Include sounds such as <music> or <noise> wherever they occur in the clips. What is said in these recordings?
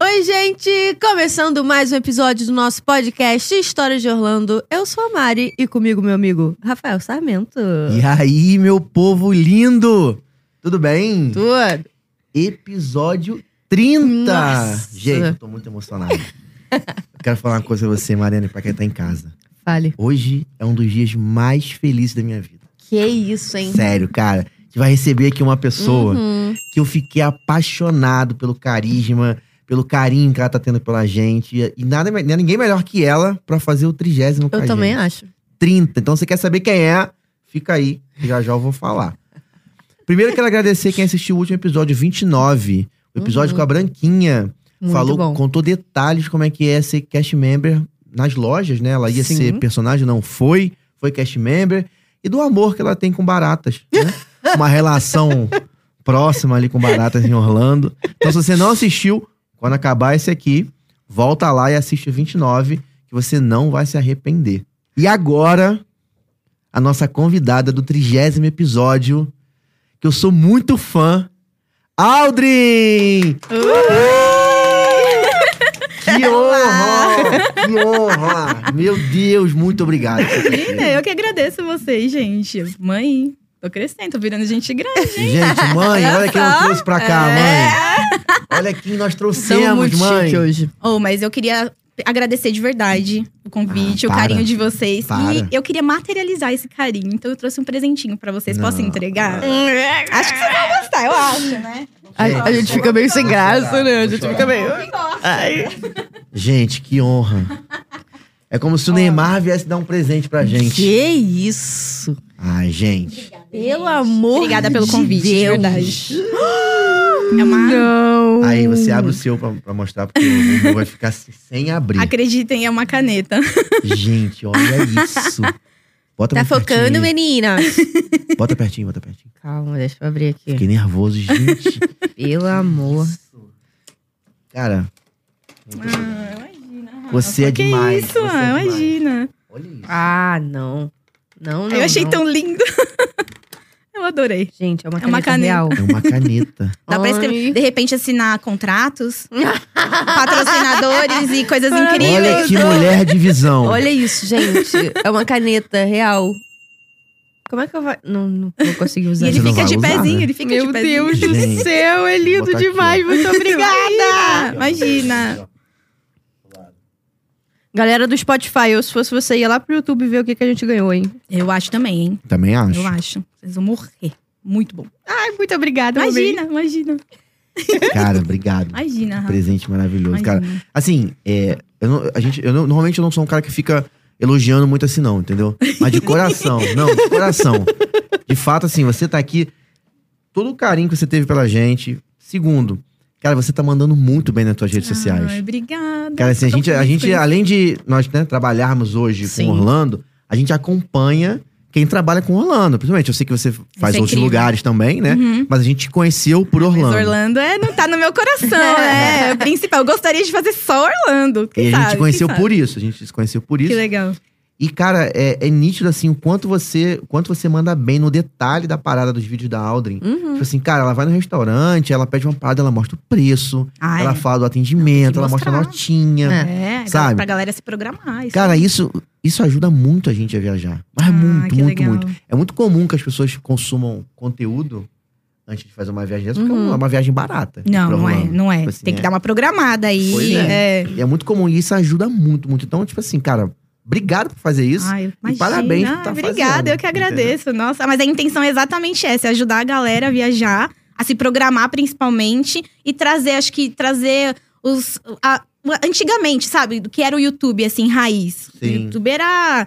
Oi, gente! Começando mais um episódio do nosso podcast História de Orlando. Eu sou a Mari e comigo meu amigo Rafael Sarmento. E aí, meu povo lindo! Tudo bem? Tudo. Episódio 30! Nossa. Gente, eu tô muito emocionado. eu quero falar uma coisa pra você, Mariana, e pra quem tá em casa. Fale. Hoje é um dos dias mais felizes da minha vida. Que isso, hein? Sério, cara. A gente vai receber aqui uma é pessoa Uhum. que eu fiquei apaixonado pelo carisma, pelo carinho que ela tá tendo pela gente. E nada, me- ninguém melhor que ela pra fazer o trigésimo com Eu a também gente. acho. 30. Então, você quer saber quem é? Fica aí, que já já eu vou falar. Primeiro, quero agradecer quem assistiu o último episódio 29, o episódio Uhum. com a Branquinha. Muito Falou, bom. contou detalhes como é que é ser cast member nas lojas, né? Ela ia Sim. ser personagem, não foi, foi cast member. E do amor que ela tem com baratas, <laughs> né? Uma relação próxima ali com baratas em Orlando. Então, se você não assistiu, quando acabar esse aqui, volta lá e assiste o 29, que você não vai se arrepender. E agora, a nossa convidada do trigésimo episódio, que eu sou muito fã, Aldrin! Que honra! Que honra! Meu Deus, muito obrigado. É, eu que agradeço vocês, gente. Mãe, tô crescendo, tô virando gente grande. Gente, mãe, olha quem eu trouxe pra cá, mãe. Olha quem nós Estamos trouxemos, muito mãe. chique hoje. Oh, mas eu queria agradecer de verdade o convite, Ah, o para. carinho de vocês. Para. E eu queria materializar esse carinho, então eu trouxe um presentinho pra vocês. Posso Não. entregar? Acho que vocês vão gostar, eu acho, né? A, É. a gente fica meio sem graça, né? A gente fica meio. Gente, que honra. É como se o Neymar viesse dar um presente pra gente. Que isso? Ai, gente. Pelo amor Obrigada pelo de convite, de Deus. verdade. É uma... Não. Aí você abre o seu pra, pra mostrar, porque o meu vai ficar sem abrir. Acreditem, é uma caneta. Gente, olha isso. Bota Tá mais pertinho focando, aí. meninas? Bota pertinho, bota pertinho. Calma, deixa eu abrir aqui. Fiquei nervoso, gente. Pelo amor. Cara, Ah, imagina. Rafa. Você é que demais, isso, você é ah, demais. imagina. olha isso. Ah, não. Não, não. eu achei não. tão lindo. <laughs> eu adorei. Gente, é uma É caneta, uma caneta. real. É uma caneta. Dá pra escrever, Ai. de repente assinar contratos, patrocinadores e coisas incríveis. Olha que mulher de visão. <laughs> Olha isso, gente. É uma caneta real. Como é que eu vou. Não, não vou conseguir E usar ele Você não fica vai de usar, pezinho, né? ele fica Meu de pezinho. <laughs> Deus do Gente, céu, é botar lindo aqui, demais. ó. Muito Obrigada! obrigada. Imagina! <laughs> Galera do Spotify, eu se fosse você ia lá pro YouTube ver o que, que a gente ganhou, hein? Eu acho também, hein? Também acho. Eu acho. Vocês vão morrer. Muito bom. Ai, muito obrigada. Imagina, imagina. Cara, obrigado. Imagina, Que Rafa. presente maravilhoso. Cara, Imagina. assim, é, eu não- a gente, eu não- normalmente eu não sou um cara que fica elogiando muito assim, não, entendeu? Mas de <laughs> coração. não, de coração. De fato, assim, você tá aqui. Todo o carinho que você teve pela gente. Segundo, cara, você tá mandando muito bem nas suas redes sociais. Ai, obrigada. Cara, assim, a Tô gente, a feliz gente com isso. além de nós né, trabalharmos hoje Sim. com Orlando, a gente acompanha quem trabalha com Orlando. Principalmente, eu sei que você faz é outros incrível. lugares também, né? Uhum. Mas a gente te conheceu por Mas Orlando. Orlando é, não tá no meu coração, <laughs> né? É o principal. Eu gostaria de fazer só Orlando. E a Quem gente sabe, te quem conheceu sabe? por isso, a gente se conheceu por Que isso. legal. E, cara, é, é nítido, assim, o quanto você, o quanto você manda bem no detalhe da parada dos vídeos da Aldrin. Uhum. Tipo assim, cara, ela vai no restaurante, ela pede uma parada, ela mostra o preço, Ai, é. ela fala do atendimento, que ela mostra a mostrar. notinha. É. Ah, é, sabe? pra galera se programar. Isso. Cara, isso, isso ajuda muito a gente a viajar. Mas Ah, muito, que muito, legal. muito. É muito comum que as pessoas consumam conteúdo antes de fazer uma viagem dessa, porque é Uhum. uma- é uma viagem barata. Não, pra não é, Orlando. não é. Tipo assim, Tem que é. dar uma programada aí. Pois é. E é muito comum, e isso ajuda muito, muito. Então, tipo assim, cara, obrigado por fazer isso. Ai, imagina. parabéns por tá Obrigada, fazendo, eu que agradeço. Nossa, mas a intenção é exatamente essa: é ajudar a galera a viajar, a se programar principalmente e trazer, acho que trazer os. a- antigamente, sabe? Do que era o YouTube, assim, raiz. Sim. O YouTube era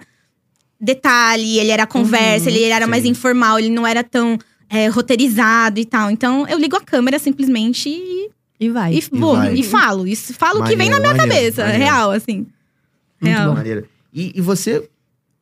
detalhe, ele era conversa, Uhum, ele era mais sim. informal, ele não era tão. é, roteirizado e tal. Então, eu ligo a câmera simplesmente e, E vai. <laughs> e, vou, vai. e falo. Isso, falo o que vem na minha Maneiro, cabeça, maneiro, real, assim. Muito Real. bom. maneiro. E, e você,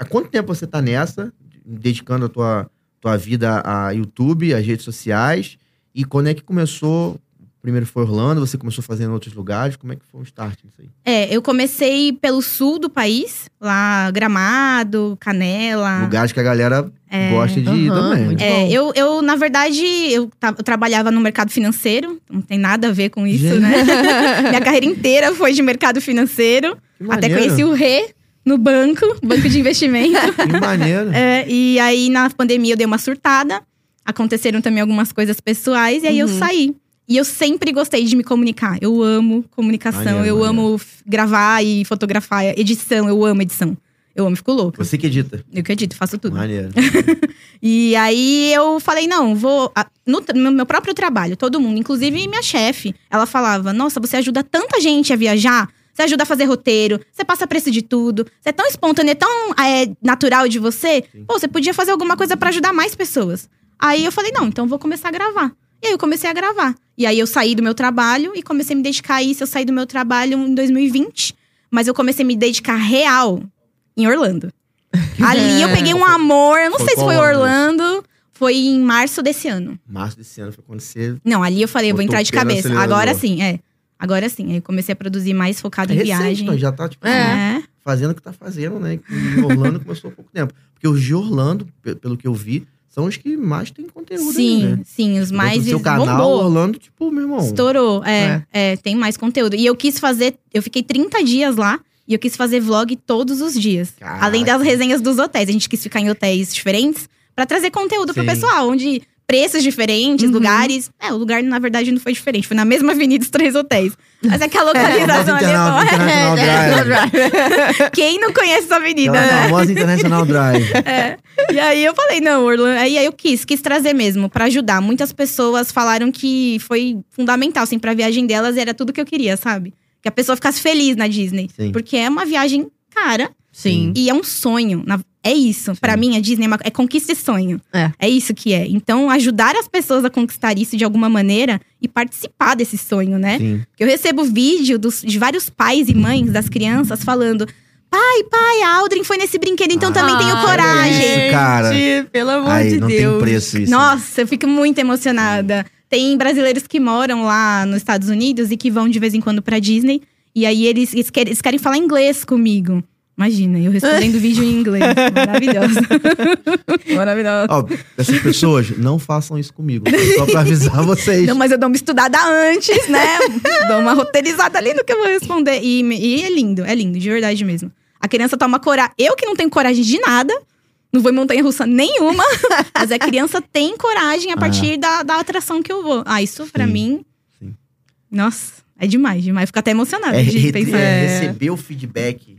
há quanto tempo você tá nessa, dedicando a tua, tua vida a YouTube, às redes sociais? E quando é que começou o Primeiro foi Orlando, você começou fazendo em outros lugares. Como é que foi o start disso aí? É, eu comecei pelo sul do país, lá Gramado, Canela. Lugares que a galera gosta de ir Aham, também. muito né? Ah. É, bom. eu, eu, na verdade, eu, ta- eu trabalhava no mercado financeiro, não tem nada a ver com isso, Gente. né? <laughs> Minha carreira inteira foi de mercado financeiro. Que Até maneiro, conheci o Rê no banco, banco de investimento. Que maneiro. <laughs> É, e aí, na pandemia, eu dei uma surtada. Aconteceram também algumas coisas pessoais. E aí, Uhum. eu saí. E eu sempre gostei de me comunicar. Eu amo comunicação. Maneiro, eu maneiro. amo f- gravar e fotografar. Edição, eu amo edição. Eu amo, fico louca. Você que edita. Eu que edito, faço tudo. Maneiro. E aí eu falei, não, vou. a- No, tra- no meu próprio trabalho, todo mundo, inclusive minha chefe, ela falava: Nossa, você ajuda tanta gente a viajar, você ajuda a fazer roteiro, você passa preço de tudo, você é tão espontâneo, é tão é, natural de você. Sim. Pô, você podia fazer alguma coisa pra ajudar mais pessoas. Aí eu falei, não, então eu vou começar a gravar. E aí eu comecei a gravar. E aí eu saí do meu trabalho e comecei a me dedicar a isso. Eu saí do meu trabalho em 2020, mas eu comecei a me dedicar real em Orlando. Ali eu peguei um amor, eu não Foi sei se qual foi ano Orlando, foi em março desse ano. Março desse ano foi quando você Não, ali eu falei, eu vou Botou entrar o de pé no cabeça. acelerador. Agora sim, é. Agora sim. Aí eu comecei a produzir mais focado É em recente, viagem. então, já tá tipo, É. fazendo o que tá fazendo, né? E Orlando começou há pouco tempo. Porque os de Orlando, pe- pelo que eu vi, são os que mais têm conteúdo Sim, aí, né? sim, os mais Dentro do seu bombou. canal, Orlando, tipo, meu irmão. Estourou, né? é, é, tem mais conteúdo. E eu quis fazer, eu fiquei 30 dias lá e eu quis fazer vlog todos os dias. Caraca. Além das resenhas dos hotéis, a gente quis ficar em hotéis diferentes pra trazer conteúdo pro Sim. pessoal, onde preços diferentes, Uhum. lugares. É, o lugar na verdade não foi diferente, foi na mesma avenida os três hotéis. Mas é que a <laughs> localização ali Internacional, fora. International Drive. Quem não conhece essa avenida, Aquela né? famosa <laughs> International Drive. E aí eu falei, não, Orlando. Aí aí eu quis, quis trazer mesmo, pra ajudar. Muitas pessoas falaram que foi fundamental, assim, pra viagem delas era tudo que eu queria, sabe? Que a pessoa ficasse feliz na Disney. Sim. Uhum. Porque é uma viagem cara Sim. e é um sonho. na- É isso. Pra mim, a Disney é, uma- é conquista e sonho. É. isso que é. Então, ajudar as pessoas a conquistar isso de alguma maneira e participar desse sonho, né? Sim. Eu recebo vídeo dos- de vários pais e mães das crianças falando: pai, pai, a Aldrin foi nesse brinquedo, então também tenho Ah, coragem. isso, cara. gente, Pelo amor Aí, de não Deus. <laughs> tem preço isso. né? Nossa, eu fico muito emocionada. Tem brasileiros que moram lá nos Estados Unidos e que vão de vez em quando pra Disney. E aí eles, eles querem, eles querem falar inglês comigo. Imagina, eu respondendo vídeo em inglês. Maravilhosa. Maravilhosa. Ó, essas pessoas, não façam isso comigo. tá? Só pra avisar vocês. <laughs> Não, mas eu dou uma estudada <laughs> antes, né? dou uma roteirizada ali no que eu vou responder. E, me- e é lindo, é lindo, de verdade mesmo. A criança toma coragem. Eu que não tenho coragem de nada, não vou em montanha <laughs> russa nenhuma, mas a criança tem coragem a Ah. partir da, da atração que eu vou. Ah, isso pra Sim, mim. sim. Nossa, é demais, demais. Fico até emocionada É, de re- pensar. é, É. receber o feedback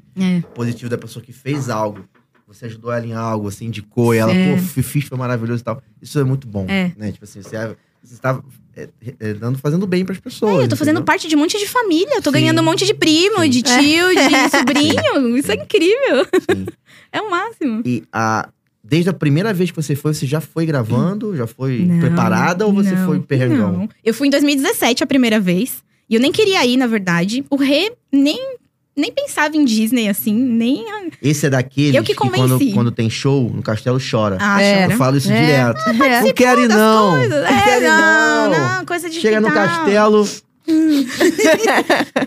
positivo da pessoa que fez algo. Você ajudou ela em algo, você indicou, e ela, É. pô, fi- fiz, foi maravilhoso e tal. Isso é muito bom, É. né? Tipo assim, você, você tá é, é, dando, fazendo bem pras pessoas. É, eu tô fazendo entendeu? parte de um monte de família. Eu tô Sim. ganhando um monte de primo, Sim. de tio, de <laughs> sobrinho. Isso é incrível. Sim. É o máximo. E a, desde a primeira vez que você foi, você já foi gravando? Já foi Não, preparada ou você não, foi perrengão? Não. Eu fui em 2017 a primeira vez. E eu nem queria ir, na verdade. O Rê nem, nem pensava em Disney, assim. Nem Esse é daqueles Eu que quando, convenci. quando tem show, no castelo chora. acha. É. Eu falo isso É. direto. É. Não quero ir não! Não É, quero ir não, não! não, coisa de Chega no final. castelo, <laughs>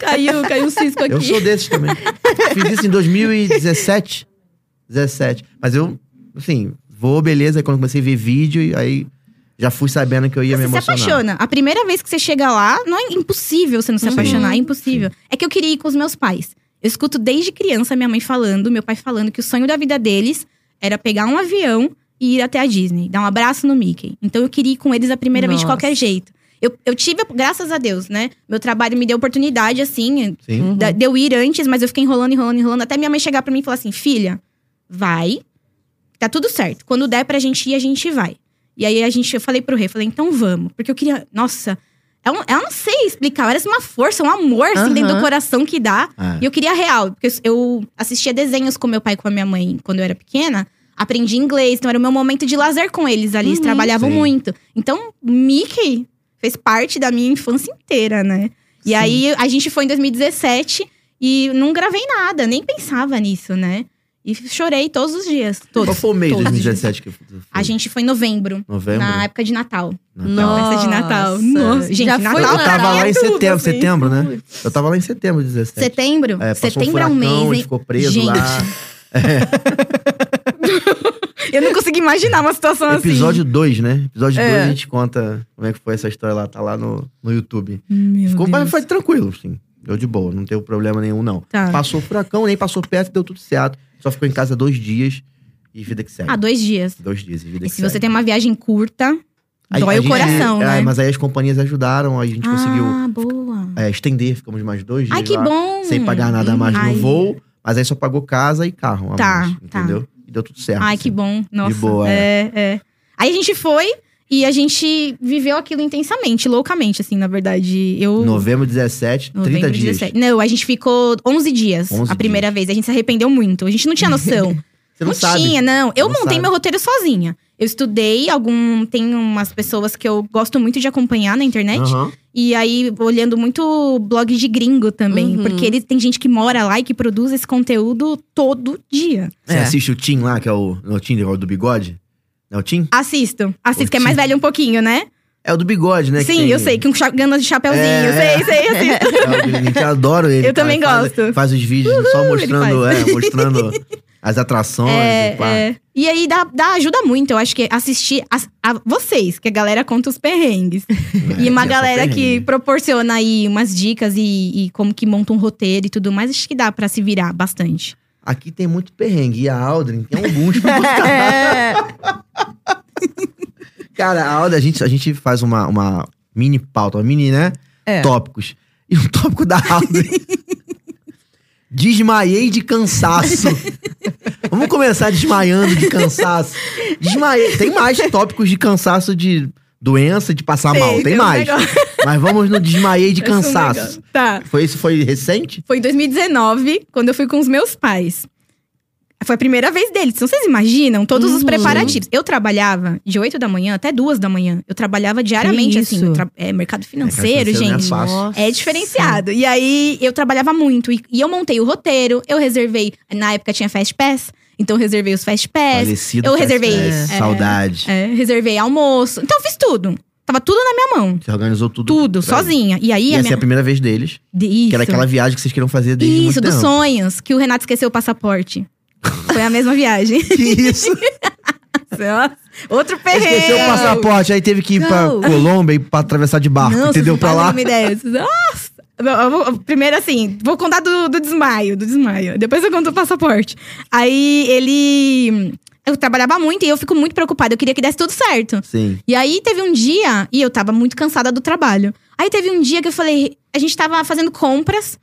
Caiu, caiu um cisco Eu aqui. sou desses também. <laughs> Fiz isso em 2017. 17. Mas eu, assim, vou, beleza. Aí quando comecei a ver vídeo, e aí já fui sabendo que eu ia me Você se emocionar. apaixona. A primeira vez que você chega lá, não é impossível você não se Uhum. Sim. apaixonar. É impossível. É que eu queria ir com os meus pais. Eu escuto desde criança minha mãe falando, meu pai falando que o sonho da vida deles era pegar um avião e ir até a Disney, dar um abraço no Mickey. Então eu queria ir com eles a primeira vez de Nossa. qualquer jeito. Eu, eu tive, graças a Deus, né? Meu trabalho me deu oportunidade, assim, Sim. Uhum. da- de eu ir antes, mas eu fiquei enrolando, enrolando, enrolando. Até minha mãe chegar pra mim e falar assim: filha, vai. Tá tudo certo. Quando der pra gente ir, a gente vai. E aí a gente, eu falei pro rei, falei, então vamos. Porque eu queria. Nossa, eu, eu não sei explicar. Parece uma força, um amor assim, Aham. dentro do coração que dá. Ah, E eu queria real, porque eu assistia desenhos com meu pai e com a minha mãe quando eu era pequena. Aprendi inglês, então era o meu momento de lazer com eles ali. Eles Uhum. trabalhavam Sim. muito. Então, Mickey fez parte da minha infância inteira, né? E Sim. aí, a gente foi em 2017 e não gravei nada, nem pensava nisso, né? E chorei todos os dias. Qual Todos. foi o mês de todos. 2017 que foi? A gente foi em novembro, Novembro? na época de Natal. Natal. Festa de Natal. Nossa. Gente, já Natal foi Eu, eu Natal tava lá é em tudo, setembro, assim. setembro, né? Eu tava lá em setembro de 17. Setembro? É, passou setembro é um um furacão, mês, ele hein? ficou preso Gente. <laughs> tipo assim. lá. Eu não consegui imaginar uma situação assim. Episódio 2, né? Episódio 2 É. a gente conta como é que foi essa história lá, tá lá no, no YouTube. Meu Ficou, Deus. mas foi tranquilo, assim. Deu de boa, não teve problema nenhum, não. Tá. Passou furacão, nem passou perto, deu tudo certo. Só ficou em casa dois dias e vida que segue. Ah, dois dias. Dois dias e vida que E se segue. você tem uma viagem curta, A- dói a o gente- coração, é, né? mas aí as companhias ajudaram, a gente conseguiu Ah, boa. é, estender, ficamos mais dois dias Ai, que lá, bom. sem pagar nada a mais Hum, Ai. no voo. Mas aí só pagou casa e carro a Tá, mais, tá. entendeu? E deu tudo certo. Ai, assim. que bom. Nossa. boa, é. é. Aí a gente foi e a gente viveu aquilo intensamente, loucamente, assim, na verdade. Eu. Novembro 17, 30 Novembro dias. 17. Não, a gente ficou 11 dias 11 a primeira vez. A gente se arrependeu muito. A gente não <laughs> tinha noção. Você não, sabe. tinha, não. Eu Não montei sabe. meu roteiro sozinha. Eu estudei algum. Tem umas pessoas que eu gosto muito de acompanhar na internet. Aham. E aí, olhando muito blog de gringo também. Uhum. Porque ele, tem gente que mora lá e que produz esse conteúdo todo dia. Você É. assiste o Tim lá, que é o, no Tim, é o do bigode? É o Tim? Assistam. Assistam, que é mais Curti. velho um pouquinho, né? É o do bigode, né? que Sim, tem- <laughs> eu sei, com cha- gana de chapeuzinho. É, sei, sei, assim. É, Eu adoro ele. Eu cara. também Faz- gosto. Faz os vídeos só mostrando, faz. é, mostrando <laughs> as atrações. e pá. <laughs> É, é. E aí dá, dá- ajuda muito, eu acho que assistir a, a vocês, que a galera conta os perrengues. e É, uma é só galera que perrengue. proporciona aí umas dicas e, e como que monta um roteiro e tudo mais, acho que dá pra se virar bastante. Aqui tem muito perrengue. E a Aldrin tem alguns <laughs> pra botar. É. Cara, a Aldrin, a gente, a gente faz uma, uma mini pauta, uma mini, né? É. Tópicos. E um tópico da <laughs> Aldrin. Desmaiei de cansaço. Vamos começar desmaiando de cansaço. Desmaiei. Tem mais tópicos de cansaço de doença, de passar Sei, mal. Tem, tem um mais. negócio. Mas vamos no desmaiei de Esse é um cansaço. negócio. Tá. Foi isso foi recente? Foi em 2019, quando eu fui com os meus pais. Foi a primeira vez deles. Então, vocês imaginam todos os Uhum. preparativos. Eu trabalhava de 8 da manhã até 2 da manhã. Eu trabalhava diariamente, assim. isso? eu tra- É, mercado É, financeiro, cara, gente. Não é fácil. Nossa. É diferenciado. E aí eu trabalhava muito. E, e eu montei o roteiro, eu reservei. Na época tinha Fast Pass, então eu reservei os Fast Pass. Falecido, eu parece reservei que é isso. É. Saudade. é, reservei almoço. Então eu fiz tudo. Tava tudo na minha mão. Você organizou tudo. Tudo, pra- sozinha. E aí E a essa é minha. a primeira vez deles. Isso. Que era aquela viagem que vocês queriam fazer desde Isso, muito dos tempo. sonhos, que o Renato esqueceu o passaporte. Foi a mesma viagem. <laughs> Que isso? Nossa, Outro perrengue. Esqueceu o passaporte, aí teve que ir pra Não. Colômbia e pra atravessar de barco, Não, entendeu? vocês Pra não lá. fazem uma ideia. Vocês- Nossa! Bom, eu vou- eu- primeiro, assim, vou contar do, do desmaio, do desmaio. Depois eu conto o passaporte. Aí ele. Eu trabalhava muito e eu fico muito preocupada. Eu queria que desse tudo certo. Sim. E aí teve um dia, e eu tava muito cansada do trabalho. Aí teve um dia que eu falei, a gente tava fazendo compras.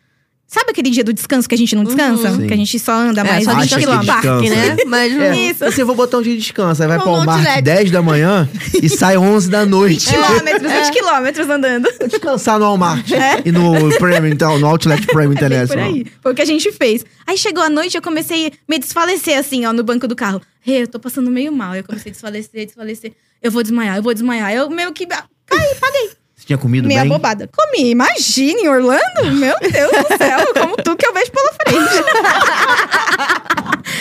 Sabe aquele dia do descanso que a gente não descansa? Sim. Que a gente só anda É, mais só Acha 20 que quilômetros. descansa. parque, né? <laughs> Mas É, Isso. Você vou botar um dia de descanso, aí vai Vou pra no o mar outlet. 10 da manhã e sai 11 da noite. <laughs> <laughs> quilômetros, 20 quilômetros andando. Vou descansar no Walmart e no Premium, então, no Outlet <laughs> Premium É. Bem por International. aí. Foi o que a gente fez. Aí chegou a noite, eu comecei a me desfalecer, assim, ó, no banco do carro. Rê, eu tô passando meio mal. Eu comecei a desfalecer, desfalecer. Eu vou desmaiar, eu vou desmaiar. Eu meio que. ah, Caí, paguei. Você tinha comido Meia bem? bobada. Comi, imagina, em Orlando? Meu Deus do céu, eu como tudo que eu vejo pela <laughs> frente.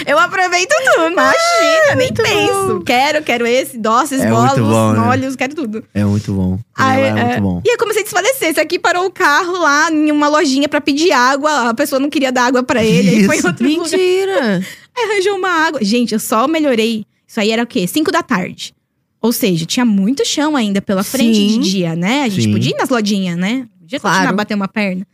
eu aproveito tudo, imagina, nem penso. Quero, quero esse, doces, É bolos, muito bom, né? molhos, quero tudo. É muito bom. Aí, Ela é, muito bom. E aí eu comecei a desfalecer. Esse aqui parou o carro lá em uma lojinha pra pedir água. A pessoa não queria dar água pra ele. Aí foi em Isso. outro lugar. Mentira. Aí arranjou uma água. Gente, eu só melhorei. Isso aí era o quê? Cinco da tarde. Ou seja, tinha muito chão ainda pela frente Sim. de dia, né? A gente Sim. podia ir nas lodinhas, né? Podia Claro. continuar a bater uma perna.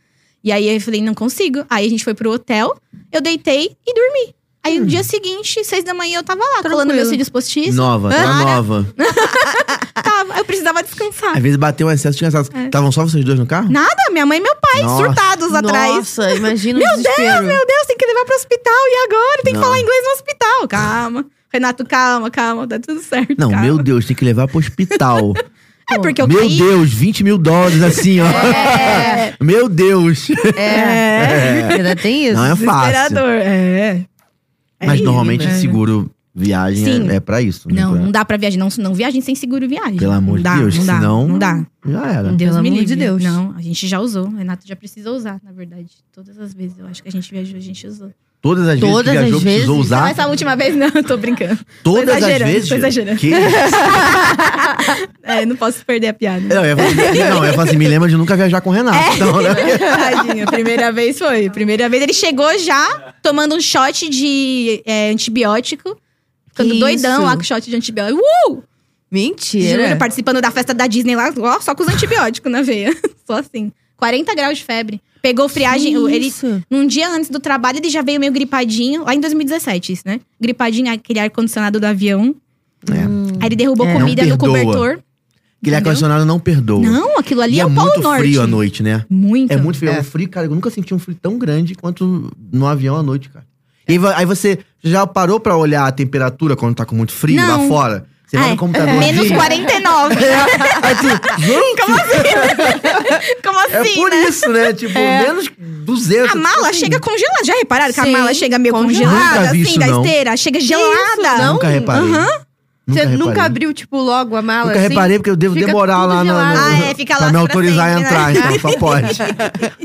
E aí eu falei, não consigo. Aí a gente foi pro hotel, eu deitei e dormi. Aí no Hum. dia seguinte, seis da manhã, eu tava lá, colando meus cílios postiços. Nova, Cara. tá nova. Tava, eu precisava descansar. Às vezes bateu um excesso de cansaço. É. Estavam só vocês dois no carro? Nada, minha mãe e meu pai, Nossa. surtados atrás. Nossa, imagina o desespero. Meu Deus, tem que levar pro hospital. E agora? Tem que Não. falar inglês no hospital. Calma. Renato, calma, calma. Tá tudo certo. Não, calma. meu Deus, tem que levar pro <laughs> hospital. É porque eu meu caí. Deus, 20 mil dólares assim, ó. <laughs> É. Meu Deus. É. Ainda tem isso? Não é fácil. Desesperador. É. É Mas isso, normalmente né? seguro viagem Sim. é, é pra isso. né? Não, Pra- não dá pra viajar. Não, não viagem sem seguro viagem. Pelo amor não de dá, Deus, não dá, senão- Não dá. Então, Já era. Deus Pelo amor me de livre. Deus. Não, a gente já usou. O Renato já precisa usar, na verdade. Todas as vezes eu acho que a gente viajou, a gente usou. Todas as Todas vezes que viajou, as precisou vezes? Não, usar. essa última vez não, eu tô brincando. Todas as exagerando, vezes. tô exagerando. <laughs> Que... É, não posso perder a piada. Não, eu ia falar, não, eu ia falar assim, me lembra de nunca viajar com o Renato. É. Então, <laughs> né? Tadinho, primeira vez foi. Primeira vez ele chegou já tomando um shot de é, antibiótico. Ficando Que doidão isso? lá com o shot de antibiótico. Uh! Mentira. Juro, participando da festa da Disney lá, ó, só com os antibióticos na veia. <laughs> Só assim. 40 graus de febre. Pegou friagem. Que Ele, isso? num dia antes do trabalho, ele já veio meio gripadinho. Lá em 2017, isso, né? Gripadinho, aquele ar-condicionado do avião. É. Aí ele derrubou É. comida Não no perdoa. cobertor. Aquele Entendeu? ar-condicionado não perdoa. Não, aquilo ali e é, é, o Polo muito Norte. Então, frio à noite, né? Muito. É muito frio. É. O frio, cara, eu nunca senti um frio tão grande quanto no avião à noite, cara. E aí, va- aí você já parou pra olhar a temperatura quando tá com muito frio Não. lá fora? Você Ah, vai é. no computador. Menos aqui? 49. <laughs> Aí tu, gente, <laughs> Como é assim, por né? isso, né? Tipo, menos 200. A mala assim, chega congelada. Já repararam que Sim, a mala chega meio congelada. Nunca congelada, vi assim, isso, da não. esteira? Chega isso? gelada. Não? Nunca reparei. Aham. Nunca Você reparei. nunca abriu, tipo, logo a mala Nunca assim? reparei, porque eu devo Fica demorar tudo lá na, na, gelado. Ah, é, fica lá pra me pra autorizar sempre, a entrar, né? então só pode.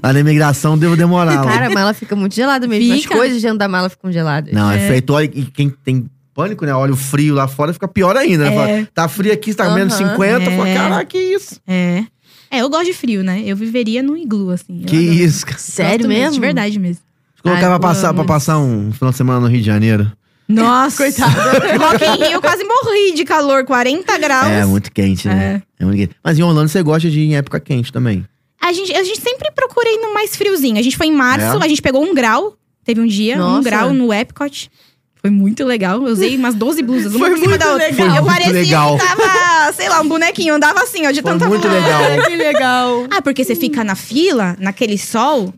lá na imigração eu devo demorar lá. Cara, a mala fica muito gelada mesmo. Fica. As coisas dentro da mala ficam geladas. Não, é feito. Olha, e quem tem pânico, né? Olha o frio lá fora, fica pior ainda. né? Fala, tá frio aqui, tá com menos Aham. 50. Fala, É. caraca, que isso? É. É, eu gosto de frio, né? Eu viveria num iglu, assim. Eu Que adoro. isso, cara. é Gosto Sério mesmo, mesmo? De verdade mesmo. Colocar Ai, pra eu passar, amo pra isso. passar um final de semana no Rio de Janeiro. Nossa. <laughs> Coitada. Rock in Rio, eu quase morri de calor. 40 graus. É muito quente, né? É muito quente. Mas em Orlando você gosta de ir em época quente também. A gente, a gente sempre procura ir no mais friozinho. A gente foi em março, É? a gente pegou um grau. Teve um dia, Nossa. um grau no Epcot. Foi muito legal. Eu usei umas 12 blusas. Uma Foi por cima muito da outra. legal. Foi Eu muito parecia legal. que tava, sei lá, um bonequinho. Andava assim, ó, de Foi tanta muito blusa. legal. Ah, que legal. Ah, porque você fica na fila, naquele sol,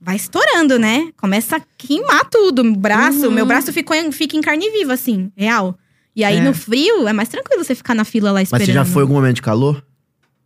vai estourando, né? Começa a queimar tudo. O braço, Uhum. meu braço ficou em- fica em carne viva, assim, real. E aí, É. no frio, é mais tranquilo você ficar na fila lá Mas esperando. você já foi em algum momento de calor?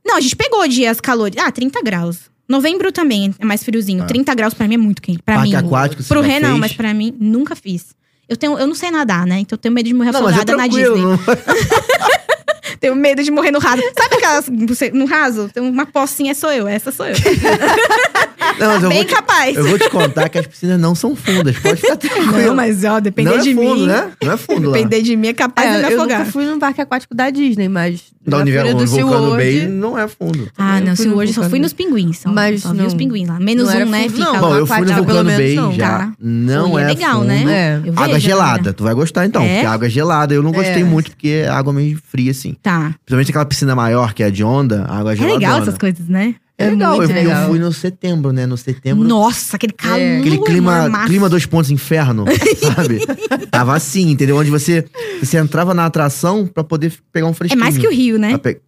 Não, a gente pegou dias calores. Ah, 30 graus. Novembro também é mais friozinho. Ah. 30 graus pra mim é muito quente. Pra Parque mim. aquático, você Pro já Renan, fez? mas pra mim, nunca fiz. Eu, tenho, eu não sei nadar, né? Então eu tenho medo de morrer Não, mas é afogada na tranquilo. Disney. Não... Tenho medo de morrer no raso. Sabe aquelas. você- No raso? Tem uma pocinha, sou eu. Essa sou eu. <laughs> Não, mas eu vou, Bem te, capaz. eu vou te contar que as piscinas não são fundas. Pode ficar tranquilo. <laughs> Não, mas ó, depender Não é de fundo, mim. né? Não é fundo lá. Depender de mim é capaz de É, me eu afogar. nunca fui num parque aquático da Disney, mas Da na Universo, feira do do um né? Vulcano Bay SeaWorld. não é fundo. Ah, Eu não, fui se no hoje eu só fui vulcão. nos pinguins. Só, Mas só vi os não- pinguins lá. Menos não era um, né? fundo, Fica não. lá. Bom, eu fui no aquático, pelo Vulcano Bay menos, não. já. Tá. Não Ui, é, é legal, fundo. né? É. Eu Água vejo, gelada, galera. tu vai gostar então, É? porque a água é gelada. Eu não gostei É. muito, porque a água é meio fria, assim. Tá. Principalmente aquela piscina maior, que é a de onda, a água é É gelada. legal essas coisas, né? É legal, legal, eu, é legal. eu fui no setembro, né? No setembro. Nossa, aquele calor. É. Aquele clima, mormaço. clima dois pontos <laughs> inferno, sabe? Tava assim, entendeu? Onde você, você entrava na atração pra poder pegar um É fresquinho. mais que o Rio, né? Pra pe-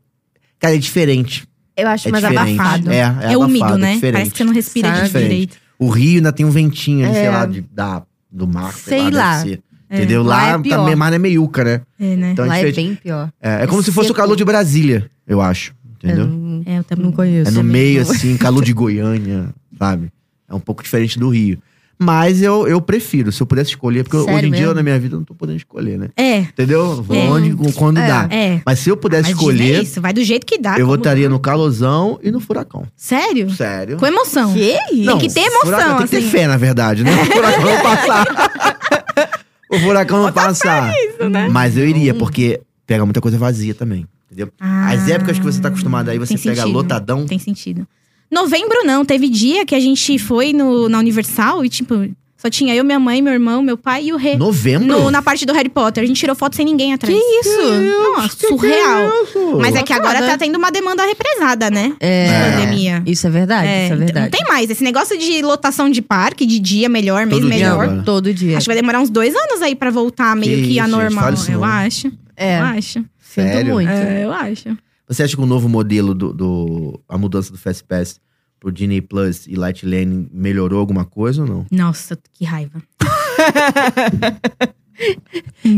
Cara, é diferente. Eu acho É mais diferente. abafado. É, é, É, abafado, úmido, né? É diferente. Parece que você não respira Sabe? de direito. O Rio ainda tem um ventinho, ali, É. sei lá, de, da, do mar. Sei deve lá. ser. Entendeu? lá é Lá, pior. também, mas é meiuca, né? É, né? Então Lá é é diferente. bem pior. É, é como se fosse o seco. calor de Brasília, eu acho. Entendeu? Eu não, É, eu também não conheço. É no também. <laughs> meio, assim, calor de Goiânia, sabe? É um pouco diferente do Rio. Mas eu, eu prefiro, se eu pudesse escolher, porque Sério hoje em dia mesmo? na minha vida eu não tô podendo escolher, né? É, Entendeu? Vou É. onde, quando É. dá. é. Mas se eu pudesse Mas Disney é escolher, isso, vai do jeito que é? dá. eu como- votaria no calosão e no furacão. Sério? Sério. Com emoção. Que isso? Não, que ter emoção, furacão, Tem que ter assim. fé, na verdade, né? O furacão não passar. <laughs> o furacão não passar. né? Mas eu iria, porque pega muita coisa vazia também. Entendeu? Ah, As épocas que você tá acostumado aí, você tem pega sentido. lotadão. Tem sentido. Novembro não, teve dia que a gente foi no, na Universal e, tipo, só tinha eu, minha mãe, meu irmão, meu pai e o Rê. Novembro? No- na parte do Harry Potter. A gente tirou foto sem ninguém atrás. Que isso? Nossa, surreal. Mas é que agora Chocada. tá tendo uma demanda represada, né? É. De pandemia. Isso é verdade, É, isso é então verdade. Não tem mais. Esse negócio de lotação de parque, de dia melhor, mês Todo dia melhor. agora. É Todo dia. Acho que vai demorar uns dois anos aí pra voltar meio Que que, a isso, gente, normal. fala isso eu não. acho. É, Eu acho. sinto Sério? muito. É, eu acho. Você acha que o novo modelo do, do- a mudança do Fast Pass pro Disney Plus e Light Lane melhorou alguma coisa ou não? Nossa, que <laughs> raiva.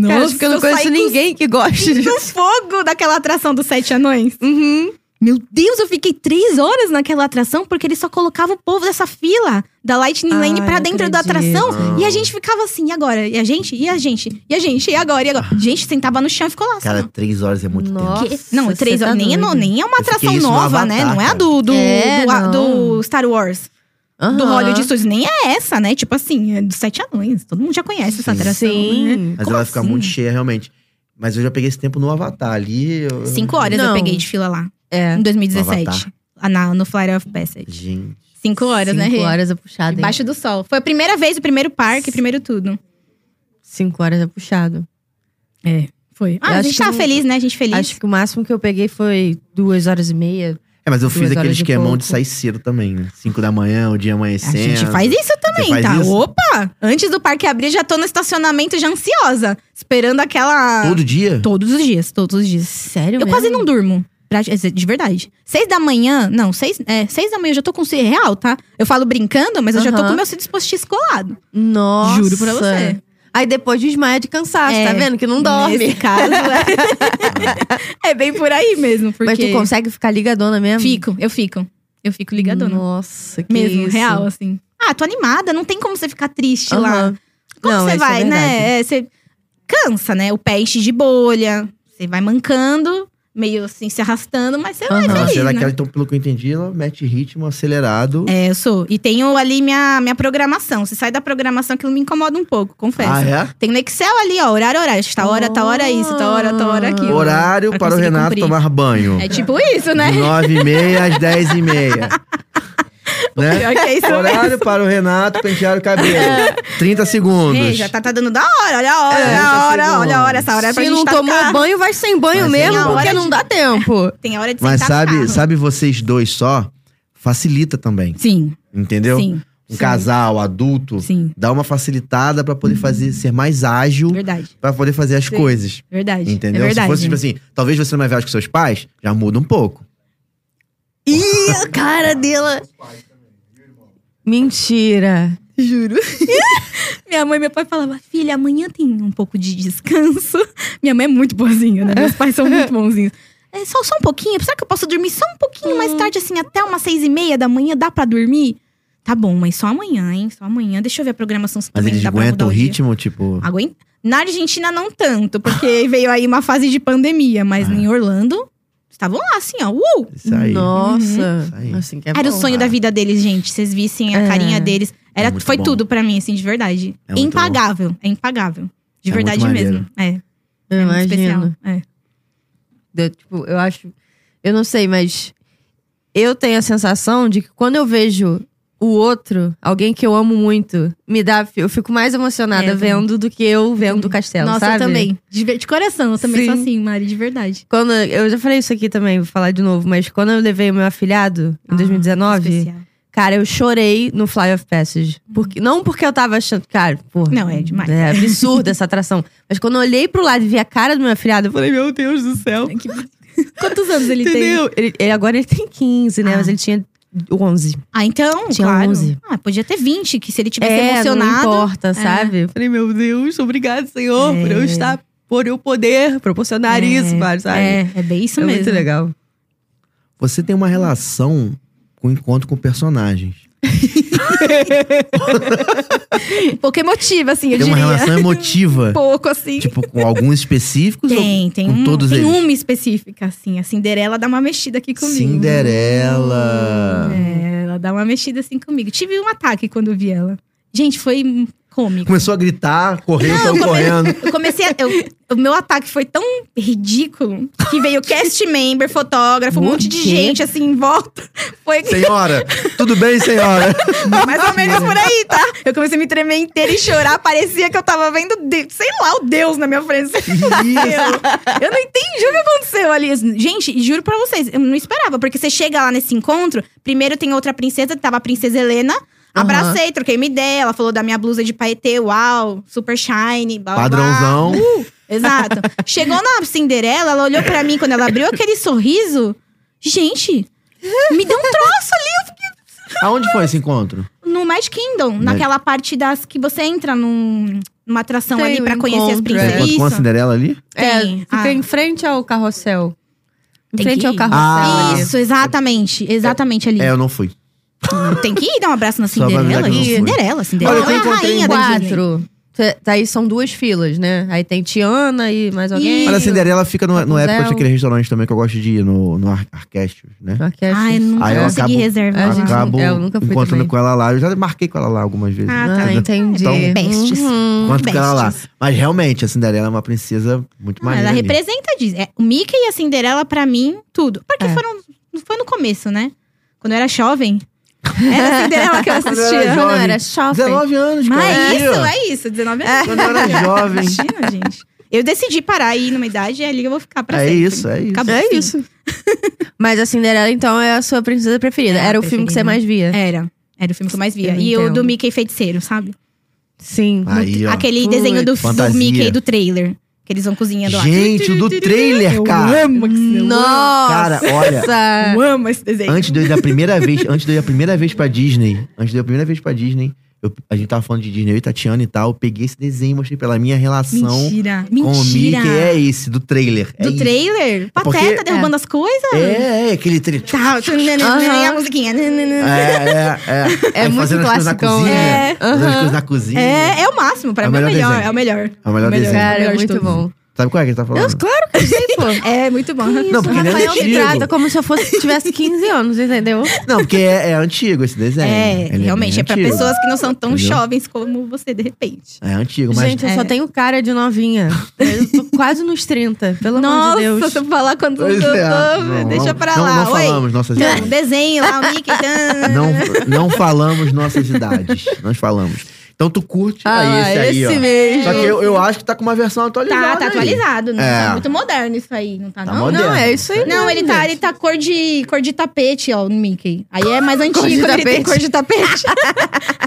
Cara, acho que eu não conheço saí <laughs> ninguém que goste cuspindo disso. <laughs> fogo daquela atração dos Sete Anões. Uhum. Meu Deus, eu fiquei três horas naquela atração porque eles só colocavam o povo dessa fila da Lightning Ah, Lane pra eu dentro da acredito. atração. Ah, E a gente ficava assim, e agora? E a gente? E a gente? E a gente? E agora? E agora? gente sentava no chão e ficou lá. assim, Cara, ó. três horas é muito Nossa. tempo. Que- não, você três tá horas. Nem, é doido. no- nem é uma Eu fiquei atração isso no nova, Avatar, né? Não é a cara. do, do, É, do, a- não. do Star Wars. do Aham. Hollywood Studios. Nem é essa, né? Tipo assim, é dos Sete Anões. Todo mundo já conhece essa Sim. atração. né? Sim. Mas Como ela fica assim? muito cheia, realmente. Mas eu já peguei esse tempo no Avatar ali. eu- Cinco horas Não. eu peguei de fila lá, É. em No 2017. Avatar. lá Ah, na- no Flyer of Passage. Gente. Cinco horas, né, Rê? Cinco horas é puxado. hein? Embaixo do sol. Foi a primeira vez, o primeiro parque, primeiro tudo. Cinco horas é puxado. É, foi. Eu Ah, a acho gente que tá não- feliz, né? A gente feliz. Acho que o máximo que eu peguei foi duas horas e meia. É, mas eu Duas fiz horas aquele e esquemão pouco. de sair cedo também, né? Cinco da manhã, o dia A amanhecendo. gente faz isso também, é. faz tá? isso? Opa! Antes do parque abrir, já tô no estacionamento já ansiosa. Esperando aquela. Todo dia? Todos os dias, todos os dias. Sério Eu mesmo? quase não durmo. pra- De verdade. Seis da manhã, não, seis, é, seis da manhã eu já tô com sono real, tá? Eu falo brincando, mas eu já tô Aham. com meu dispositivo colado. Nossa. Juro pra você. Aí depois desmaia de cansaço, É. tá vendo? Que não dorme. Nesse caso, é, é bem por aí mesmo. <laughs> Porque Mas tu consegue ficar ligadona mesmo? Fico, eu fico. Eu fico ligadona. Nossa, que mesmo, isso. real, assim. Ah, tô animada, não tem como você ficar triste lá. Aham. Como Não, isso você é vai, verdade. né? É, Você cansa, né? O pé enche de bolha, você vai mancando, meio assim, se arrastando, mas você vai Aham. Nossa, feliz, ela né? quer- então, pelo que eu entendi, ela mete ritmo acelerado. É, eu sou. E tenho ali minha, minha programação. Se sai da programação, aquilo me incomoda um pouco, confesso. ah, é? Tem no Excel ali, ó, horário, horário. Tá hora, tá hora isso, tá hora, tá hora aquilo. Horário pra para o conseguir Renato cumprir. tomar banho. É tipo isso, né? De nove e meia às dez e <laughs> meia. né? Pior que é isso mesmo. Horário para o Renato pentear o cabelo. 30 segundos. Ei, já tá, tá dando da hora, olha a hora, É, olha já a hora, chegou. olha a hora. Essa hora é pra Se gente não tá no tomou carro. banho, vai sem banho Mas mesmo, é uma porque hora não de- dá <laughs> tempo. Tem a hora de Mas sentar no sabe, carro. sabe vocês dois só? Facilita também, Sim, entendeu? sim, Um casal, adulto, sim. dá uma facilitada pra poder fazer ser mais ágil Verdade, Pra poder fazer as Sim. coisas. verdade. Entendeu? É verdade. Se fosse tipo assim, talvez você não vai viajar com seus pais, já muda um pouco. Ih, a cara dela. Mentira. Juro. minha mãe e meu pai falavam, filha, amanhã tem um pouco de descanso. <laughs> Minha mãe é muito boazinha, né? Meus pais são muito bonzinhos. É, só, só um pouquinho, será que eu posso dormir só um pouquinho mais tarde, assim, até umas seis e meia da manhã? Dá pra dormir? Tá bom, mas só amanhã, hein? Só amanhã. Deixa eu ver a programação se Mas também eles dá pra mudar aguentam o dia." Ah, ritmo, tipo. Aguenta. Na Argentina, não tanto, <laughs> porque veio aí uma fase de pandemia, mas Ah. em Orlando, estavam lá, assim, ó. Uh! Isso aí. Nossa. Isso aí. Assim que é Era o bom. sonho da vida deles, gente. Vocês vissem a É. carinha deles. Era, É muito foi bom. tudo pra mim, assim, de verdade. É É muito impagável. É impagável. De É verdade muito mesmo. É. Eu É muito especial. imagino. É. Eu, tipo, eu acho. Eu não sei, mas eu tenho a sensação de que quando eu vejo o outro, alguém que eu amo muito, me dá. Eu fico mais emocionada É, eu também. vendo do que eu vendo o castelo. Nossa, sabe? eu também. De, ver- de coração, eu também sou Sim. assim, Mari, de verdade. Quando, eu já falei isso aqui também, vou falar de novo, mas quando eu levei o meu afilhado em Ah, 2019, especial. cara, eu chorei no Fly of Passage. Porque, não porque eu tava achando. Cara, porra. Não, é demais. É absurdo essa atração. Mas quando eu olhei pro lado e vi a cara do meu afilhado, eu falei, meu Deus do céu. Que- Quantos anos ele tem? Entendeu? Ele, ele- agora ele tem 15, né? Ah. Mas ele tinha 11. Ah, então, Tinha claro. 11. Ah, podia ter 20, que se ele tivesse É, não emocionado. importa, sabe? Eu falei, meu Deus, obrigado, Senhor, por eu É. estar, por eu poder proporcionar É, isso, cara, sabe? é, é bem isso É mesmo. muito legal. Você tem uma relação com o encontro com personagens. Pouco emotivo, assim, eu tem uma <laughs> diria. relação <laughs> emotiva. Pouco, assim. tipo, com alguns específicos tem, tem, com um, todos tem eles? uma específica, assim. A Cinderela dá uma mexida aqui ou comigo. Cinderela. É, ela dá uma mexida assim comigo. Tive um ataque quando eu vi ela. Gente, foi cômico. Começou a gritar, correu, saiu correndo. Eu comecei a, eu- O meu ataque foi tão ridículo <laughs> que veio cast member, fotógrafo, um Por monte de quê? gente assim em volta. Foi Senhora, tudo bem, senhora? <laughs> mais ou menos né? por aí, tá? Eu comecei a me tremer inteira e chorar. Parecia que eu tava vendo, de- sei lá, o Deus na minha frente. Isso. Eu não entendi o que aconteceu ali. Gente, juro pra vocês, eu não esperava. Porque você chega lá nesse encontro, primeiro tem outra princesa, que tava a princesa Helena. Abracei, troquei uma ideia. Ela falou da minha blusa de paetê, uau, super shine, blá, blá, blá. Padrãozão. Uh, exato. Chegou na Cinderela, ela olhou pra mim quando ela abriu aquele sorriso. Gente, me deu um troço ali. Aonde foi esse encontro? No Magic Kingdom, naquela parte das que você entra num- numa atração Tem ali um pra conhecer as encontro, é. Você princesas. encontrou com a Isso. Cinderela ali? É, Tem. fica Ah. em frente ao carrossel. Em Tem frente que ao ir. carrossel. Ah. ali. Isso, exatamente. Exatamente ali. É, eu não fui. Tem que ir dar um abraço na Só pra avisar que Cinderela, eu gente. não fui. Cinderela, Cinderela. Olha, eu Ela é a encontrei rainha um da Disney. Quatro. Tá- tá Aí são duas filas, né? Aí tem Tiana e mais alguém. Ih. Mas a Cinderela fica no, no Rapunzel. época daquele restaurante também que eu gosto de ir, no, no Ar- Arquestos, né? Orquestra. Ai, eu nunca Aí eu consegui acabo- É, reservar. a gente- Acabo é, eu nunca fui encontrando também. com ela lá. Eu já marquei com ela lá algumas vezes. Ah, Ah, tá. entendi. Então, bestes. Uhum. Encontro com ela lá. besties. Mas realmente, a Cinderela é uma princesa muito Ah, maneira. ela ali. representa Disney. É, o Mickey e a Cinderela, pra mim, tudo. Porque É. foram. Foi no começo, né? Quando eu era jovem. Era a <laughs> Cinderela que eu <laughs> Quando eu era assistia. Não, jovem. era shopping. 19 anos, cara. Mas é Aí, isso, ó. é isso. 19 anos. Quando eu era jovem. Imagina, gente. Eu decidi parar aí numa idade e é ali que eu vou ficar pra É sempre. isso, é isso. Acabou. É Sim. isso. Mas a Cinderela, então, é a sua princesa preferida. É a Era o filme que você preferida. mais via. Era. Era o filme que eu mais via. Eu e o entendo. do Mickey feiticeiro, sabe? Sim. Aí, ó. Aquele Putz, desenho do, do fantasia. Mickey do trailer. Que eles vão cozinhando lá. Gente, o do trailer, cara. Eu amo esse desenho. Nossa! Cara, <laughs> olha. Eu amo esse desenho. Antes de eu ir da primeira vez, antes de eu ir a primeira vez pra Disney, antes de eu ir a primeira vez pra Disney, eu- a gente tava falando de Disney, eu e Tatiana e tal, eu peguei esse desenho, mostrei pra ela a minha relação Mentira. com o Mentira. Mickey, é esse, do trailer. é Do isso. trailer? porque- Pateta derrubando as coisas? É, é, aquele trailer. Tá, tu- e a musiquinha. Né, É, é, é. É <laughs> Aí muito fazendo as coisas na classicão, cozinha. né? É. Fazendo as Aham. coisas na cozinha. É, é o máximo. Pra É o mim é o melhor melhor. desenho. É o melhor. É o melhor desenho. Cara, é Melhor de muito todos. bom. Sabe qual é que ele tá falando? Eu, claro que eu sei, pô. É, muito bom. Não, porque ele é Rafael me antigo. trata como se eu fosse, tivesse 15 anos, entendeu? Não, porque é, é antigo esse desenho. É, Ele realmente. bem É, pra antigo. pessoas que não são tão Entendeu? jovens como você, de repente. É antigo, mas. Gente, eu só É. tenho cara de novinha. Eu tô quase nos 30, pelo amor Nossa, de Deus. se eu falar quantos Pois anos eu é. tô, Não, deixa não- pra não- lá. Não Oi. falamos nossas Um idades. desenho lá, o Mickey. tan. Não, não falamos nossas idades. Nós falamos. Então tu curte Ah, aí, esse aí, ó. Ah, mesmo. Só que eu, eu acho que tá com uma versão atualizada. Tá, tá aí. atualizado. Não, É. tá muito moderno isso aí, não tá, Tá não? moderno. Não, é isso aí. Não, mesmo, ele tá, gente. ele tá cor de, cor de tapete, ó, no Mickey. Aí é mais antigo, de ele tem tapete. cor de tapete. <laughs>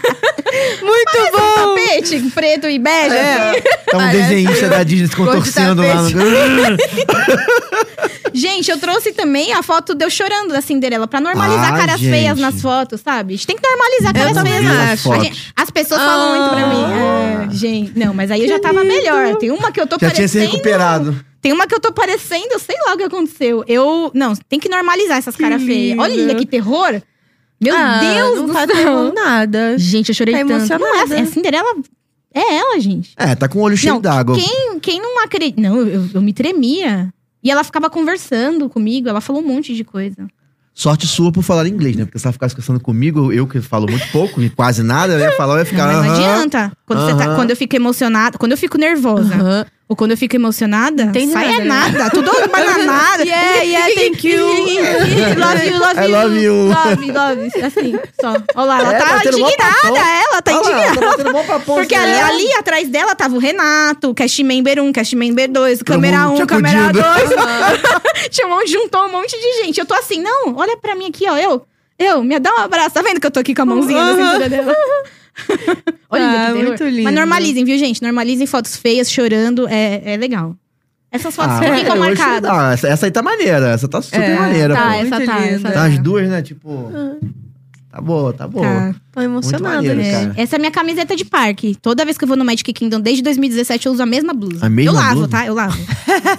Muito bom! tapete, preto e bege. assim. <laughs> Tá um Parece desenhista da Disney se tá contorcendo lá <laughs> no. Gente, eu trouxe também a foto de eu chorando da Cinderela, pra normalizar Ah, caras gente. feias nas fotos, sabe? A gente tem que normalizar Eu caras também feias. acho. nas- As A fotos. gente- as pessoas Ah. falam muito pra mim. É, gente, não, mas aí eu já tava melhor. Tem uma que eu tô Já tinha se parecendo. recuperado. Tem uma que eu tô parecendo, sei lá o que aconteceu. Eu. Não, tem que normalizar essas caras feias. lindo. Olha que terror! Meu Ah, Deus não do tá céu! terror nada. Gente, eu chorei Tá tanto. emocionada. Nossa, a Cinderela é ela, gente. É, tá com o olho cheio Não, d'água. Quem, quem não acredita. Não, eu, eu me tremia. E ela ficava conversando comigo, ela falou um monte de coisa. Sorte sua por falar inglês, né? Porque se ela ficasse conversando comigo, eu que falo muito pouco e quase nada, eu ia falar, eu ia Não, ficar. Ah, mas não "Aham". adianta. Quando, você tá- aham. quando eu fico emocionada, quando eu fico nervosa, Aham. ou quando eu fico emocionada, Entende sai é nada, né? nada. Tudo <laughs> bananada. Yeah, yeah, thank you. <laughs> love you, love I you. love you. Love, love. Assim, só. Olha lá, ela É, tá batendo mó papão. indignada, ela tá Olha lá, indignada. tá batendo mó papão, Porque assim, ali, né? ali atrás dela tava o Renato, o cast member 1, cast member 2, Todo câmera mundo 1, te câmera acudindo. 2. <laughs> Tinha um monte- juntou um monte de gente. Eu tô assim, não, olha pra mim aqui, ó. Eu, eu, me dá um abraço. Tá vendo que eu tô aqui com a mãozinha na Aham. cintura <laughs> dela? olha, Ah, que terror. muito lindo. Mas normalizem, viu, gente? Normalizem fotos feias, chorando. É, é legal. Essas fotos Ah, ficam mas eu acho- marcadas. Ah, essa, essa aí tá maneira, essa tá super É, maneira, tá, pô. essa Muito tá, linda. essa Tá as duas, né? Tipo. Tá boa, tá boa. Tá. Tô emocionada, maneiro, gente. cara. Essa é a minha camiseta de parque. Toda vez que eu vou no Magic Kingdom, desde 2017, eu uso a mesma blusa. A mesma eu lavo, blusa? tá? Eu lavo.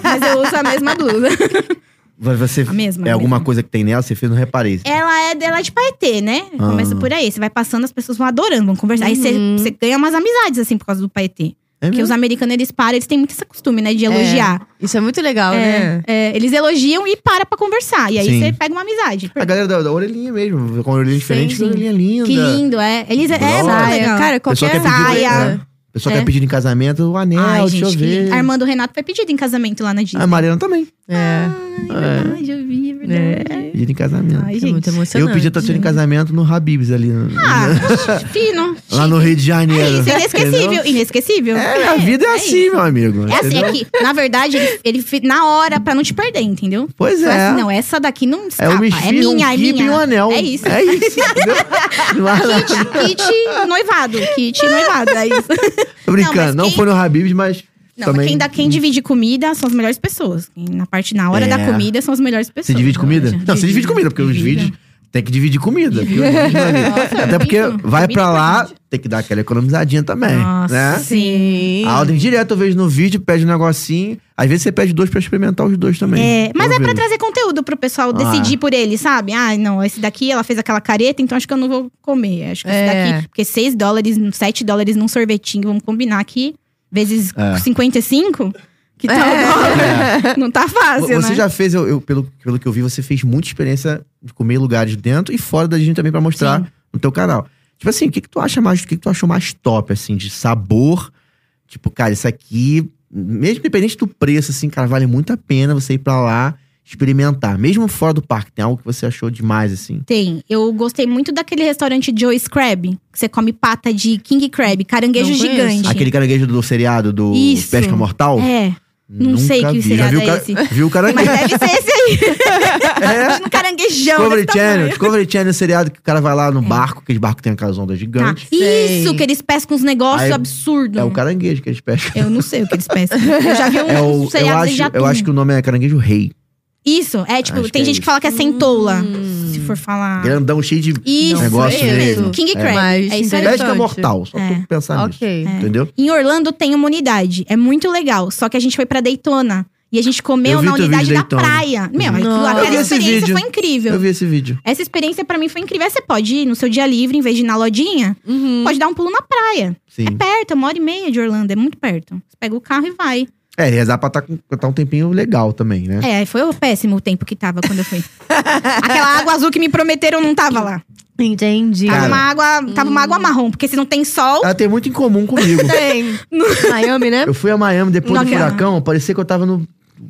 Mas eu uso a mesma blusa. <laughs> Vai- Você, A mesma, é a alguma mesma. coisa que tem nela, você fez, não reparei. Ela é, ela é de paetê, né? Ah. Começa por aí. Você vai passando, as pessoas vão adorando, vão conversar. Aí você- Uhum. você ganha umas amizades, assim, por causa do paetê. É Porque mesmo? os americanos, eles param, eles têm muito esse costume, né? De elogiar. Isso é muito legal, né? É, eles elogiam e param pra conversar. E aí Sim. você pega uma amizade. A galera da, da orelhinha mesmo, com a orelhinha diferente, sim. que orelhinha linda. Que lindo, é. Eles, é, é Nossa. muito Saia. legal. Cara, Pessoa qualquer quer pedir- saia. É. Pessoal É. quer pedir em casamento o anel, Ai, deixa gente, eu que lindo. ver. Ah, A irmã do Renato foi pedido em casamento lá na Disney. A Mariana também. É. É, Ai, eu vi, é verdade. É. pedir em casamento. Isso Ai, é gente. muito emocionante. eu pedi a Tatiana em casamento no Habibs ali. no- Ah, <laughs> fino. lá no Rio de Janeiro. É isso, inesquecível. Entendeu? Inesquecível. É, a vida é, assim, isso. meu amigo. É assim, entendeu? é que, na verdade, ele, ele fe- na hora, pra não te perder, entendeu? Pois Foi é. assim, não, essa daqui não É escapa. um É esfirra, minha, um é kibe e minha. um anel. É isso. É isso, <laughs> entendeu? Não vai lá. Kit noivado. Kit noivado, é isso. Tô brincando. mas Não quem- foi no Habibs, mas Não, também... quem, dá, quem divide comida são as melhores pessoas. Quem na parte, na hora É. da comida, são as melhores pessoas. Você divide comida? Lógico. Não, você divide comida, porque os né? Divide. vídeos Tem que dividir comida. porque eu divido ali. Nossa, Até porque muito, vai muito pra lá, importante. tem que dar aquela economizadinha também. Nossa. Né? Sim. A Alden direto eu vejo no vídeo, pede um negocinho. Às vezes você pede dois pra experimentar os dois também. É, mas Tô é pra vendo. trazer conteúdo pro Ah. pessoal decidir por ele, sabe? Ah, não, esse daqui ela fez aquela careta, então acho que eu não vou comer. Acho que esse É. daqui, porque 6 dólares, 7 dólares num sorvetinho, vamos combinar aqui, vezes É. 55, que tal? É. dólar? Não tá Vo- fácil, Você né? já fez, eu, eu- pelo, pelo que eu vi, você fez muita experiência de comer em lugares dentro e fora da gente também pra mostrar no teu canal. Tipo assim, o que, que tu acha mais, o que, que tu achou mais top, assim, de sabor? Tipo, cara, isso aqui, mesmo independente do preço, assim, cara, vale muito a pena você ir pra lá experimentar. Mesmo fora do parque, tem algo que você achou demais, assim. Tem. Eu gostei muito daquele restaurante Joe's Crab, que você come pata de King Crab, caranguejo Não conheço. gigante. Aquele caranguejo do seriado do Isso. Pesca Mortal? É, não Nunca sei que vi. Já seriado viu, é o ca- esse. viu o mas caranguejo? deve ser esse É. <laughs> aí, um caranguejão. Discovery desse tamanho. Channel, Discovery Channel é um seriado que o cara vai lá no barco, aquele barco que tem aquelas ondas Tá. gigantes. Sei. Isso, que eles pescam uns negócios Aí, absurdos. É o caranguejo que eles pescam. Eu não sei o que eles pescam. Eu já vi Uhum. um É o, eu, seriado de acho, eu atum. acho que o nome é caranguejo rei. Isso, é tipo, Acho tem que é gente que isso. fala que é centoula, Hum. se for falar. Grandão, cheio de Isso, Negócio é mesmo. isso. King É. Crab. Mas é isso aí. interessante. pesca mortal. Só É. pra pensar nisso. Ok. Entendeu? Em Orlando tem uma unidade. É muito legal. Só que a gente foi pra Daytona. E a gente comeu Eu vi na teu unidade vídeo da Daytona. praia. Meu, aquilo- Nossa. Eu aquela vi esse experiência vídeo. foi incrível. Eu vi esse vídeo. Essa experiência pra mim foi incrível. Aí você pode ir no seu dia livre, em vez de ir na lodinha, Uhum. pode dar um pulo na praia. Sim. É perto, é uma hora e meia de Orlando, é muito perto. Você pega o carro e vai. É, rezar pra tá, com- tá um tempinho legal também, né? É, foi o péssimo o tempo que tava quando eu <laughs> fui. Aquela água azul que me prometeram não tava lá. Entendi. Cara. Hum. Ah, Tava uma água, tava uma água marrom, porque se não tem sol, Ela tem muito em comum <laughs> comigo. Tem. <laughs> Miami, né? Eu fui a Miami depois do Naquela. furacão, parecia que eu tava no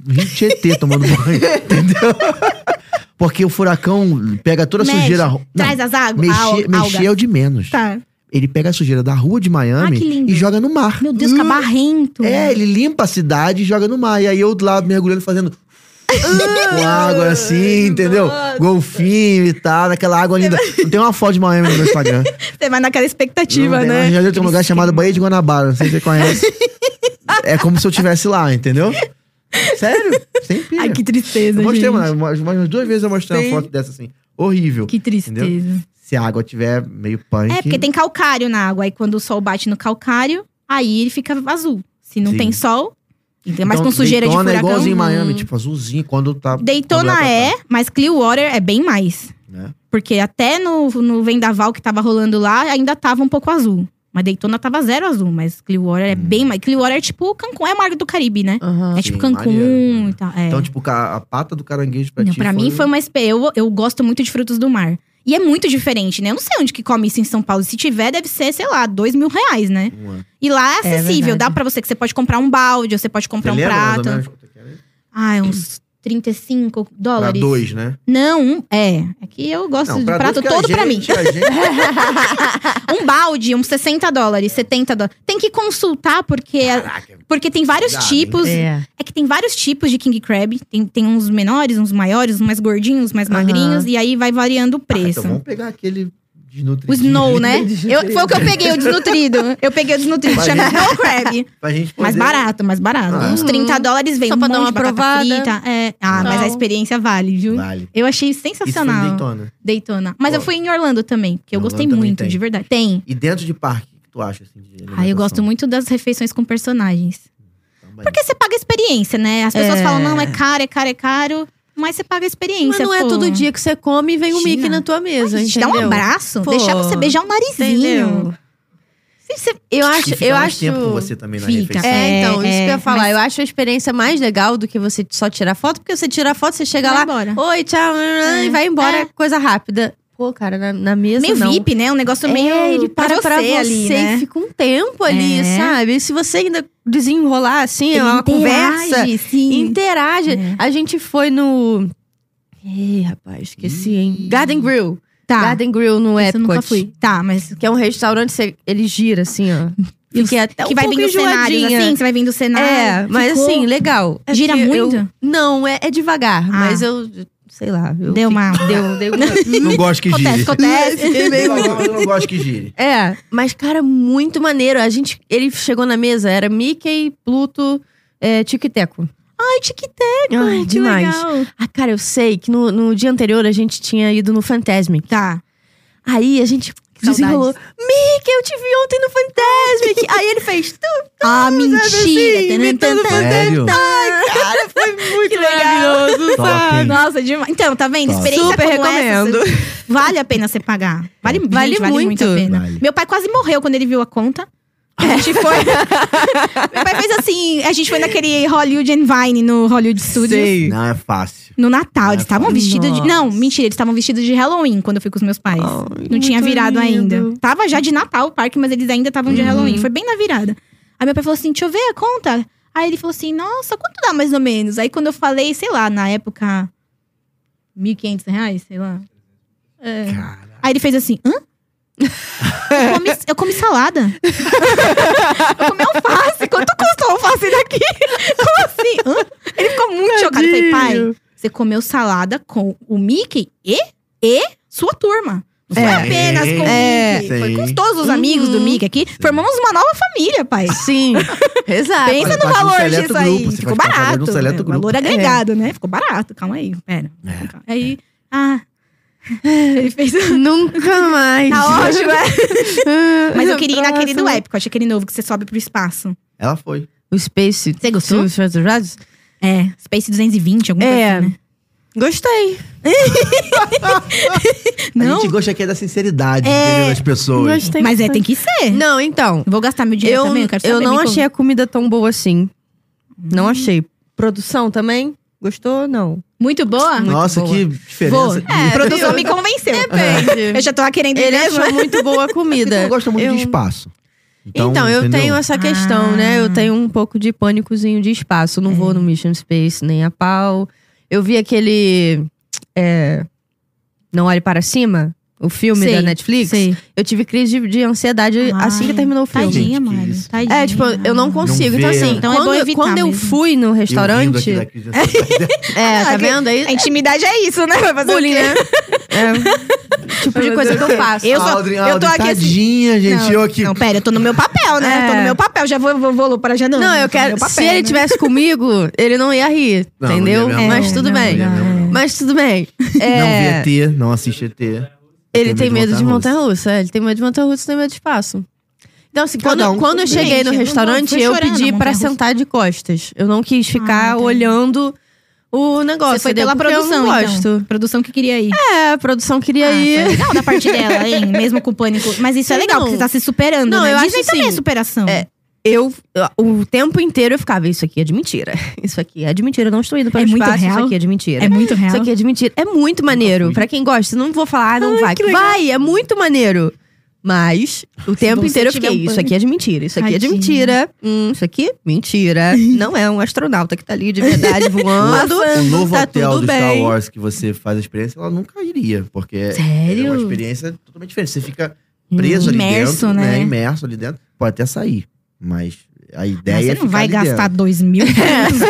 Rio Tietê tomando banho. <laughs> entendeu? Porque o furacão pega toda a mexe, sujeira. Não, traz as águas, mexer, a al- mexer é alga. o de menos. Tá. Ele pega a sujeira da rua de Miami Ah, que lindo. e joga no mar. Meu Deus, Hum. fica barrento. É, ele limpa a cidade e joga no mar. E aí eu do lado mergulhando, fazendo. com água assim, entendeu? nossa. Golfinho e tal, aquela água linda. Não tem uma foto de Miami no meu Instagram. Você vai naquela expectativa, não, tem, né? Na tem um lugar chamado Baía de Guanabara, não sei se você conhece. é como se eu estivesse lá, entendeu? Sério? Sem pira. Ai, que tristeza, eu mostrei, gente. mano, umas, umas duas vezes eu mostrei Sim. uma foto dessa assim. Horrível. Que tristeza. Se a água tiver meio punk. É, porque tem calcário na água. Aí quando o sol bate no calcário, aí ele fica azul. Se não Sim. tem sol, então, mas Então, com sujeira de Daytona furacão. Uhum. é igualzinho em Miami, Hum. tipo azulzinho quando tá. Daytona quando ela tá- é, mas Clearwater é bem mais. Né? Porque até no, no vendaval que tava rolando lá, ainda tava um pouco azul. Mas Daytona tava zero azul, mas Clearwater Hum. é bem mais. Clearwater é tipo Cancún, é o mar do Caribe, né? Aham. é tipo Ah, sim, Cancún maneiro. e tal. É. Então, tipo, ca- a pata do caranguejo pra Não, ti. pra mim foi uma experiência. Eu, eu gosto muito de frutos do mar. E é muito diferente, né? Eu não sei onde que come isso em São Paulo. Se tiver, deve ser, sei lá, dois mil reais, né? uma. E lá é É acessível. verdade. Dá pra você que você pode comprar um balde, ou você pode comprar um prato. Ah, é uns 35 Pra dólares. dois, né? Não, um- é. Aqui eu gosto de prato dois que a todo pra mim. gente- a gente- <laughs> Um balde, uns 60 dólares, 70 dólares. Tem que consultar, porque, é, Caraca. porque tem vários Cuidado, hein? tipos. É. É. que tem vários tipos de King Crab. Tem, tem uns menores, uns maiores, uns mais gordinhos, uns mais Aham. magrinhos. E aí vai variando o Ah, preço. então vamos pegar aquele desnutrido. o <laughs> Snow, né? Eu, foi o que eu peguei, o desnutrido. Eu peguei o desnutrido, Mas chama gente- Snow Crab. Pra gente poder... Mais barato, mais barato. Ah. Uns 30 dólares vem Só um pra monte dar de uma batata provada. frita. É. Ah, mas Não. a experiência vale, viu? Vale. Eu achei Isso foi em sensacional. Daytona. Daytona. Mas eu Pô. fui em Orlando também, porque eu Orlando gostei também muito, tem. de verdade. Tem. E dentro de parque, o que tu acha, assim, de Ah, eu gosto muito das refeições com personagens. muito. Porque você paga a experiência, né? As pessoas É. falam, não, é caro, é caro, é caro. Mas você paga a Mas experiência, não é pô. todo dia que você come e vem um Imagina. Mickey na tua mesa, Mas Te dá entendeu? um abraço, Pô. deixar você beijar o narizinho. Entendeu? Você- você- Eu acho, eu acho. tempo com você também na Fica. refeição. É, É, então, isso é, que eu ia falar. mas- Eu acho a experiência mais legal do que você só tirar foto, porque você tira a foto, você chega Vai lá, embora. oi, tchau, e vai embora, coisa rápida. Pô, cara, na, na mesa Meio não. VIP, né? Um negócio meio é, ele pra para você, ali, você né? e fica um tempo ali, É. sabe? E se você ainda desenrolar, assim, é uma Interage, conversa, Então, Sim. interage. É. A gente foi no... Ih, rapaz, esqueci, hein? Garden Grill. Tá. Garden Grill no Esse Epcot. eu nunca fui. Tá, mas Que é um restaurante, você- ele gira, assim, <laughs> ó. E Fiquei até que um vai pouco vindo cenários enjoadinha. assim, você vai vindo cenário. É, mas Ficou- assim, legal. É Gira porque muito? eu- não, é, é devagar, Ah. mas eu, sei lá. eu Deu uma- <laughs> Deu, deu <laughs> uma... Não gosto que Acontece, gire. acontece. Fiquei meio- <laughs> Eu não gosto que gire. É, mas cara, muito maneiro. A gente, ele chegou na mesa, era Mickey, Pluto, é, Tico e Teco. Ai, tic-tac, Ai, que demais. legal. Ah, cara, eu sei que no, no dia anterior a gente tinha ido no Fantasmic. Tá. Aí a gente saudades. desenrolou. Mickey, eu te vi ontem no <laughs> Fantasmic. Aí ele fez. assim, Tu, Ah, é mentira. mentira. Imitando Sério? cara, <laughs> foi muito maravilhoso, Top, hein? Nossa, demais. Então, tá vendo? Experiência Super como recomendo. Essa, vale a pena você pagar. Vale, gente, Vale vale, muito. muito. a pena. Vale. Meu pai quase morreu quando ele viu a conta. A gente foi. <laughs> Meu pai fez assim. A gente foi naquele Hollywood and Vine no Hollywood Studios. Sei. Não, é fácil. No Natal, eles É, estavam fala. vestidos de. Nossa. Não, mentira, eles estavam vestidos de Halloween quando eu fui com os meus pais. Ai, não tinha muito virado lindo. Uhum. ainda. Tava já de Natal o parque, mas eles ainda estavam de Halloween. Foi bem na virada. Aí meu pai falou assim: deixa eu ver a conta. Aí ele falou assim: nossa, quanto dá mais ou menos? Aí quando eu falei, sei lá, na época. 1.500 reais, sei lá. É. Cara. Aí ele fez assim: hã? Eu comi, eu comi salada. eu comi alface. Quanto custa o alface daqui? Como assim? Hã? Ele ficou muito chocado. Eu falei, pai, você comeu salada com o Mickey e, e sua turma. Não foi É. apenas É. com o Mickey. Foi Sim. com todos os amigos do Uhum. Mickey aqui. Formamos uma nova família, pai. <laughs> Sim, exato. faz parte de Pensa no um valor seleto disso aí. grupo, você Ficou faz parte de barato. um é seleto né? grupo. Valor agregado, né? Ficou barato. Calma aí. Pera. É. Aí. Ah. <laughs> <laughs> Ele fez. Nunca mais. Tá <laughs> ótimo, é? <laughs> Mas eu queria ir naquele do Próximo. Epcot, aquele novo que você sobe pro espaço. Ela foi. O Space. Você gostou? Space Brothers? É, Space 220, alguma É. coisa assim, né? Gostei. A Não, gente gosta aqui é da sinceridade É, entendeu, das pessoas. Gostei. mas é, tem que ser. Não, então. Vou gastar meu dinheiro Eu, também, eu quero saber. eu não me achei a comida tão boa assim. Não achei. Produção também? Gostou? Não. conta. Muito boa? Nossa, boa. que Vou. É diferença. É, Produção eu- me convenceu. Eu <laughs> Depende. já tô lá querendo ir Ele mesmo. achou muito boa a comida. <laughs> Eu gosto muito Eu- de espaço. Então, eu entendeu? tenho essa questão, Ah. É. né? Eu tenho um pouco de pânicozinho de espaço. Não vou no Mission Space nem a pau. Eu vi aquele. é, Não Olhe Para Cima, o filme Sei, da Netflix. Sei. Eu tive crise de, de ansiedade assim que Ai, terminou o filme. Gente, Tadinha, que mano. isso. Tadinha. É, tipo, eu não consigo. então, vê, assim, né? Então é bom quando, evitar quando eu mesmo. fui no Eu vindo restaurante. aqui da crise de ansiedade. É, tá Ah, que- vendo aí? A intimidade é isso, né? Vai fazer o Bullying, quê? né? <laughs> É. Tipo de coisa que eu faço. <laughs> Eu só- Aldrin, eu tô Aldrin, aqui assim- tadinha, gente. Não, eu aqui. Não, pera, eu tô no meu papel, né? É. Eu tô no meu papel, já vou, vou, vou para já não. Não, tô eu no quero. meu papel, se ele né? tivesse comigo, ele não ia rir, Não, não entendeu? É, ia mesmo, Mas não. tudo Não, bem. Não, não, não. Mas tudo bem. É, Não vi ET, não assiste ET. ele tem medo de montanha-russa. montanha-russa. é, Ele tem medo de montanha-russa, tem medo de espaço. Então, assim, quando, Cada um quando eu com- cheguei Gente, no eu não- restaurante, fui eu chorando pedi na pra montanha-russa. sentar de costas. Eu não quis ficar Ah, tá. olhando o negócio. Você foi entendeu? pela Porque produção, Eu não então. gosto. Produção que queria ir. É, a produção queria Ah, ir. foi legal da parte dela, hein? Mesmo com o pânico. Mas isso é Sim, legal, não. porque você tá se superando. Não, né? eu acho Disney também assim, é superação. é, eu o tempo inteiro eu ficava isso aqui é de mentira <laughs> isso aqui é de mentira eu não estou indo para É o muito espaço real? isso aqui é de mentira É muito real. isso aqui é de mentira é muito maneiro fui. Pra quem gosta não vou falar ah, não vai que legal. vai é muito maneiro mas o tempo você inteiro eu tiver fiquei um isso aqui é de mentira isso aqui é de Tadinha. mentira Hum, isso aqui <laughs> mentira não é um astronauta que tá ali de verdade voando O Um novo tá hotel tudo do bem Star Wars que você faz a experiência, ela nunca iria. Porque Sério? é uma experiência totalmente diferente. Você fica preso ali Imerso, dentro, né? Imerso ali dentro. Pode até sair, mas a ideia Mas é você ficar não vai ali gastar dentro. dois mil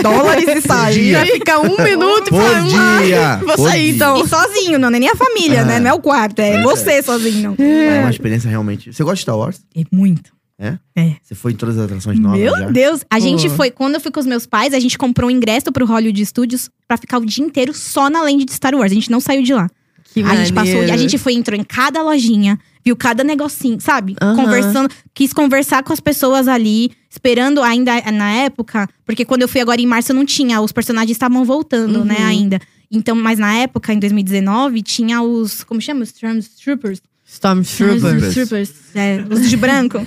dólares e Por sair. dia. Vai ficar <laughs> um minuto e falar, "Ah, Por dia! vou por sair, dia. então. E sozinho, não, não é nem a família, Ah. né? Não é o quarto, é Pois você sozinho. Não. É uma experiência realmente... Você gosta de Star Wars? É muito. Você foi em todas as atrações novas Meu já? Deus. A gente Pô. foi, quando eu fui com os meus pais, a gente comprou um ingresso pro Hollywood Studios pra ficar o dia inteiro só na Land de Star Wars. A gente não saiu de lá. que a gente passou, maneiro." a gente foi entrou em cada lojinha, viu cada negocinho, sabe? Aham. Conversando, quis conversar com as pessoas ali, esperando ainda na época, porque quando eu fui agora em março não tinha, os personagens estavam voltando, Uhum. né, ainda. Então, mas na época, em 2019, tinha os, como chama? Os Stormtroopers. Stormtrooper Stormtroopers, é, os <laughs> de branco.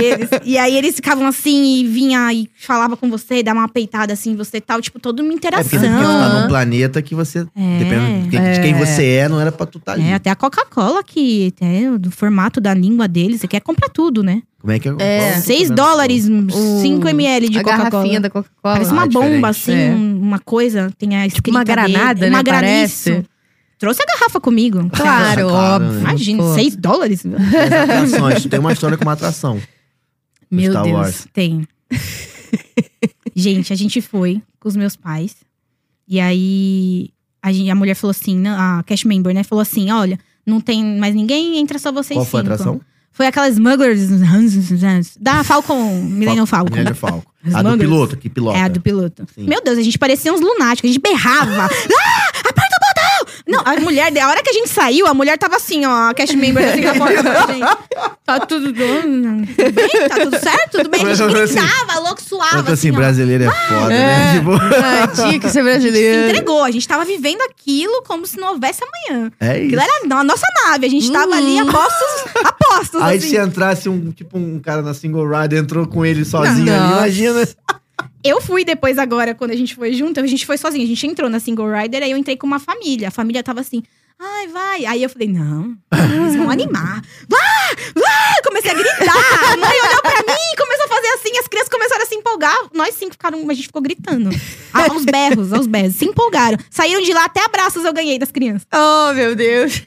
Eles- e aí eles ficavam assim e vinha e falava com você, dava uma peitada assim, em você e tal, tipo, toda uma É porque você interação. tá num planeta que você... É. Dependendo de quem- de quem É. você é, não era pra tu estar ali. É, até a Coca-Cola, que é do formato da língua deles, você quer comprar tudo, né? Como é que é? É. 6 dólares, 5 ml de a garrafinha Coca-Cola. da Coca-Cola Parece uma Ah, bomba, diferente. assim, É. uma coisa. Tem a escrita uma granada, dele, É né, Uma graniço. parece. Trouxe a garrafa comigo. Ah, Claro, Claro, óbvio. né? Imagina, pô. 6 dólares? As atrações. Tem uma história com uma atração. Meu Star Deus, Wars. tem. <laughs> gente, a gente foi com os meus pais. E aí, a, gente- a mulher falou assim, não, a cash member, né? Falou assim, olha, não tem mais ninguém, entra só vocês Qual foi a cinco. atração? Foi aquela Smugglers da Falcon, Millennium Falcon. Millennium Falcon. Os A do mangos. piloto, que pilota. É, a do piloto. Sim. Meu Deus, a gente parecia uns lunáticos, a gente berrava. ah, aperta o botão! Não, a mulher, a hora que a gente saiu, a mulher tava assim, ó, a cast member assim na porta pra gente. Tá tudo tudo bem? Tá tudo certo? Tudo bem? A gente gritava, louco, suava, Tanto assim, assim, ó. brasileiro é foda, É. né? Tipo, Ah, tinha que ser Se brasileiro. entregou, a gente tava vivendo aquilo como se não houvesse amanhã. é isso. Aquilo era a nossa nave, a gente tava Hum. ali a postos, a postos, Aí assim. se entrasse um, tipo, um cara na single ride, entrou com ele sozinho ali, Nossa. imagina. Eu fui depois agora, quando a gente foi junto, a gente foi sozinha. A gente entrou na single rider, aí eu entrei com uma família. A família tava assim, ai, vai. Aí eu falei, não, eles vão animar. <laughs> Vá, vá! Comecei a gritar. A mãe olhou pra mim, e começou a fazer assim, as crianças começaram a se empolgar. Nós cinco ficaram, a gente ficou gritando. A- Aos berros, aos berros. Se empolgaram. Saíram de lá, até abraços eu ganhei das crianças. Oh, meu Deus.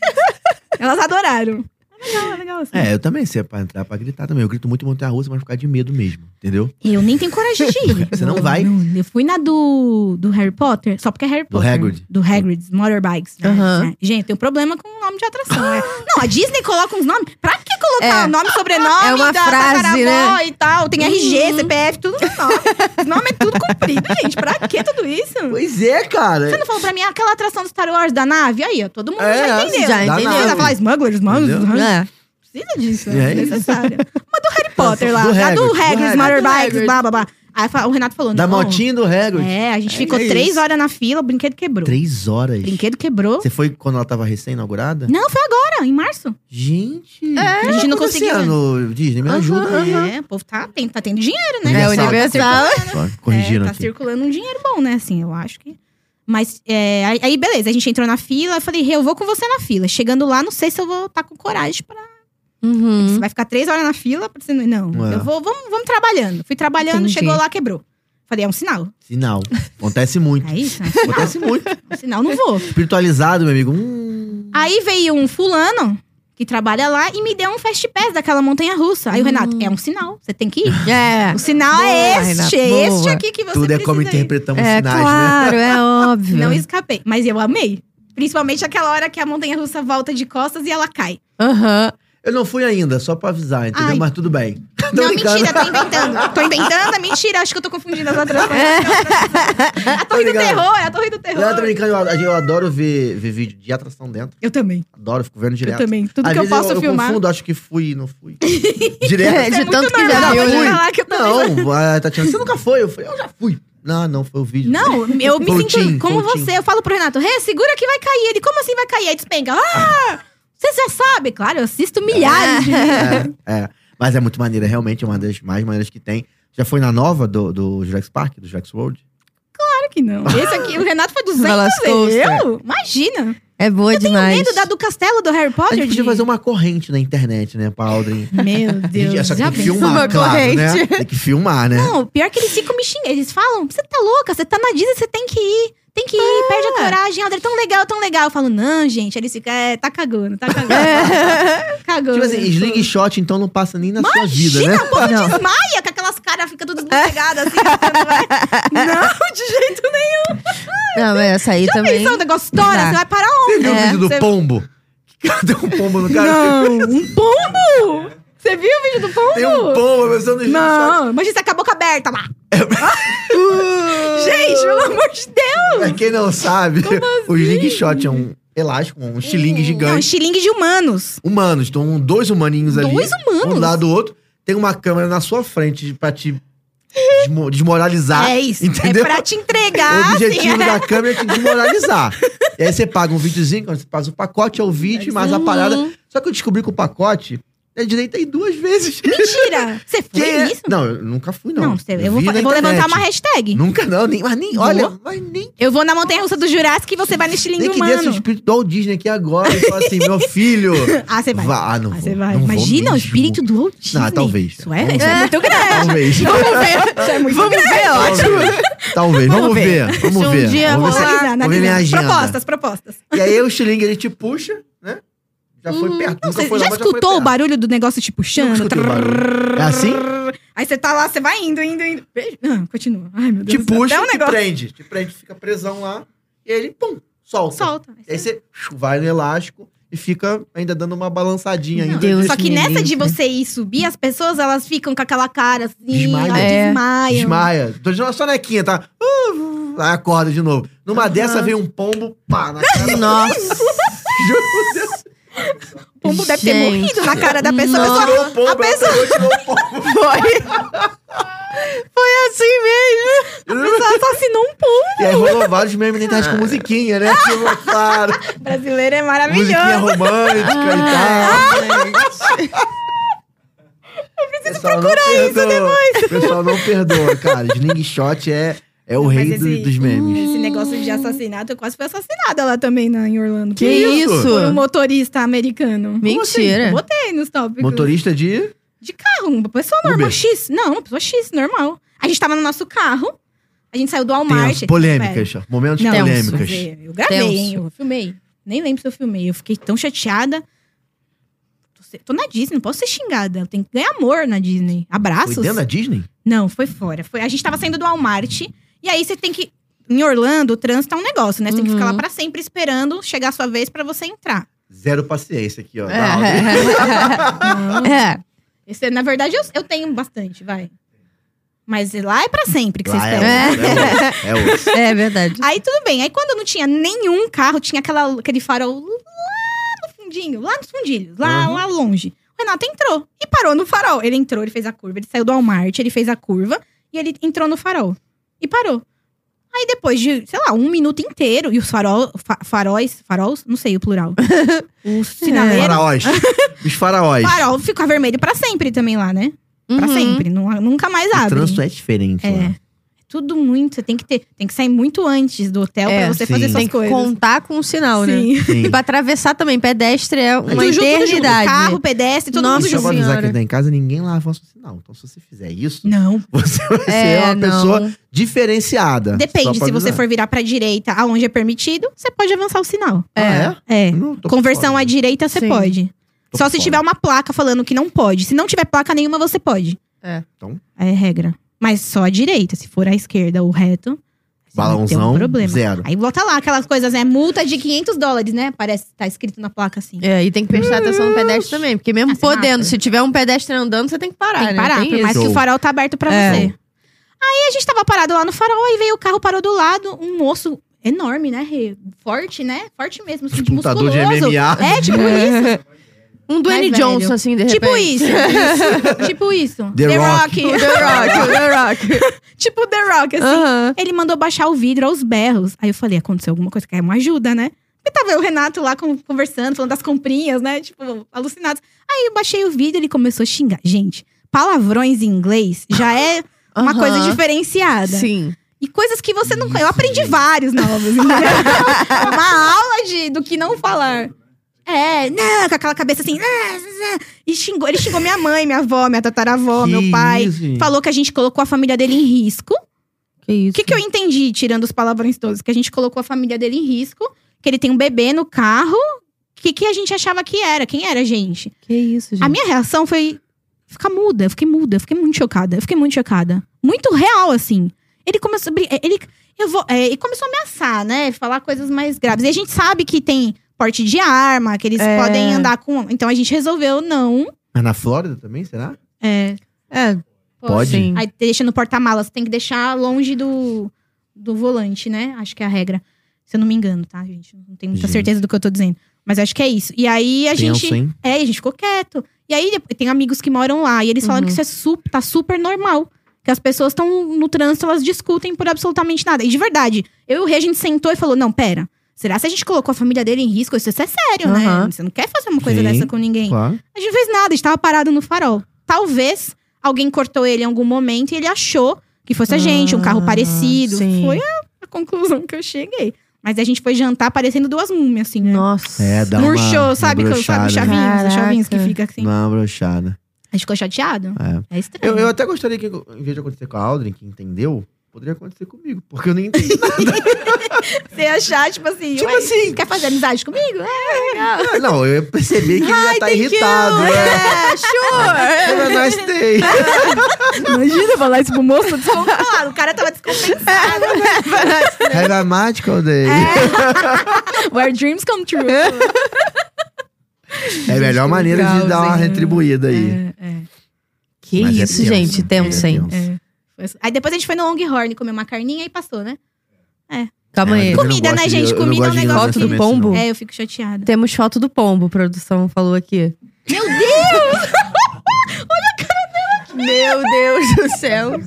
Elas adoraram. É Legal, é legal. Assim. É, eu também sei pra entrar, pra gritar também. Eu grito muito em Montanha Russa, mas ficar de medo mesmo, entendeu? Eu nem tenho coragem de <laughs> ir. Você não Eu- vai? eu fui na do, do Harry Potter, só porque é Harry Potter. Hagrid. Do Hagrid, Motorbikes. né? Aham. É. Gente, tem um problema com o nome de <gasps> atração, né? Não, a Disney coloca uns nomes. Pra que colocar É. o nome, sobrenome É uma da frase, tataravó né? e tal? Tem RG, Uhum. CPF, tudo no nome. Os nomes é tudo comprido, gente. Pra que tudo isso? Você Pois é, cara. não falou pra mim aquela atração do Star Wars da nave? Aí, ó, todo mundo É, já essa entendeu. já Não entendeu. precisa falar smugglers, Entendeu? manos. É. Precisa disso, E é aí? necessário. Mas do <laughs> Harry Potter lá, Do lá do Hagrid, Hagrid, do Hagrid. Motorbikes, blá blá blá. Aí fa- o Renato falou: Da não. motinha do Hagrid. É, a gente É ficou isso. três horas na fila, o brinquedo quebrou. Três horas. O brinquedo quebrou. Você foi quando ela tava recém-inaugurada? Não, foi agora, em março. Gente, É, o que a gente tá não conseguiu, né? acontecendo, Disney, me Aham, ajuda aí. É, o povo tá, tem, tá tendo dinheiro, né? É, Universal. Universal. Só corrigiram É, tá aqui. circulando um dinheiro bom, né? Assim, eu acho que. Mas é, aí- aí, beleza, a gente entrou na fila, eu falei, "Rê, eu vou com você na fila. Chegando lá, não sei se eu vou estar com coragem pra. Você Uhum. vai ficar três horas na fila pra você. não- Não, Hum. É. eu vou, vamos, vamos trabalhando. Fui trabalhando, Entendi. chegou lá, quebrou. Falei, é um sinal. Sinal. Acontece muito. É isso? É um sinal. Acontece muito. É um sinal, não vou. Espiritualizado, meu amigo. Hum. Aí veio um fulano que trabalha lá e me deu um fast pass daquela montanha russa. Aí o Hum. Renato, é um sinal, você tem que ir. É. O sinal é Boa, este, Renato, é este boa. aqui que você Tudo é precisa como né? ir. interpretamos É sinais, né? claro, é <laughs> óbvio. Não escapei, mas eu amei. Principalmente aquela hora que a montanha russa volta de costas e ela cai. Aham. Eu não fui ainda, só pra avisar, entendeu? Ai. Mas tudo bem. <laughs> Tô Não, brincando. mentira, tá tô inventando. Tô inventando, é mentira. Acho que eu tô confundindo as atrações. Tô A Torre do brincando. Terror, é a Torre do Não, tô Terror. brincando, eu ad- eu adoro ver, ver vídeo de atração dentro. Eu também, Adoro, fico vendo eu direto. também. Tudo Às que eu vezes posso eu, filmar. confundo, acho que fui e não fui. <laughs> É, <laughs> Direto. de muito tanto que já normal, viu, pode né? falar que eu também Não, a Tatiana, você nunca foi? Eu falei, eu já fui. Não, não, foi o vídeo. Não, eu me Coutinho, sinto como Coutinho. você. Eu falo pro Renato, Rê, segura que vai cair. Ele, como assim vai cair? Aí despenca. Ah! Você já sabe, claro, eu assisto milhares de vídeos. <laughs> É, é. Mas é muito maneira, realmente, é uma das mais maneiras que tem. Já foi na nova do, do Jurax Park, do Jurax World? Claro que não. Esse aqui, o Renato foi 200 Velas vezes. Coaster. Eu? Imagina. É boa demais. Medo da do castelo do Harry A Potter. gente podia fazer uma corrente na internet, né, pra Aldrin. A Meu <laughs> gente- Deus. só que já tem que pensou? filmar, Uma claro, né? corrente. Tem que filmar, né? Não, pior que eles ficam me xingando. Eles falam, você tá louca, você tá na Disney, você tem que ir. Tem que ir, perde a coragem. Aldrin, tão legal, tão legal. Eu falo, não, gente. Aí Eles ficam, é, tá cagando, tá cagando. cagando. Tipo assim, slingshot, então, não passa nem na sua vida, Imagina, né? o povo desmaia, com aquelas caras ficam É. todas despegadas assim. <laughs> não, de jeito nenhum. é Não, mas essa aí também. Pensando, gostosa, Dá. um você vai parar onde? Você viu o É, um vídeo do você- pombo? <laughs> Que cara deu um pombo no cara? um pombo! Você viu o vídeo do pombo? Tem um pombo, É. mas eu não Não, imagina você com a boca aberta lá. <laughs> Gente, pelo amor de Deus! Pra quem não sabe, <laughs> o assim? slingshot é um elástico, um estilingue É um gigante. estilingue de humanos. Humanos, estão dois humaninhos ali. Dois Um do humanos. lado do outro. Tem uma câmera na sua frente pra te <laughs> desmo- desmoralizar. é isso. Entendeu? É pra te O entregar. <laughs> objetivo assim, da câmera é te <laughs> desmoralizar. e aí você paga um videozinho, quando você faz o pacote, é o vídeo, mais a Uhum. parada. Só que eu descobri que o pacote é direito aí duas vezes. <laughs> Mentira! Você foi Quem é? isso? Não, eu nunca fui, não. Não, você- eu vou, vi fa- na eu vou levantar internet. uma hashtag. Nunca não, nem, mas nem, Vou. olha, mas nem, Eu vou na montanha russa do Jurássico e você vai no estilingue nem que desse o humano. espírito do Walt Disney aqui agora e fala assim, meu filho, Ah, <laughs> você vai. vá, ah, não Ah, vou, você vai. não vou Imagina o mesmo. espírito do Walt Disney. Ah, talvez. Isso é, Vamos isso é ver. muito <laughs> grande. <laughs> Talvez. Isso é muito Vamos ver, ó. Talvez. Talvez, vamos, Vamos ver. ver. Vamos Se um ver. dia vamos ver se- é- rolar- Analisando, vamos ver minha analisando. agenda. Propostas, propostas. E aí o estilingue ele te puxa, né? Já foi perto. nunca Você foi Hum, já lá, mas foi escutou o perto. barulho do negócio te Nunca puxando? escutei o barulho. É assim? Aí você tá lá, você vai indo, indo, indo. Beijo. Ah, continua. Ai, meu Te Deus. do céu. puxa, Dá um te negócio. prende. Te prende, fica presão lá. E ele, pum, solta. Solta. E aí você psh, vai no elástico. e fica ainda dando uma balançadinha ainda. Deus Só que me nessa de livre. você ir subir, as pessoas elas ficam com aquela cara assim, Desmaia. elas É. desmaiam. Desmaia. Tô de uma sonequinha, tá? Uh, uh, aí acorda de novo. Numa Aham. dessa veio um pombo, pá, na cara. <laughs> Nossa. Juro por Deus. O pombo deve ter Gente. morrido na cara da pessoa. Nossa. A Tirou pessoa- o pombo, a ela pessoa- pegou, tirou o pombo. Foi. Foi assim mesmo. a pessoa assassinou um pombo. E aí rolou vários memes na internet com musiquinha, né? Tipo, claro. Brasileiro é Musiquinha maravilhoso. romântica Ah, e tal. Eu preciso procurar isso depois. O pessoal não perdoa, cara. Sling Shot é, é o Não, mas Hum, rei do- esse- dos memes. Esse negócio de assassinato, eu quase fui assassinada lá também na, em <laughs> Orlando. Que isso? isso? Por um motorista americano. Mentira. Como assim? Eu Botei nos tópicos. Motorista de. De carro, uma pessoa normal Uber. X. Não, uma pessoa X, normal. A gente tava no nosso carro, a gente saiu do Walmart. Tenso, polêmicas. ó. Momentos Não, polêmicas. mas é, Eu gravei, Tenso. hein? Eu filmei. Nem lembro se eu filmei. Eu fiquei tão chateada. Tô, se- tô na Disney, não posso ser xingada. Eu tenho que ganhar amor na Disney. Foi Abraços. dentro da Disney? Não, foi fora. Foi, a gente tava saindo do Walmart. E aí você tem que. Em Orlando, o trânsito é um negócio, né? Você tem que Uhum. ficar lá pra sempre esperando chegar a sua vez pra você entrar. Zero paciência aqui, ó. <laughs> da Audi. É. É. Esse, na verdade, eu, eu tenho bastante, vai. Mas lá é pra sempre que você Lá é, esperam. espera. é, é, é, osso. É verdade. Aí tudo bem. Aí quando não tinha nenhum carro, tinha aquela, aquele farol lá no fundinho, lá nos fundilhos, lá, Uhum. lá longe. O Renato entrou e parou no farol. Ele entrou, ele fez a curva, ele saiu do Walmart, ele fez a curva e ele entrou no farol. E parou. Aí depois de, sei lá, um minuto inteiro, e os farol, fa- faróis, faróis, não sei <laughs> o plural. É. os sinaleiros. É Faraós. Os faraós. O farol fica vermelho pra sempre também lá, né? Pra Uhum. sempre, nu- nunca mais O abre. trânsito é diferente É. lá. Tudo muito, você tem que ter, tem que sair muito antes do hotel É, pra você sim. fazer suas Tem que coisas. contar com o sinal, né? Sim. E <laughs> Sim. pra atravessar também, pedestre é uma Tudo junto, tudo junto. eternidade. Carro, pedestre, todo Nossa, mundo Deixa eu junto. avisar senhora. que tá em casa, ninguém lava o seu sinal. Então, se você fizer isso, Não, você vai ser uma É, não. pessoa diferenciada. Só É, depende. pra Se você avisar. for virar pra direita, aonde é permitido, você pode avançar o sinal. Ah, é? É. Não, tô por Conversão fora. à direita, você Sim. pode. Tô Só por se fora. tiver um uma placa falando que não pode. Se não tiver placa nenhuma, você pode. É. Então. É regra. Mas só à direita. Se for à esquerda ou reto, você vai ter Balãozão, um problema. zero. Aí bota lá aquelas coisas, né? Multa de 500 dólares, né? Parece que tá escrito na placa assim. É, e tem que prestar atenção no pedestre também, porque mesmo Ah, se podendo, mata. se tiver um pedestre andando, você tem que parar, Tem que né? parar, Tem por mais isso. que Show. o farol tá aberto pra É. você. Aí a gente tava parado lá no farol, aí veio o carro, parou do lado, um moço enorme, né? Rê? Forte, né? Forte mesmo, assim, de Lutador musculoso. de MMA. <laughs> É, tipo isso. Um Dwayne Mais Johnson, velho. assim, de repente. Tipo isso. tipo isso. <laughs> The O The Rock, o <laughs> The Rock. <laughs> tipo The Rock, assim. Aham. Ele mandou baixar o vidro aos berros. Aí eu falei, aconteceu alguma coisa, quer uma ajuda, né? E tava eu, o Renato, lá com- conversando, falando das comprinhas, né? Tipo, alucinados. Aí eu baixei o vidro, ele começou a xingar. Gente, palavrões em inglês já é uma Aham. coisa diferenciada. Sim. E coisas que você não. Isso, Eu aprendi gente. vários novos. entendeu? <laughs> Uma aula de, do que não falar. É, né, com aquela cabeça assim. né, né. E xingou, ele xingou minha mãe, minha avó, minha tataravó, Que meu pai. isso, gente. Falou que a gente colocou a família dele em risco. Que O isso. que, que eu entendi, tirando os palavrões todos? Que a gente colocou a família dele em risco, que ele tem um bebê no carro. O que, que a gente achava que era? Quem era a gente? Que isso, gente. A minha reação foi ficar muda, eu fiquei muda, eu fiquei muito chocada, eu fiquei muito chocada. Muito real, assim. Ele começou a brin- ele, eu vou, é, ele começou a ameaçar, né? Falar coisas mais graves. E a gente sabe que tem porte de arma, que eles É. podem andar com. Então a gente resolveu não. Mas na Flórida também, será? É, É. Pode? Sim. aí deixa no porta-malas, tem que deixar longe do, do volante, né? Acho que é a regra. Se eu não me engano, tá, gente? Não tenho muita Gente. certeza do que eu tô dizendo. Mas acho que é isso. E aí a Tenso, gente. hein? É, e a gente ficou quieto. E aí depois- tem amigos que moram lá e eles falaram Uhum. que isso é super, tá super normal. Que as pessoas estão no trânsito, elas discutem por absolutamente nada. E de verdade, eu e o Rei, a gente sentou e falou: não, pera. Será se a gente colocou a família dele em risco? Isso, isso é sério, né? Uhum. Você não quer fazer uma coisa Sim, dessa com ninguém. Claro. A gente não fez nada, a gente tava parado no farol. Talvez alguém cortou ele em algum momento e ele achou que fosse a gente, um carro Ah, parecido. sim. Foi a, a conclusão que eu cheguei. Mas a gente foi jantar parecendo duas múmias, assim, né? Nossa. É, dá uma- Murchou, uma sabe? que- brochada. Sabe, né? os chavinhos, os chavinhos que Caraca. fica assim. Dá uma brochada. A gente ficou chateado. É. É estranho. Eu, eu até gostaria que, em vez de acontecer com a Aldrin, que entendeu, poderia acontecer comigo, porque eu nem <laughs> entendi nada. Você ia achar, tipo assim, Tipo "Ué, assim. quer fazer amizade comigo? É, Não, eu percebi que ele já tá irritado. né? É, <laughs> sure. Have a nice day. Imagina falar isso pro moço <laughs> descontrolado. O cara tava descompensado. É. Have a magical day. Where dreams come true. É a melhor que maneira de dar uma legalzinho. retribuída aí. É, é, Que Mas é isso, tenso. gente. Tenso, hein? tenso. é. Foi assim. Aí depois a gente foi no Longhorn comer uma carninha e passou, né? Calma É, mas aí. também não Comida, gosto né, de- gente? eu não Comida é um gosto de negócio vingança do também, assim, pombo. não. É, eu fico chateada. Temos foto do pombo, a produção falou aqui. Meu Deus! <laughs> Meu Deus do céu.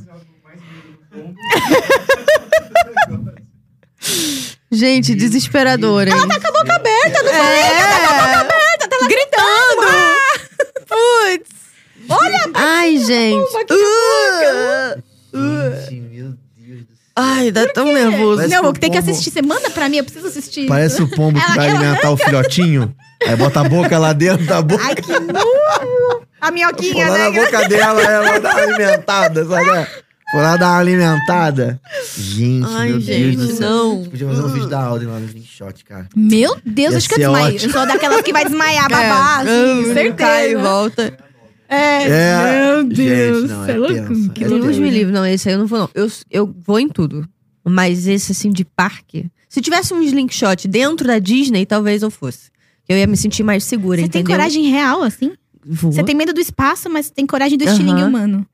Gente, desesperadora. Ela tá com a boca aberta, não falei? Ela tá com a boca aberta, tá gritando. Putz. Olha Ai, gente. Uh. É. Gente, meu Deus do céu. Ai, dá tão nervoso. Parece não, eu um tenho que pombo. assistir. Você manda pra mim, eu preciso assistir. Parece o pombo que Ela- vai ela- alimentar o filhotinho. Aí bota a boca lá dentro da boca. Ai, que burro! A minhoquinha, Foi lá na né? boca <laughs> dela, ela dá uma alimentada, sabe? Foi lá dar uma alimentada. Gente, Ai, meu gente, Deus do céu. não. Podia fazer um vídeo da Alden lá no Slingshot, cara. Meu Deus, Ia acho que eu ser desmaio. ótimo. Eu sou daquelas que vai desmaiar, babá. assim, certeza. É, Cai e volta. É, É, meu gente, Deus. não, você é é louco? tenso, Que é louco. Deus tenso. me livre. Não, esse aí eu não vou, não. Eu, eu vou em tudo. Mas esse, assim, de parque... Se tivesse um slingshot dentro da Disney, talvez eu fosse. Eu ia me sentir mais segura, Você tem entendeu? coragem real, assim? Vou. Você tem medo do espaço, mas tem coragem do Aham. estilingue humano.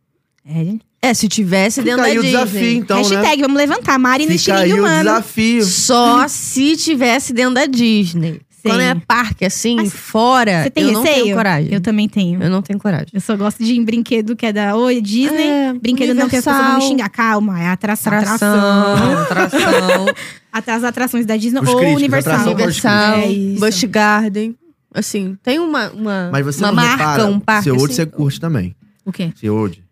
É, gente. É, se tivesse Fica dentro da aí o Disney. desafio, então, né? Hashtag, vamos levantar. Mari no Fica estilingue aí o humano. desafio. Só se tivesse dentro da Disney. Sim. Quando é parque, assim, Mas fora, Você tem eu não receio? tenho coragem. Eu também tenho. Eu não tenho coragem. Eu só gosto de ir em brinquedo que é da Oi, Disney. É, Brinquedo não que as pessoas vão me Universal, xingar. Calma, é atração. Atração. Atração, <laughs> atração, As atrações da Disney Os ou críticos, Universal. atração pode- Universal, É isso. Busch Garden. Assim, tem uma, uma, Mas você uma não marca, repara. um parque. seu assim. hoje você curte também. O quê? Seu hoje.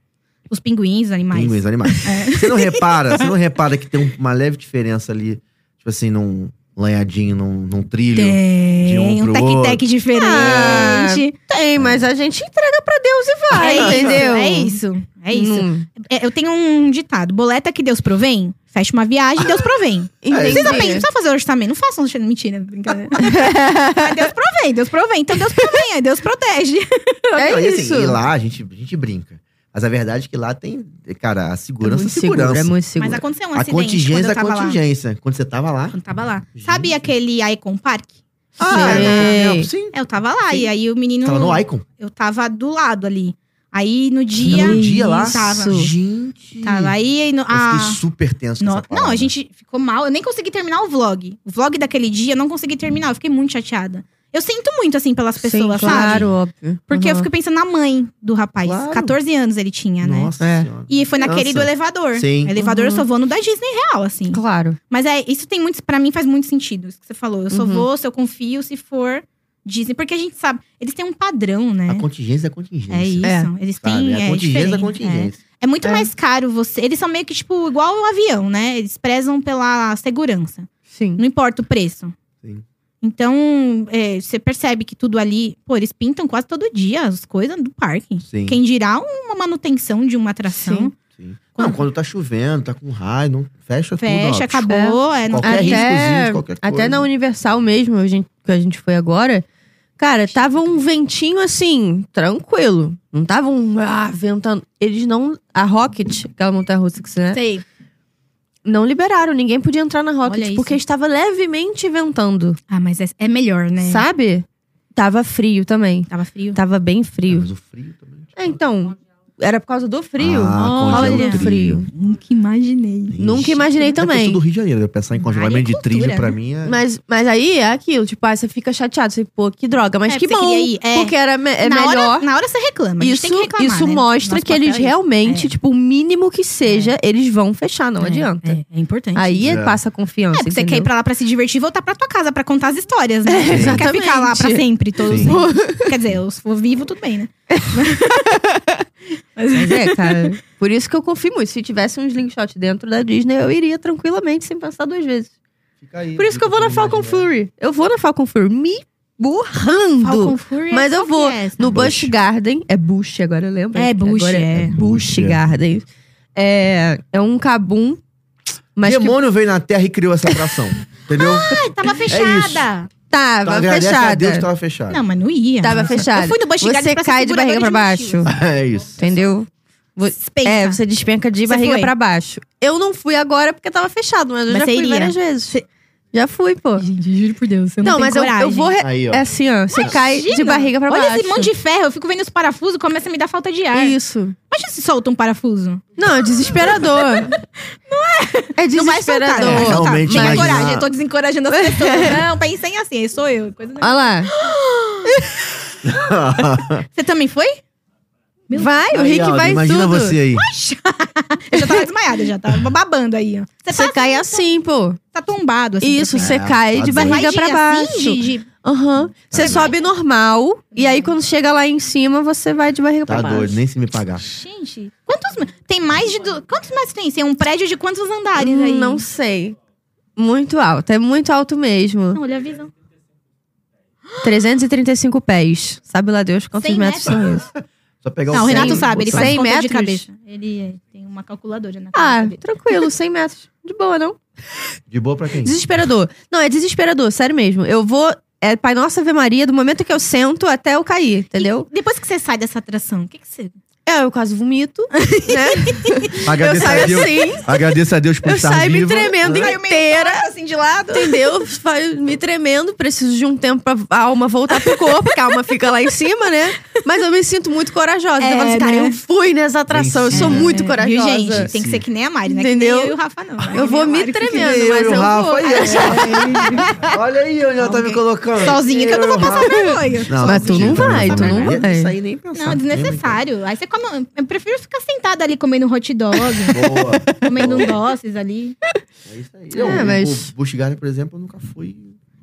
Os pinguins, os animais. Pinguins, animais. É. Você não repara, você não repara que tem um- uma leve diferença ali, tipo assim, num lanhadinho, num, num trilho. De Tem um um pro tec-tec É outro. diferente. Tem, mas a gente entrega pra Deus e Ah, vai, é entendeu? Isso, é isso. É isso. Hum, É, eu tenho um ditado: boleta que Deus provém, fecha uma viagem, Deus provém. <laughs> entendi. Vocês não pensam, não precisa fazer um orçamento, não façam <laughs> orçamento. <laughs> Mentira, brincadeira. Mas Deus provém, Deus provém. Então Deus provém, aí Deus protege. É Não, e assim, isso. e lá a gente, a gente brinca. Mas a verdade é que lá tem, cara, a É segurança muito segurança. seguro, é muito Mas seguro. aconteceu um a acidente contingência é quando eu tava lá. contingência. Quando você tava lá. Quando tava lá. Gente. Sabe aquele Icon Park? é, Sei. não, não, sim. É, Eu tava lá, Sim. e aí o menino. Tava no Icon. Eu tava do lado ali. Aí no dia. Tava no dia lá. Tava. Gente. Tava aí, aí no, Ah, Eu a- fiquei super tenso com no- essa Não, palavra. a gente ficou mal. Eu nem consegui terminar o vlog. O vlog daquele dia, eu não consegui terminar. Eu fiquei muito chateada. Eu sinto muito, assim, pelas pessoas, Sim, sabe? claro, óbvio. Porque eu Uhum. fico pensando na mãe do rapaz. Claro. 14 anos ele tinha, né? Nossa É. Senhora. E foi naquele Nossa. do elevador. Sim. Elevador eu Uhum. só vou no da Disney real, assim. Claro. Mas é, isso tem muito, para mim faz muito sentido, isso que você falou. Eu só Uhum. vou se eu confio, se for Disney. Porque a gente sabe, eles têm um padrão, né? A contingência é contingência. É isso. É. né? Eles Sabe? têm. a é contingência é diferente, é. contingência. É muito É. mais caro você. Eles são meio que, tipo, igual o avião, né? Eles prezam pela segurança. Sim. Não importa o preço. Sim. Então, é, você percebe que tudo ali. Pô, eles pintam quase todo dia as coisas do parque. Sim. Quem dirá uma manutenção de uma atração? Sim. Não, quando tá chovendo, tá com raio, não fecha, Fecha, tudo. ó. acabou. É, não Qualquer Até- riscozinho de qualquer coisa. Até na Universal mesmo, a gente- que a gente foi agora, cara, tava um ventinho assim, tranquilo. Não tava um ah, ventando. Eles não. A Rocket, aquela montanha russa que você né? sei. Não liberaram, ninguém podia entrar na Olha Rocket, isso. porque estava levemente ventando. Ah, mas é, é melhor, né? Sabe? Tava frio também. Tava frio. Tava bem Ah, frio. mas o frio também. É, então, era por causa do frio. Ah, Olha, congela o frio. Nunca imaginei. Ixi. Nunca imaginei É também. questão do Rio de Janeiro, eu pensar em congelamento Área de e cultura, trilho pra né? mim é... Mas, mas aí é aquilo, tipo, ah, você fica chateado, você, pô, que droga, mas É, que você bom, queria ir, é. porque era me- é na melhor. Hora, na hora você reclama. A gente Isso, tem que reclamar, isso né? mostra Nosso que eles papel é realmente, É. tipo, o mínimo que seja, eles vão fechar, não É, adianta. É, é importante. Aí É. passa a É, confiança. porque você quer ir entendeu? pra lá pra se divertir e voltar pra tua casa pra contar as histórias, né? É, Você não quer ficar lá pra exatamente. sempre, todos. Sim. Quer dizer, eu for vivo, tudo <laughs> bem, né? Mas é, cara. Por isso que eu confio muito. Se tivesse um slingshot dentro da Disney, eu iria tranquilamente, sem pensar duas vezes. Fica aí, Por isso que eu vou na Falcon Fury. Eu vou na Falcon Fury, me burrando. Falcon Fury é Mas eu qual que vou é essa? no Busch. Busch Garden. É Busch, agora eu lembro. É, Busch, Agora é. Busch Busch, é. Garden. É, é um cabum. Mas que Ah, Demônio veio na Terra e criou <laughs> essa atração, entendeu? Ai, tava fechada. Então tava agradece a Deus fechada. que tava fechado. não, mas não ia. Tava Nossa. fechada. Eu fui no Busch Gardens Você pra ser cai de barriga pra seguradora de baixo. <laughs> mochilas. É isso. Entendeu? Vo- Despenca. É, você despenca de Você barriga foi? pra baixo. Eu não fui agora porque tava fechado, mas eu Mas já você fui iria? várias vezes. Já fui, pô. Gente, juro por Deus. Eu não, Não, tenho mas eu, eu coragem. vou. re- Aí, ó. <laughs> É assim, ó. Você cai de Imagina. barriga pra baixo. Olha esse monte de ferro, eu fico vendo os parafusos, começa a me dar falta de ar. Isso. Imagina se solta um parafuso. Não, é desesperador. <laughs> não é. É Não vai soltar, não vai desesperador. soltar. Realmente, Tem mas- coragem, eu tô desencorajando as <laughs> pessoas. Não, pensem assim, aí sou eu. coisa É. da- Olha lá. Você também foi? Meu Vai, o Aí, Rick Aldo, vai em Imagina tudo. você aí. Eu já tava desmaiada, já tava babando aí, ó. Você Você tá, cai assim, pô. tá tombado assim. Isso, pra você É, cai de tá doido. barriga Vai pra de- baixo. assim, de- de- Aham. Você sobe normal, e aí quando chega lá em cima, você vai de barriga Tá pra baixo. doido, nem se me pagar. Gente, quantos. ma- Tem mais de. du- Quantos mais tem? Tem um prédio de quantos andares aí? Hum, Não sei. Muito alto, é muito alto mesmo. Não, olha a visão. 335 pés. Sabe lá Deus quantos 100 metros são isso? Só pegar Não, o o Renato cem, sabe, ele botar- faz 100 conta de metros? cabeça. Ele é, tem uma calculadora na cabeça Ah, dele. tranquilo, 100 metros. De boa, não? De <laughs> boa pra quem? Desesperador. Não, é desesperador, sério mesmo. Eu vou. É Pai Nossa Ave Maria, do momento que eu sento até eu cair, entendeu? E depois que você sai dessa atração, o que, que você. É, eu quase vomito, <laughs> né? eu Agradeço a saio Deus. assim, Agradeço a Deus por eu estar né? saio me vivo. tremendo Caiu meio inteira. torta, assim de lado. Entendeu? Vai Me tremendo, preciso de um tempo pra a alma voltar pro corpo, que a alma fica lá em cima, né? Mas eu me sinto muito corajosa. É, eu falo assim, cara, né? eu fui nessa atração, eu sou Sim, muito É, corajosa. Viu, gente? Tem Sim. que ser que nem a Mari, né? Entendeu? Que nem eu e o Rafa, não. Eu vou me tremendo, Eu mas e o eu Rafa, vou. aí, <laughs> ó. Olha aí onde ela tá me colocando. Sozinha que eu <laughs> não é vou passar vergonha. Não, Mas tu não sozinha vai, tu também não vai. vai. Isso aí nem pensar. Não, é desnecessário. Aí você come. Eu prefiro ficar sentada ali comendo um hot dog, Boa. comendo um Boa. doces ali. É isso aí. É, Eu, mas- O Bush Garden, por exemplo, eu nunca fui.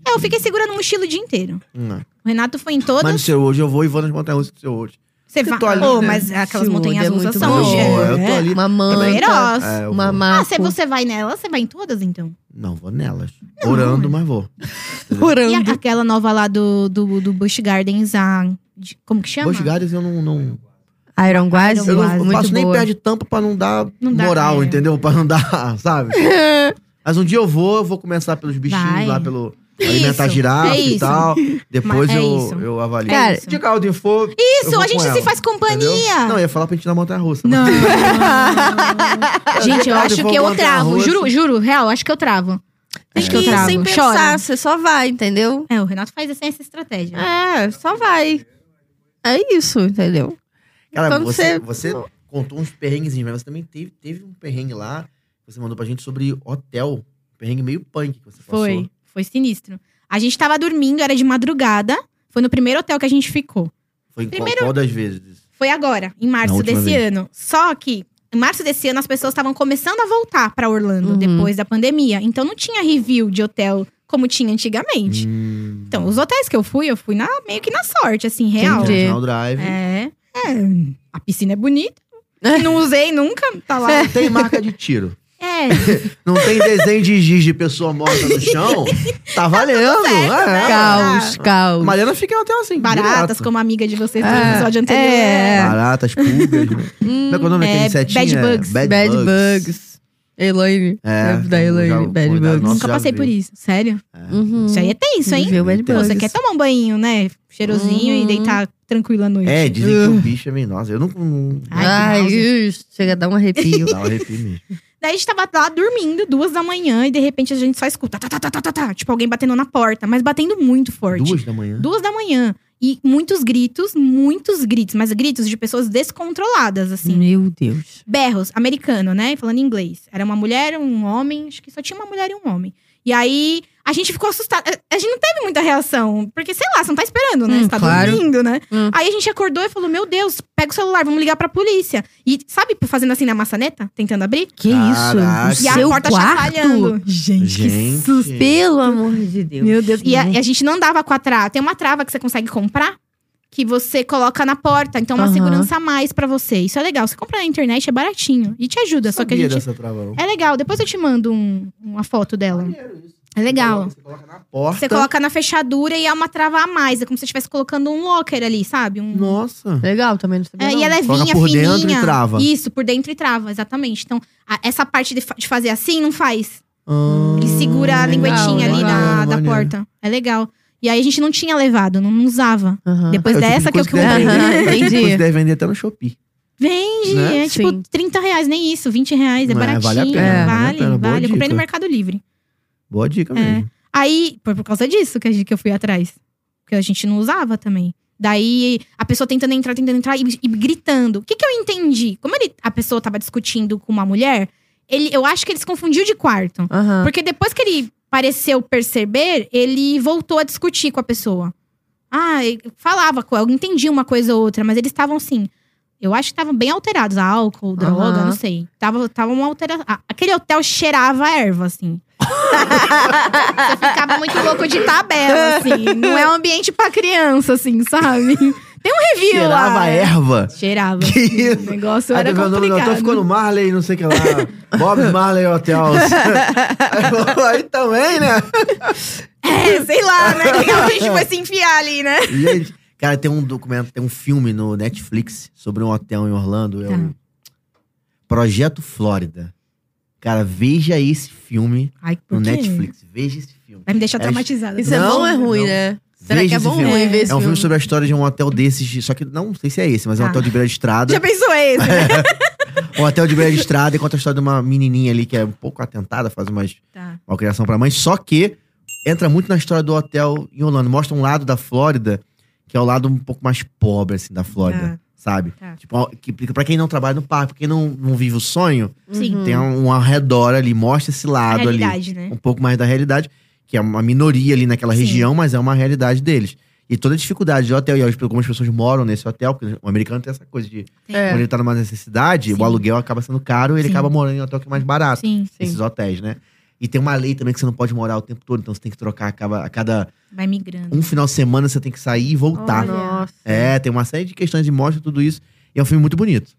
É, eu fiquei segurando o mochila o dia inteiro. Não. O Renato foi em todas. Mas no seu hoje eu vou e vou nas montanhas russas do seu hoje. Você eu vai. tô ali, Ô, né? Mas aquelas Sim, montanhas é russas muito são. bom. Boa, eu tô é. ali. Uma Feroz. manta, É, eu uma vou. maca. Ah, se você vai nela, você vai em todas então. Não vou nelas. Orando, mas vou. E a- aquela nova lá do, do, do Bush Gardens, a. de- como que chama? Bush Gardens eu não. não Iron Guise, eu não muito eu passo nem boa. perto de tampa pra não dar Não dá, moral, é. entendeu? Pra não dar, <laughs> sabe? Mas um dia eu vou, eu vou começar pelos bichinhos Vai. lá, pelo. Isso, Alimentar girafa é e isso. tal. Depois Mas é isso. eu, eu avalio. Cara, Se de Galdem for. eu Isso, vou a com gente se ela, faz entendeu? companhia. Não, eu ia falar pra gente ir na montanha russa. Não. Mas- <laughs> Gente, eu acho vou que eu montar travo. russa. Juro, juro, real, acho que eu travo. Tem Acho que que eu ir travo. É sem Choro. pensar, você só vai, entendeu? É, o Renato faz essa, essa estratégia. É, só vai. É isso, entendeu? Cara, Quando você, você- você contou uns perrengues, mas você também teve, teve um perrengue lá que você mandou pra gente sobre hotel. Um perrengue meio punk que você Foi, passou. foi sinistro. A gente tava dormindo, era de madrugada. Foi no primeiro hotel que a gente ficou. Foi em qual- Primeiro- qual das vezes? Foi agora, em Na março última desse vez. ano. Só que em março desse ano as pessoas estavam começando a voltar pra Orlando Uhum. depois da pandemia. Então não tinha review de hotel como tinha antigamente. Hum, Então, os hotéis que eu fui, eu fui na, meio que na sorte, assim, real. Entendi. International Hum, Drive. É. é. A piscina é bonita. Não usei nunca, tá lá. Não tem marca de tiro. É. Não tem desenho de giz de pessoa morta no chão. Tá valendo. né? é. Caos, caos. Mariana fica no hotel assim. Baratas, direto. como a amiga de vocês no É. episódio anterior. É. Baratas, pulgas. né? Como é que é o nome daquele é, insetinho? bad É bugs. Bad Bugs. Elaine. É, Lembro da Elaine. já- Bad foi da Bugs. nossa- Nunca já passei vi. por isso, sério. Uhum. Isso aí é tenso, hein? Viveu Bad Pô, Bugs. Você quer tomar um banho, né? Cheirosinho Uhum. e deitar tranquilo à noite. É, dizem que o bicho é meio... Nossa, eu não... não Ai, que Ai, náusea. ui, chega a dar um arrepio. dá um arrepio mesmo. Daí a gente tava lá dormindo, duas da manhã, e de repente a gente só escuta. Tá, tá, tá, tá, tá, tá, tipo, alguém batendo na porta, mas batendo muito forte. Duas da manhã? Duas da manhã. E muitos gritos, muitos gritos, mas gritos de pessoas descontroladas, assim. Meu Deus. berros, americano, né? Falando inglês. Era uma mulher, um homem, acho que só tinha uma mulher e um homem. E aí a gente ficou assustada. A- A gente não teve muita reação, porque sei lá, você não tá esperando, né? Hum, você tá claro. dormindo, né? Hum. Aí a gente acordou e falou: Meu Deus, pega o celular, vamos ligar pra polícia. E sabe, fazendo assim na maçaneta, tentando abrir? Que Caraca. isso? E O a seu porta quarto? chacoalhando. Gente, que Gente. susto. Pelo amor de Deus. Meu Deus. E a, Uhum. e a gente não andava com a trava. Tem uma trava que você consegue comprar que você coloca na porta. Então, uma Aham. segurança a mais pra você. Isso é legal. Você compra na internet, é baratinho. E te ajuda. só que a Sabia gente dessa trava, não. É legal, depois eu te mando um- uma foto dela. É legal. Você coloca na porta. Você coloca na fechadura e é uma trava a mais. É como se você estivesse colocando um locker ali, sabe? Um... Nossa. Legal, também não sabia. É, não. e é levinha, Coloca por fininha. dentro e trava. Isso, por dentro e trava, exatamente. Então, a- essa parte de, fa- de fazer assim não faz. E segura a Ah, Hum, legal, linguetinha ali legal, da, da porta. É legal. E aí a gente não tinha levado, não, não usava. Ah, Aham. Depois É dessa é, que eu tipo né? que deve comprei. Aham, vender- é <laughs> o tipo de entendi. coisa que deve vender até no Shopee. Vende, Né? é tipo Sim. 30 reais, nem isso, 20 reais, é É, vale a baratinho. pena, vale a vale, pena, boa vale. Eu comprei no dica. Mercado Livre. Boa dica É. mesmo. Aí, foi por causa disso que, a gente, que eu fui atrás. Porque a gente não usava também. Daí, a pessoa tentando entrar, tentando entrar e, e gritando. O que, que eu entendi? Como ele, a pessoa tava discutindo com uma mulher, ele, eu acho que ele se confundiu de quarto. Aham. Porque depois que ele pareceu perceber, ele voltou a discutir com a pessoa. Ah, e- falava, com ela, eu entendi uma coisa ou outra, mas eles estavam assim. Eu acho que estavam bem alterados, álcool, droga, Aham. não sei. Tava, tava uma alteração. Aquele hotel cheirava a erva, assim. <laughs> Você ficava muito louco de tabela, assim. Não é um ambiente pra criança, assim, sabe? Tem um review Cheirava lá. erva. <laughs> Cheirava. Que assim, isso? O negócio Aí era teve o nome do complicado. hotel, ficou no Marley, não sei o que lá. Bob Marley Hotel. <laughs> Aí também, né? <laughs> É, sei lá, né? Que a gente foi se enfiar ali, né? Gente, cara, tem um documento, tem um filme no Netflix sobre um hotel em Orlando. É Tá. o Projeto Flórida. Cara, veja esse filme Ai, no por quê? Netflix. Veja esse filme. Vai me deixar É, traumatizada. Isso é Não, bom ou é ruim, não. né? Será veja que é esse bom ou filme. ruim ver esse É um filme filme? sobre a história de um hotel desses. de- Só que não sei se é esse, mas é um Tá. hotel de beira de estrada. Já pensou esse, né? Um hotel de beira de estrada e conta a história de uma menininha ali que é um pouco atentada, faz umas <laughs> tá. malcriação pra mãe. Só que entra muito na história do hotel em Orlando. Mostra um lado da Flórida, que é o lado um pouco mais pobre, assim, da Flórida, sabe? Tá. Tipo, ó, que, pra quem não trabalha no parque, pra quem não, não vive o sonho, Sim. tem um, um arredor ali, mostra esse A lado ali. Hum. realidade, né? Um pouco mais da realidade, que é uma minoria ali naquela Sim. região, mas é uma realidade deles. E toda a dificuldade do hotel, e é algumas pessoas moram nesse hotel, porque o americano tem essa coisa de É. quando ele tá numa necessidade, Sim. o aluguel acaba sendo caro e ele Sim. acaba morando em um hotel que é mais barato Sim. esses hotéis, né? E tem uma lei também que você não pode morar o tempo todo, então você tem que trocar a cada, a cada Vai migrando. um final de semana você tem que sair e voltar. Olha. Nossa. É, tem uma série de questões de mostra tudo isso. E é um filme muito bonito.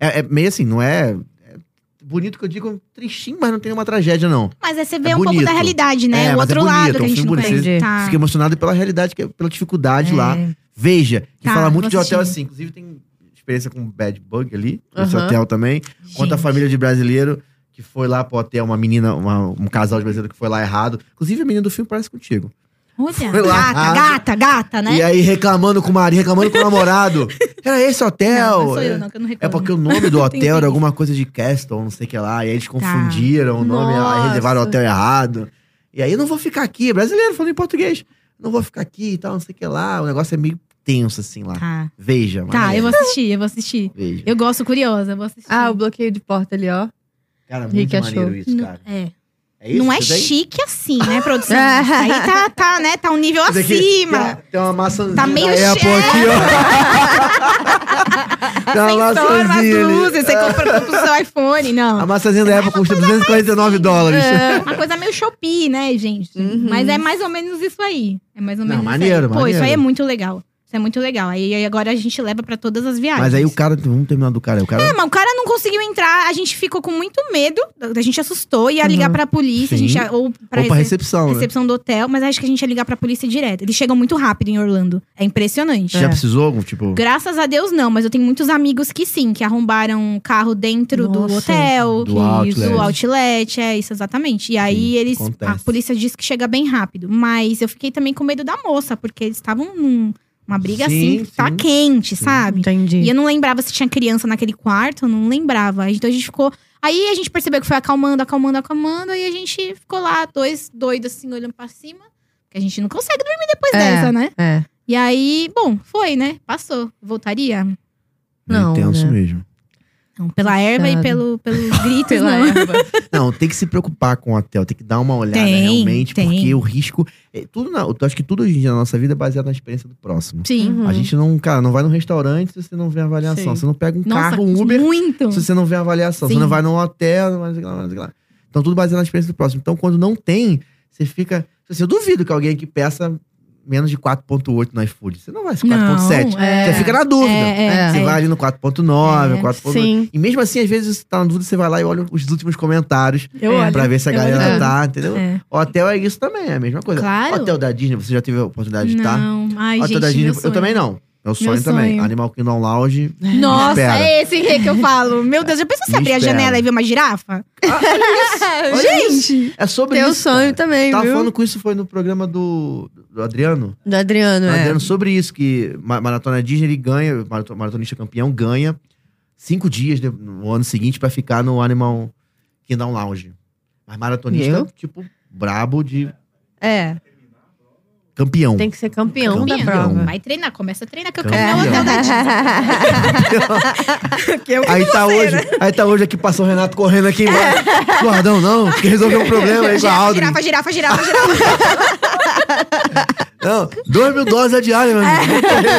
É, é meio assim, não é, é bonito que eu digo, tristinho, mas não tem nenhuma tragédia não. Mas aí você vê É um pouco bonito. da realidade, né? É, o mas é outro bonito, lado é que um a gente filme não bonito. conhece. Vocês- Tá. Fiquei emocionado pela realidade, que é- pela dificuldade É. lá. Veja, que Tá, fala muito vou de hotel assistir. assim, inclusive tem experiência com Bad Bug ali, esse Aham. hotel também. Conta a É. Gente. família de brasileiro que foi lá pro hotel, uma menina, uma- um casal de brasileiro que foi lá errado. Inclusive, a menina do filme parece contigo. Foi Olha, lá. gata, gata, gata, né? E é aí, reclamando com o marido, reclamando com o <laughs> namorado. Era esse hotel. Não, não sou eu, É- não, que eu não É reclamo. porque o nome <laughs> do Entendi. Tá. hotel era alguma coisa de Castle, não sei o que lá. E aí eles confundiram o nome, aí Nossa. reservaram o hotel errado. E aí, eu não vou ficar aqui. É Brasileiro falando em português. Não vou ficar aqui e tal, não sei o que lá. O negócio é meio tenso, assim, lá. Tá. Veja, Tá, maneiro. eu vou assistir, eu vou assistir. Veja. Eu gosto, curiosa, eu vou assistir. Ah, o bloqueio de porta ali, ó. Cara, muito Rick maneiro achou. isso, cara. É. É isso não é que você tem? chique assim, <laughs> né, produção? É. Aí tá, tá, né? Tá um nível Esse aqui acima. Tem, tem uma maçãzinha Tá meio da Apple <laughs> aqui, ó. tem uma Transforma as maçãzinha ali. luzes, você compra pro seu iPhone. Não. A maçãzinha da Apple custa 249 dólares. Uma coisa meio Shopee, né, gente? Uhum. Mas é mais ou menos isso aí. É mais ou Não, menos maneiro, isso aí. Pô, isso aí é maneiro. muito legal. Isso é muito legal. Aí aí agora a gente leva pra todas as viagens. Mas aí o cara, vamos terminar do cara. O cara É, mas o cara não conseguiu entrar, a gente ficou com muito medo, a gente assustou, ia ligar Uhum. pra polícia, a gente Sim. ia- ou pra, ou pra rece- recepção, né? recepção do hotel, mas acho que a gente ia ligar pra polícia direto. Eles chegam muito rápido em Orlando. É impressionante. Já É. precisou, tipo... Graças a Deus, não, mas eu tenho muitos amigos que sim, que arrombaram o carro dentro do Nossa. hotel, Do que- outlet. do outlet, é isso exatamente. E aí Sim, eles. acontece. A polícia diz que chega bem rápido. Mas eu fiquei também com medo da moça, porque eles estavam num- numa briga Sim, assim, que tá sim. quente, sabe? E Entendi. eu não lembrava se tinha criança naquele quarto, eu não lembrava. Então a gente ficou. Aí a gente percebeu que foi acalmando, acalmando, acalmando, e a gente ficou lá, dois doidos assim, olhando pra cima. Porque a gente não consegue dormir depois É. dessa, né? É. E aí, bom, foi, né? Passou. Voltaria? meio Não, tenso né? mesmo. Não, pela erva e Puxado. pelo, <laughs> pelos gritos, Pela não. erva. Não, tem que se preocupar com o hotel. Tem que dar uma olhada Tem, realmente. tem. Porque o risco... é, Tudo na, eu acho que tudo hoje em dia na nossa vida é baseado na experiência do próximo. <laughs> Sim. Uhum. A gente não... Cara, não vai num restaurante se você não vê a avaliação. Sim. Você não pega um Nossa, carro, um Uber... muito. se você não vê a avaliação. Sim. Você não vai num hotel, não vai não sei o que lá, não sei o que lá. Então, tudo baseado na experiência do próximo. Então, quando não tem, você fica. Assim, eu duvido que alguém que peça menos de 4,8 no iFood. Você não vai ser 4,7. é. Você fica na dúvida. É, é, Você é. vai ali no 4,9, É. 4,8. Sim. E mesmo assim, às vezes você tá na dúvida, você vai lá e olha os últimos comentários Eu É. olho. pra ver se a eu galera olho. tá, entendeu? É. Hotel é isso também, é a mesma coisa. Claro. Hotel da Disney, você já teve a oportunidade de estar? Não. Ai, hotel gente, da Disney, meu eu sonho. também não. Meu sonho também. sonho. Animal Kingdom Lounge. Nossa, Espera. é esse que eu falo. Meu Deus, já pensou se Me abrir a espera. janela e ver uma girafa? Olha isso. É sobre Teu isso. sonho cara. também, Tava viu? Tá falando com isso, foi no programa do, do Adriano. Do Adriano, Do é. Adriano sobre isso, que ma- Maratona é Disney ele ganha, marato- maratonista campeão ganha cinco dias de- no ano seguinte pra ficar no Animal Kingdom Lounge. Mas E maratonista, eu? tipo, brabo de É, Campeão. tem que ser campeão, É. Campeão. da prova. Vai treinar, começa a treinar, que eu É, quero meu hotel Campeão. da <laughs> que eu Aí tá, hoje, né? aí tá hoje aqui, passou o Renato correndo aqui embaixo. Guardão, não, que resolveu um problema aí com a Aldrin. Girafa, girafa, <laughs> girafa, girafa. Não, dois mil doses a diária, meu amigo.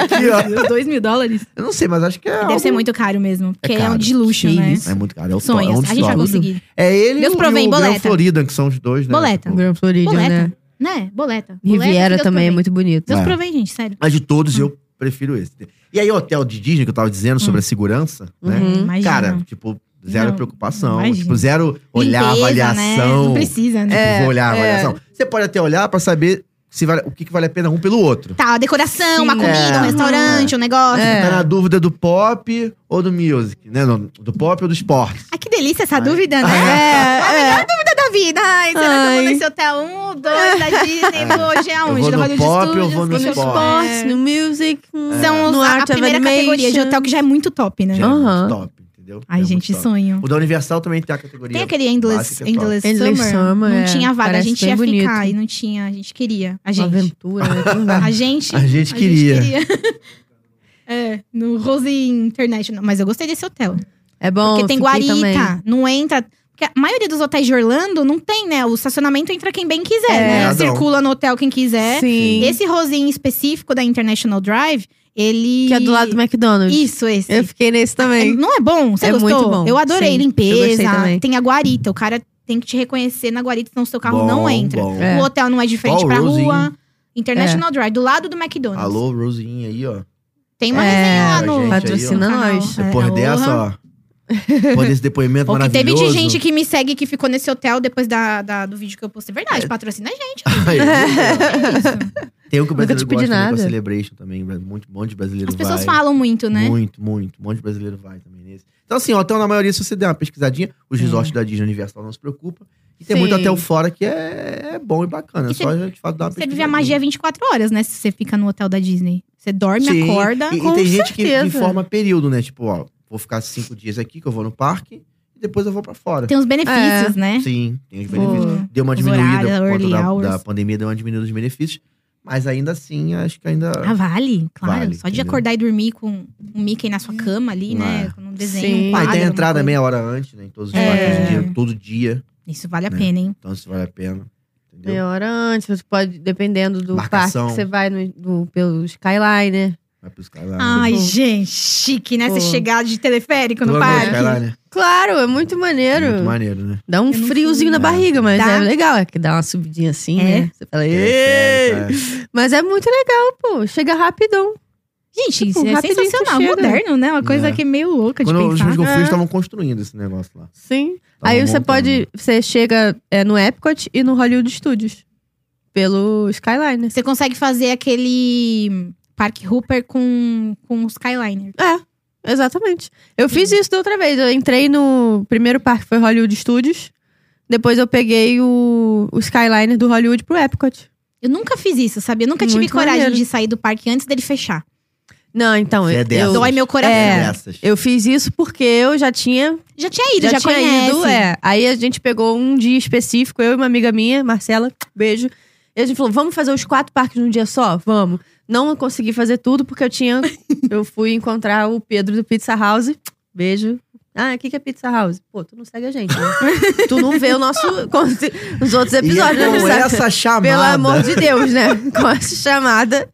Aqui, ó. <laughs> Dois mil dólares? Eu não sei, mas acho que é. É. Deve ser muito caro mesmo, porque é, caro. um de luxo, Que né? isso. É muito caro. É o Sonhos, top, é um dos a gente vai tops. conseguir. É ele Deus e o- provém, e o Gran boleta. Florida, que são os dois, né? Boleta. Tipo, Grand Floridian, Boleta. né? Né? Boleta. Boleta, Riviera Deus também é provém. muito bonito. Deus É. provém, gente, sério. Mas de todos, Hum. eu prefiro esse. E aí, o hotel de Disney, que eu tava dizendo sobre a segurança, né? Uhum. Imagina. Cara, tipo, zero Hum. Não, preocupação. imagina. Tipo, zero olhar Limpeza, avaliação. Né? Não precisa, né? Tipo, É, vou olhar a é. avaliação. Você pode até olhar pra saber se vale- o que, que vale a pena um pelo outro. Tá, a decoração, uma Sim. comida, um É. restaurante, um negócio. É. Tá na dúvida do pop ou do music, né? Não, do pop ou do esporte. Ai, que delícia essa Ai. <laughs> dúvida, É, né? é. Dúvida da vida. Ai, será que eu vou Ai. nesse hotel um, dois, da Disney, vou hoje aonde? Eu vou Da no Hollywood pop, eu Studios, vou no esporte. Esportes, no music, é. São os- É. no a, a art of primeira categoria de animation. hotel que já é muito top, né? Já é muito Aham. top, entendeu? Já Ai, é gente, muito top. sonho. O da Universal também tem a categoria. Tem aquele Endless, básica, é top. endless, Endless Summer. Summer, Não é. tinha vaga, a Parece gente bem ia bonito. ficar e não tinha. A gente queria. A Uma gente. aventura, né? Tudo mais. A gente. A gente queria. <laughs> é, no Rose International. Mas eu gostei desse hotel. É bom, porque tem fiquei guarita, também. não entra. Porque a maioria dos hotéis de Orlando não tem, né? O estacionamento entra quem bem quiser, É, né? não. Circula no hotel quem quiser. Sim. né? Esse Rosin específico da International Drive, ele. Que é do lado do McDonald's. Isso, esse. Eu fiquei nesse É, também. Não é bom? Você É gostou? muito bom. Eu adorei Sim, eu limpeza. gostei também. tem a guarita. O cara tem que te reconhecer na guarita, senão seu carro Bom, não entra. bom. É. O hotel não é de frente Ó, o pra Rosin. rua. International Drive, do lado do McDonald's. Alô, Rosinha aí, ó. Tem uma É, resenha lá no. gente, Patrocina no canal. nós. É, Depois alô. dessa, ó. Depois desse depoimento <laughs> O que teve maravilhoso. de gente que me segue que ficou nesse hotel depois da, da- do vídeo que eu postei. É, Verdade, patrocina a gente. Aí, <laughs> É isso. Tem um que Nunca o brasileiro te pedi gosta também, que é o nada. Celebration também. Um monte, um monte de brasileiro As pessoas vai. falam muito, né? Muito, muito. Um monte de brasileiro vai também nesse. Então, assim, ó, então na maioria, se você der uma pesquisadinha, os É. resorts da Disney Universal não se preocupa. E tem Sim. muito hotel fora que é, é bom e bacana. E É só a gente fato dar uma Você vive a magia 24 horas, né? Se você fica no hotel da Disney. Você dorme, Sim, acorda. E, e Com tem gente que, que certeza. forma período, né? Tipo, ó, vou ficar cinco dias aqui, que eu vou no parque, e depois eu vou pra fora. Tem os benefícios, né? É. Sim, tem os Pô. benefícios. Deu uma Os diminuída horários, por early conta hours. da, da pandemia, deu uma diminuída dos benefícios. Mas ainda assim, acho que ainda. Ah, vale, claro. Vale, Só de entendeu? acordar e dormir com um Mickey na sua cama ali, né? É. Com um desenho, Sim. Ah, um e quadro. tem a alguma entrada coisa. meia hora antes, né? Em todos os É. parques, dia- todo dia. Isso vale a Né? pena, hein? Então, se vale a pena. Entendeu? Meia hora antes, você pode, dependendo do Marcação. parque que você vai no, do- pelo Skyliner. Vai pros caras. né? Ai, Tipo- gente, chique, né? Pô. Você chegar de teleférico no Pô, parque. cara, né? Claro, é muito maneiro. Muito maneiro, né? Dá um Eu não friozinho na É. barriga, mas Dá. é legal. É que dá uma subidinha assim, É. né? Você fala, É, "Ei!" cara, Mas é muito legal, pô. Chega rapidão. Gente, Tipo, isso é rapidinho você sensacional, chega. moderno, né? Uma coisa É. que é meio louca Quando de os últimos pensar. Ah. que eu fui, É. estavam construindo esse negócio lá. Sim. Estavam Aí você montando. pode. Você chega é, no Epcot e no Hollywood Studios. Pelo Skyliner. Você consegue fazer aquele Parque Hooper com, com o Skyliner. Exatamente. Eu Uhum. fiz isso da outra vez. Eu entrei no primeiro parque, foi Hollywood Studios. Depois eu peguei o, o Skyliner do Hollywood pro Epcot. Eu nunca fiz isso, sabe? Eu nunca tive Muito coragem maneiro. de sair do parque antes dele fechar. Não, então. Você é eu- dessas. eu, Dói meu coração. É, É. dessas. eu fiz isso porque eu já tinha Já tinha ido, já, tinha conhece. ido, é. Aí a gente pegou um dia específico, eu e uma amiga minha, Marcela, beijo. E a gente falou, vamos fazer os quatro parques num dia só? Vamos. Não consegui fazer tudo porque eu <laughs> tinha. eu fui encontrar o Pedro do Pizza House. Beijo. Ah, o que, que é Pizza House? Pô, tu não segue a <laughs> gente. Né? tu não vê o nosso, os outros E episódios, né? é Não com sabe? essa chamada. Pelo amor de Deus, né? <laughs> Com essa chamada.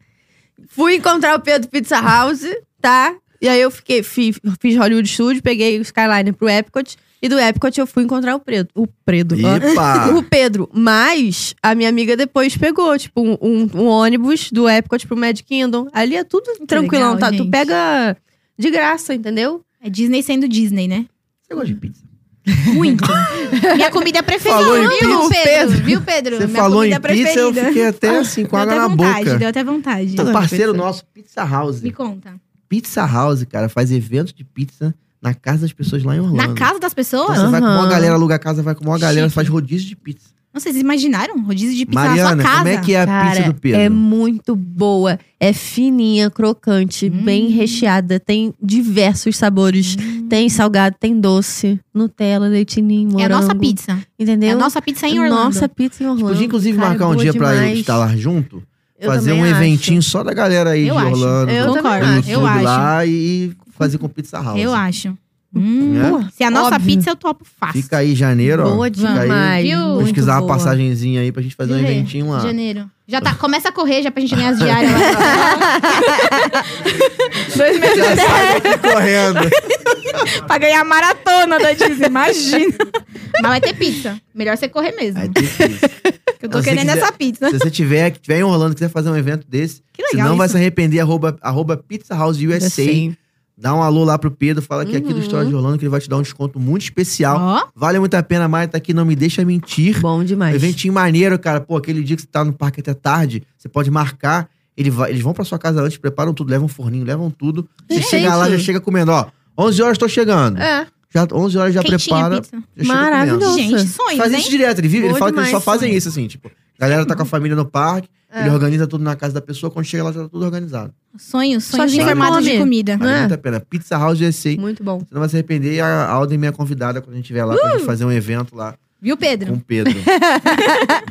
Fui encontrar o Pedro Pizza House, tá? E aí eu fiquei, fi- fiz, Hollywood Studios, peguei o Skyliner pro Epcot. E do Epcot eu fui encontrar o Pedro. O Pedro. ó. O Epa! Pedro. Mas a minha amiga depois pegou, tipo, um, um- um ônibus do Epcot pro Mad Kingdom. Ali é tudo tranquilão, tá? legal, Tu gente. pega de graça, entendeu? É Disney sendo Disney, né? Você gosta de pizza? <laughs> Muito. Minha comida preferida. Falou em viu, pizza, Pedro? Viu, Pedro? Você Minha falou em comida pizza, preferida. eu fiquei até assim, com deu água até na vontade, boca. deu até vontade. Um parceiro pizza. nosso, Pizza House. Me conta. Pizza House, cara, faz eventos de pizza na casa das pessoas lá em Orlando. Na casa das Então pessoas? você vai com uma Aham. galera, aluga a casa, vai com uma galera, Chique. faz rodízio de pizza. Não, vocês imaginaram? Rodízio de pizza na Mariana, sua casa? como é que é a Cara, pizza do Pedro? é muito boa. É fininha, crocante, Hum. bem recheada. Tem diversos sabores. Tem salgado, tem doce, Nutella, leite ninho, É a morango. nossa pizza. Entendeu? É a nossa pizza em Orlando. Nossa pizza em Orlando. Podia, inclusive, Cara, é marcar um boa dia pra demais. instalar junto. Eu fazer também um acho. eventinho só da galera aí Eu de acho. Orlando. Eu do também YouTube acho. Eu acho. lá e fazer com Pizza House. Eu acho. Hum, É? Se a nossa Óbvio. pizza, eu topo fácil. Fica aí janeiro, ó. Boa Fica aí, demais. Viu? muito Pesquisar uma boa. <laughs> passagenzinha aí pra gente fazer um Vê. eventinho lá. Janeiro. Já tá, começa a correr já pra gente ganhar as diárias <laughs> lá. Dois meses <laughs> Já de sai <laughs> aqui correndo. pra ganhar a maratona da Disney, imagina. Mas vai ter pizza. Melhor você correr mesmo. Aí tem que- que eu tô se você querendo quiser- essa <laughs> pizza. Se você tiver, que tiver em Orlando, quiser fazer um evento desse, Que se legal não vai isso. se arrepender, arroba, arroba Pizza House USA. Dá um alô lá pro Pedro, fala que é aqui do Uhum. História de Orlando, que ele vai te dar um desconto muito especial. Ó, Vale muito a pena, a Maia tá aqui, não me deixa mentir. Bom Um demais. eventinho maneiro, cara. Pô, aquele dia que você tá no parque até tarde, você pode marcar. Ele vai- eles vão pra sua casa antes, preparam tudo, levam um forninho, levam tudo. É Você Gente. chegar lá, já chega comendo, ó. 11 horas tô chegando. É, Já, 11 horas já quentinha a prepara. pizza. Já chega comendo. Maravilhoso. Nossa. Gente, sonhos, Faz hein? isso direto, ele vive, Boa ele fala que eles demais, só fazem sonho. isso, assim, tipo, a galera tá com a família no parque, É. ele organiza tudo na casa da pessoa, quando chega lá já tá tudo organizado. Sonhos, Só sonhos em chega e formato de come. comida. Vale É. muito a pena. Pizza House USA. Você muito bom. não vai se arrepender, e a Alden é minha convidada quando a gente estiver lá Uh! pra gente fazer um evento lá Viu, Pedro? com <laughs> o Pedro.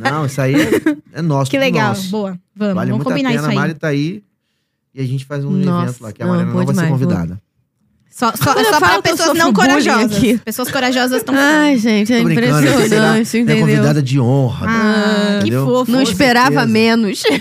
não, isso aí é, é nosso. Que tudo legal. nosso. Boa. Vamos, Vale vamos muito a combinar pena, isso a Mari aí. tá aí e a gente faz um Nossa, evento lá, que a não, Mariana não, boa vai ser demais, boa. convidada. Só, só, Quando eu só para falo que eu pessoas sofro não bullying corajosas. aqui. Pessoas corajosas estão Ai, gente, é Tô brincando, você será impressionante, minha entendeu? convidada de honra. né? Ah, que Entendeu? fofo. Não Com esperava certeza. menos. <laughs>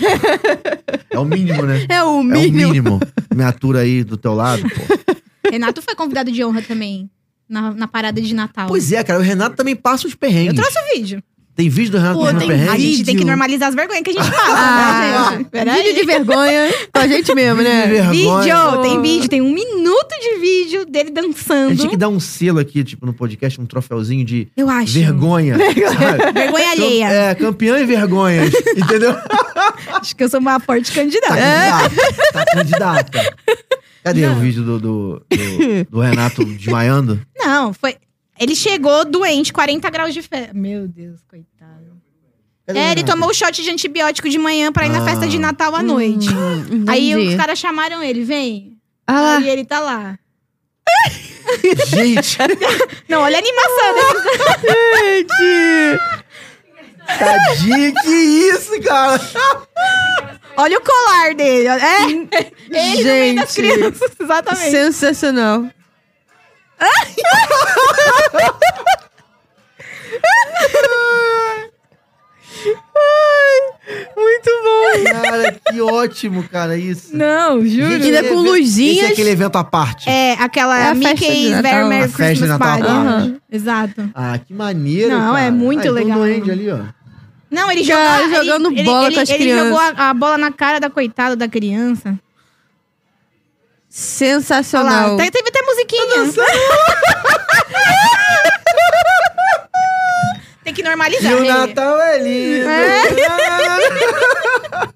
É o mínimo, né? É <laughs> o É o mínimo. mínimo. Me atura aí do teu lado, pô. <laughs> Renato foi convidado de honra também na, na parada de Natal. Pois é, cara. O Renato também passa os Eu perrengues. trouxe o vídeo. Tem vídeo do Renato Pô, passando tem perrengue? A gente é. tem que vídeo. normalizar as vergonhas que a gente passa, Ah, né, gente? Vídeo de vergonha com a gente mesmo, Que né? vergonha. Vídeo, tem vídeo, tem um minuto de vídeo dele A gente dançando. tinha que dar um selo aqui, tipo, no podcast, um troféuzinho de Eu acho. vergonha. sabe? <laughs> Vergonha alheia. É, campeã em <laughs> vergonhas. Entendeu? Acho que eu sou uma forte Tá candidata. candidata. Tá candidata. Cadê o vídeo do, do, do- do Renato desmaiando? Não, foi. Ele chegou doente, 40 graus de febre. Meu Deus, coitado. Cadê o <laughs> É, ele Renato? tomou o shot de antibiótico de manhã pra ir na Ah. festa de Natal à noite. Hum, Aí entendi. os caras chamaram ele, vem. Ah lá. Aí ele tá lá. Gente, Não, olha a animação dele. tadinho, que isso, cara? Olha o colar dele. olha- É? <laughs> Ele no meio das Hum. Gente. crianças, exatamente. Sensacional. Ai, muito bom. Cara, que ótimo, cara, isso. Não, juro. Gente, Ainda esse com evento- luzinhas. Esse é aquele evento à parte. É, aquela É a festa de Mickey's Natal. Very A Merry festa de Christmas Natal Party. lá. Aham. Exato. Ah, que maneiro, Não, cara. é muito ah, então legal. o Duende ali, ó. Não, ele jogou. Cara, jogando ele, bola ele, com as ele crianças. jogou a, a bola na cara da coitada da criança. Olha lá, Sensacional. até- teve até musiquinha. <laughs> Tem que normalizar. E o né? Natal é lindo.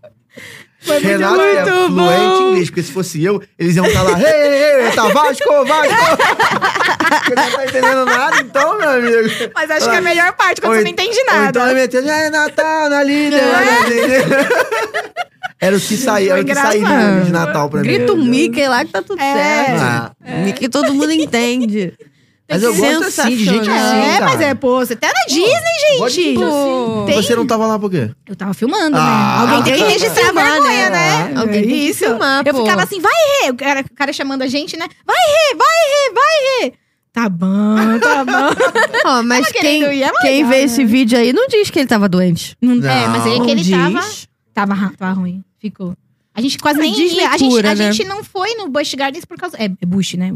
<laughs> Foi muito, Renato é muito fluente em bom. inglês, porque se fosse eu, eles iam estar lá, ei, ei, ei, tá Vasco, <laughs> Vasco. Você não tá entendendo nada, então, meu amigo. Mas acho que é a melhor parte, quando Ou você en- não entende Ou então nada. É. ele meteu, já é Natal, na líder. <laughs> Era o que saía, era o que saía engraçado. de Natal pra mim. é Grita o Mickey lá que tá tudo É. certo. Ah, Mickey todo mundo <laughs> entende. Mas eu gosto assim, de gente assim, Sensacional. É, cara. mas é, pô, você até na Disney, Gosto de gente. gente Pô. assim. Você não tava lá por quê? Eu tava filmando, Ah. né? Alguém tem que Alguém tem que registrar a filmar, né? vergonha, né? Alguém tem que Isso. filmar, Eu pô. ficava assim, vai, Rê. O cara, o cara chamando a gente, né? Vai, Rê, vai, Rê, vai, Rê. Tá bom, tá <laughs> bom. Ó, mas Tava quem, querendo ir, é mais quem legal, vê né? esse vídeo aí não diz que ele tava doente. Não- É, mas aí é Não. que ele diz. tava, tava. ra- Tava ruim. Ficou. A gente quase Ah, nem diz ia. A, gente, leitura, a né? gente não foi no Busch Gardens por causa. É, é Busch, né?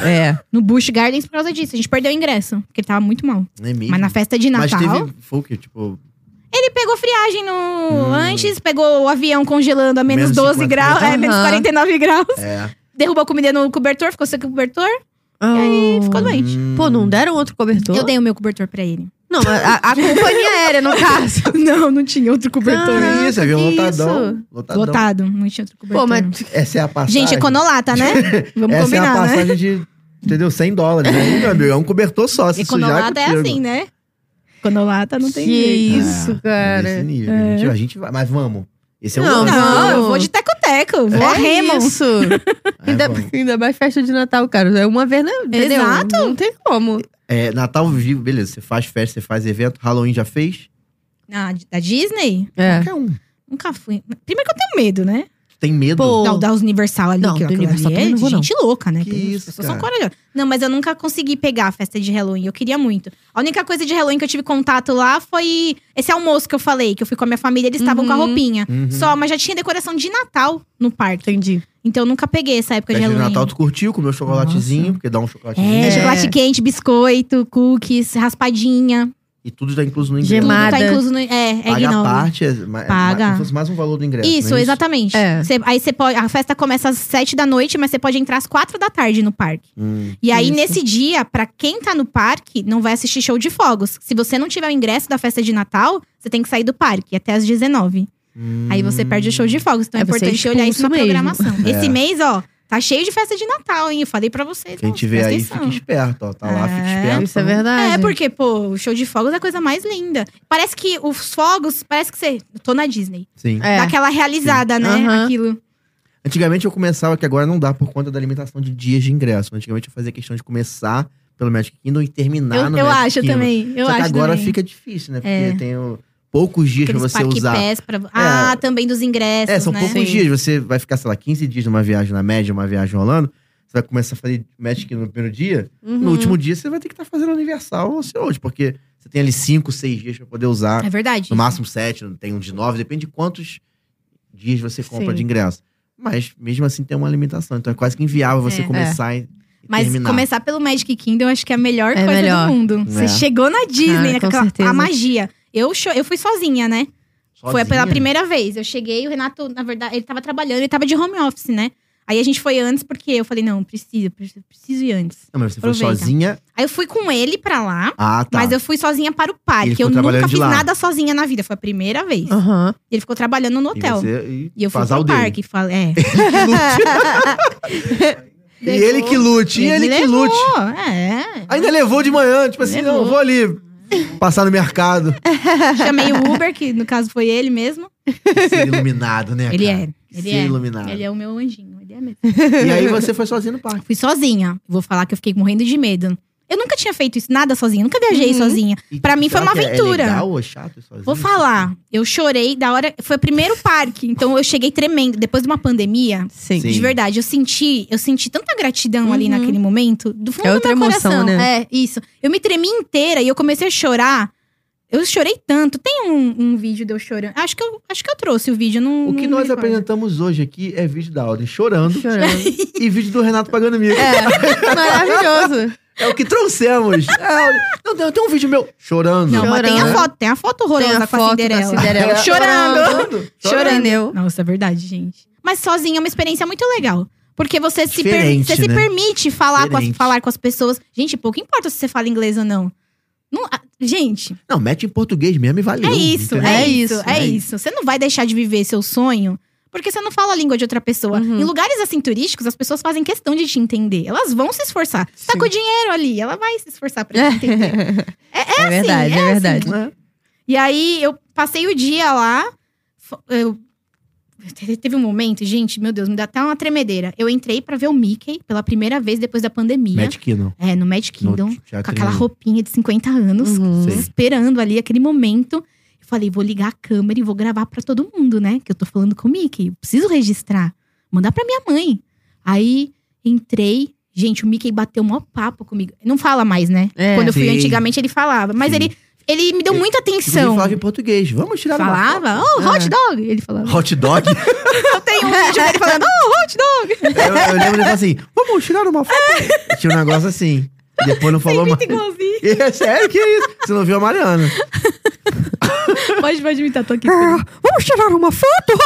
É. No Busch Gardens por causa disso. A gente perdeu o ingresso, porque ele tava muito mal. Nem mesmo. Mas na festa de Mas Natal. teve, foi o quê? Tipo, Ele pegou friagem no. Hum. Antes, pegou o avião congelando a menos Menos 12 50. graus, é, menos Aham. 49 graus. é. Derrubou a comida no cobertor, ficou sem cobertor. <laughs> E aí ficou doente. Hum. Oh. Pô, não deram outro cobertor? Eu dei o meu cobertor <laughs> pra ele. Não, a, a <laughs> companhia aérea, no caso. não, não tinha outro cobertor. Que isso, avião que lotadão. Lotadão. Ah, Lotado, não tinha outro cobertor. Pô, mas. Essa é a Tá passagem. Gente, econolata, né? <laughs> Vamos Essa é a combinar, né? passagem de, entendeu? 100 dólares. Aí, meu amigo, é um cobertor só. Se sujar, Econolata é contigo. Ah, assim, né? Conolata não tem Que jeito. isso, Nesse cara. nível. A, gente, a gente vai. Mas vamos. Esse é o Não, lance. Não, Não. eu vou de teco-teco, vou a É remo. isso. É, ainda, vamos. <laughs> ainda mais festa de Natal, cara. É uma vez, né? Entendeu? Exato. Não tem como. É, Natal vivo, beleza. Você faz festa, você faz evento. Halloween já fez? Na, Ah, da Disney? É. Qualquer um. Nunca fui. Primeiro que eu tenho medo, né? Tem medo? Pô, Não, da Universal ali. Não, que da aquilo ali Universal também é não vou, de não. gente louca, né? Que Aquelas isso, pessoas são cara. corajosas. Não, mas eu nunca consegui pegar a festa de Halloween. Eu queria muito. A única coisa de Halloween que eu tive contato lá foi esse almoço que eu falei, que eu fui com a minha família, eles estavam com a Uhum. roupinha. Uhum. Só, mas já tinha decoração de Natal no parque. Entendi. Então eu nunca peguei essa época Festa de de Halloween. Natal, tu curtiu, comeu chocolatezinho, Nossa. porque dá um chocolatezinho. É, É. chocolate quente, biscoito, cookies, raspadinha. E tudo tá incluso no ingresso. Gemada. Tudo Nada. tá incluso no. É, é Paga a gnomo. parte, é, ma- é Paga. ma- como se fosse mais um valor do ingresso. Isso, não é exatamente. É. Cê- aí você pode. A festa começa às sete da noite, mas você pode entrar às quatro da tarde no parque. Hum, E aí, Isso. nesse dia, pra quem tá no parque, não vai assistir show de fogos. Se você não tiver o ingresso da festa de Natal, você tem que sair do parque até às 19. hum. Aí você perde o show de fogos. Então é, É, você é importante olhar isso na expulso mesmo. programação. <laughs> É. Esse mês, ó, tá cheio de festa de Natal, hein? Eu falei pra vocês. Quem ó, tiver presta aí, atenção. fica esperto, ó. Tá lá, fica É. esperto. Isso é pra não- verdade. É, porque, pô, o show de fogos é a coisa mais linda. Parece que os fogos, parece que você. eu Tô na Disney. Sim. É. Dá aquela realizada, né? Aham. Aquilo. Antigamente eu começava, que agora não dá por conta da limitação de dias de ingresso. Antigamente eu fazia questão de começar pelo Magic Kingdom e terminar Eu, no eu Magic acho Kingdom. também. Eu Só que acho agora também. fica difícil, né? Porque É. tem o- poucos dias Aqueles pra você parque usar. pés pra... Ah, também dos ingressos, É, são né? poucos Sim. dias. Você vai ficar, sei lá, 15 dias numa viagem na média, uma viagem rolando. Você vai começar a fazer Magic Kingdom no primeiro dia. Uhum. No último dia, você vai ter que estar fazendo Universal ou Ocean World, porque você tem ali 5, 6 dias pra poder usar. É verdade. No máximo 7, tem um de 9, depende de quantos dias você compra Sim. de ingresso. Mas mesmo assim tem uma limitação. Então é quase que inviável você É. começar e e Mas terminar. começar pelo Magic Kingdom, eu acho que é a melhor É coisa melhor. do mundo. Você É. chegou na Disney, Cara, né? com Com aquela- certeza. a magia. Eu, cho- eu fui sozinha, né? Foi Sozinha? pela primeira vez. Eu cheguei, o Renato, na verdade, ele tava trabalhando, ele tava de home office, né? Aí a gente foi antes, porque eu falei, não, preciso, preciso, preciso ir antes. Não, mas você foi Aproveita. sozinha. Aí eu fui com ele pra lá, Ah, tá. mas eu fui sozinha para o parque. Ele ficou eu nunca trabalhando de fiz lá. nada sozinha na vida, foi a primeira vez. Aham. Ele ficou trabalhando no hotel. E, você, e, E eu fui vazar pro o dele. parque. Fal... É. <laughs> <laughs> E ele que lute, e ele, que levou, lute. É. Ainda levou de manhã, tipo assim, Levou. não, vou ali passar no <laughs> mercado. Chamei o Uber, que no caso foi ele mesmo. Ser iluminado, né? Ele cara? é. Ele Ser é. iluminado. Ele é o meu anjinho. Ele é mesmo. E aí você foi sozinho no parque. Fui sozinha. Vou falar que eu fiquei morrendo de medo. Eu nunca tinha feito isso, nada sozinha. Nunca viajei Uhum. sozinha. E Pra mim foi será uma que é- aventura. É legal ou chato ir sozinho? Vou falar. Eu chorei da hora. Foi o primeiro parque, então eu cheguei tremendo. Depois de uma pandemia, Sim. Sim. de verdade, eu senti, eu senti tanta gratidão ali Uhum. naquele momento, do fundo É outra do meu coração. emoção, né? É, isso. Eu me tremi inteira e eu comecei a chorar. Eu chorei tanto. Tem um, um vídeo de eu chorando. Acho que eu, acho que eu trouxe o vídeo. Não, O que não me nós recordo. apresentamos hoje aqui é vídeo da Audrey chorando Chorando. e vídeo do Renato pagando mico. É, É. Maravilhoso. o que trouxemos. É, Audrey- não, tem, tem um vídeo meu chorando. Não, mas tem a Chorando. foto. Tem a foto horrorosa Tem a com foto da a Cinderela. Cinderela. chorando. Chorando. Entendeu? Nossa, é verdade, gente. Mas sozinha é uma experiência muito legal. Porque você se, per- Diferente, você se né? permite falar com, as, Diferente. falar com as pessoas. Gente, pouco importa se você fala inglês ou não. Não- ah, gente, Não, mete em português mesmo e valeu. é isso, entendeu? é É isso, isso, é é isso. Você não vai deixar de viver seu sonho porque você não fala a língua de outra pessoa. Uhum. Em lugares assim turísticos, as pessoas fazem questão de te entender. Elas vão se esforçar. Tá Sim. com dinheiro ali, ela vai se esforçar pra te entender. É, É, é verdade, assim, é, é verdade. E aí eu passei o dia lá. fo- Eu... te- Teve um momento, gente, meu Deus, me dá até uma tremedeira. Eu entrei pra ver o Mickey pela primeira vez depois da pandemia. Magic Kingdom. É, no Magic No Kingdom. com teatrinho. aquela roupinha de 50 anos, Uhum. Sim. esperando ali aquele momento. Eu falei, vou ligar a câmera e vou gravar pra todo mundo, né? Que eu tô falando com o Mickey. Eu preciso registrar. Mandar pra minha mãe. Aí entrei. Gente, o Mickey bateu o maior papo comigo. Não fala mais, né? É. Quando eu fui Sim. antigamente, ele falava. Mas Sim. ele, ele me deu Ele- muita Inclusive, "Ah." atenção. falava em português. Vamos tirar Falava, oh, hot dog. Ele uma <laughs> falava. foto. Hot dog? Eu tenho um vídeo dele falando, oh, hot dog. eu, eu lembro dele falar assim, vamos tirar uma foto. Tinha um negócio assim. Depois não falou mais. Muito igualzinho. <laughs> <laughs> É sério, que isso? Você não viu a Mariana. Pode, pode imitar, tô aqui. Vamos tirar uma foto?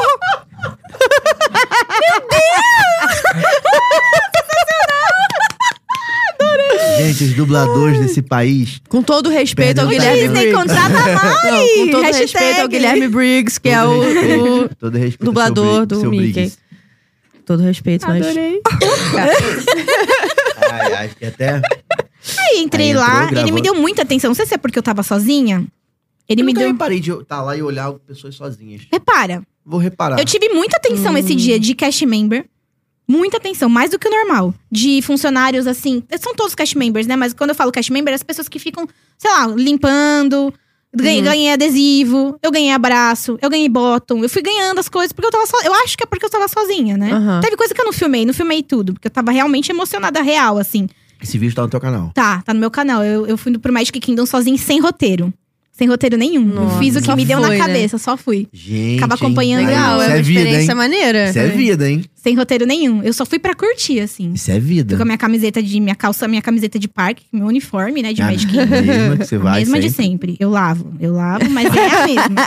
Gente, os dubladores desse país. Com todo respeito ao Perdeu o Guilherme talento. Briggs. Disney contrata mais. Não, com todo Hashtag. respeito ao Guilherme Briggs, que é o. o- todo respeito- todo respeito ao dublador seu Bri- do seu Mickey. Briggs. Todo respeito, mas. Ai, ai, fiquei até. Aí, entrei Aí entrou, lá, ele gravou. me deu muita atenção. Não sei se é porque eu tava sozinha. Ele Eu me nunca deu. um- reparei de estar lá e olhar pessoas sozinhas. Repara, Vou reparar. eu tive muita atenção esse dia de cash member. Muita atenção, mais do que o normal. De funcionários, assim. São todos cash members, né? Mas quando eu falo cash member, é as pessoas que ficam, sei lá, limpando. Ganhei, Uhum. ganhei adesivo, eu ganhei abraço, eu ganhei bottom. Eu fui ganhando as coisas porque eu tava so... Eu acho que é porque eu tava sozinha, né? Aham. Teve coisa que eu não filmei, não filmei tudo, porque eu tava realmente emocionada, real, assim. Esse vídeo tá no teu canal. Tá, tá no meu canal. Eu, eu fui pro Magic Kingdom sozinha, e sem roteiro. Sem roteiro nenhum. eu Nossa, fiz o que só me deu foi, na né? cabeça, só fui. Gente. Acaba hein? acompanhando. Legal, é Isso é, uma vida, experiência hein? maneira. Uhum. Isso é vida, hein? Sem roteiro nenhum. Eu só fui pra curtir, assim. Isso é vida. Fui com a minha camiseta de. Minha calça, minha camiseta de parque, meu uniforme, né? De Ah, É <laughs> a Magic Kingdom. mesma que você A vai mesma de sempre. sempre. Eu lavo. Eu lavo, mas é <laughs> a mesma.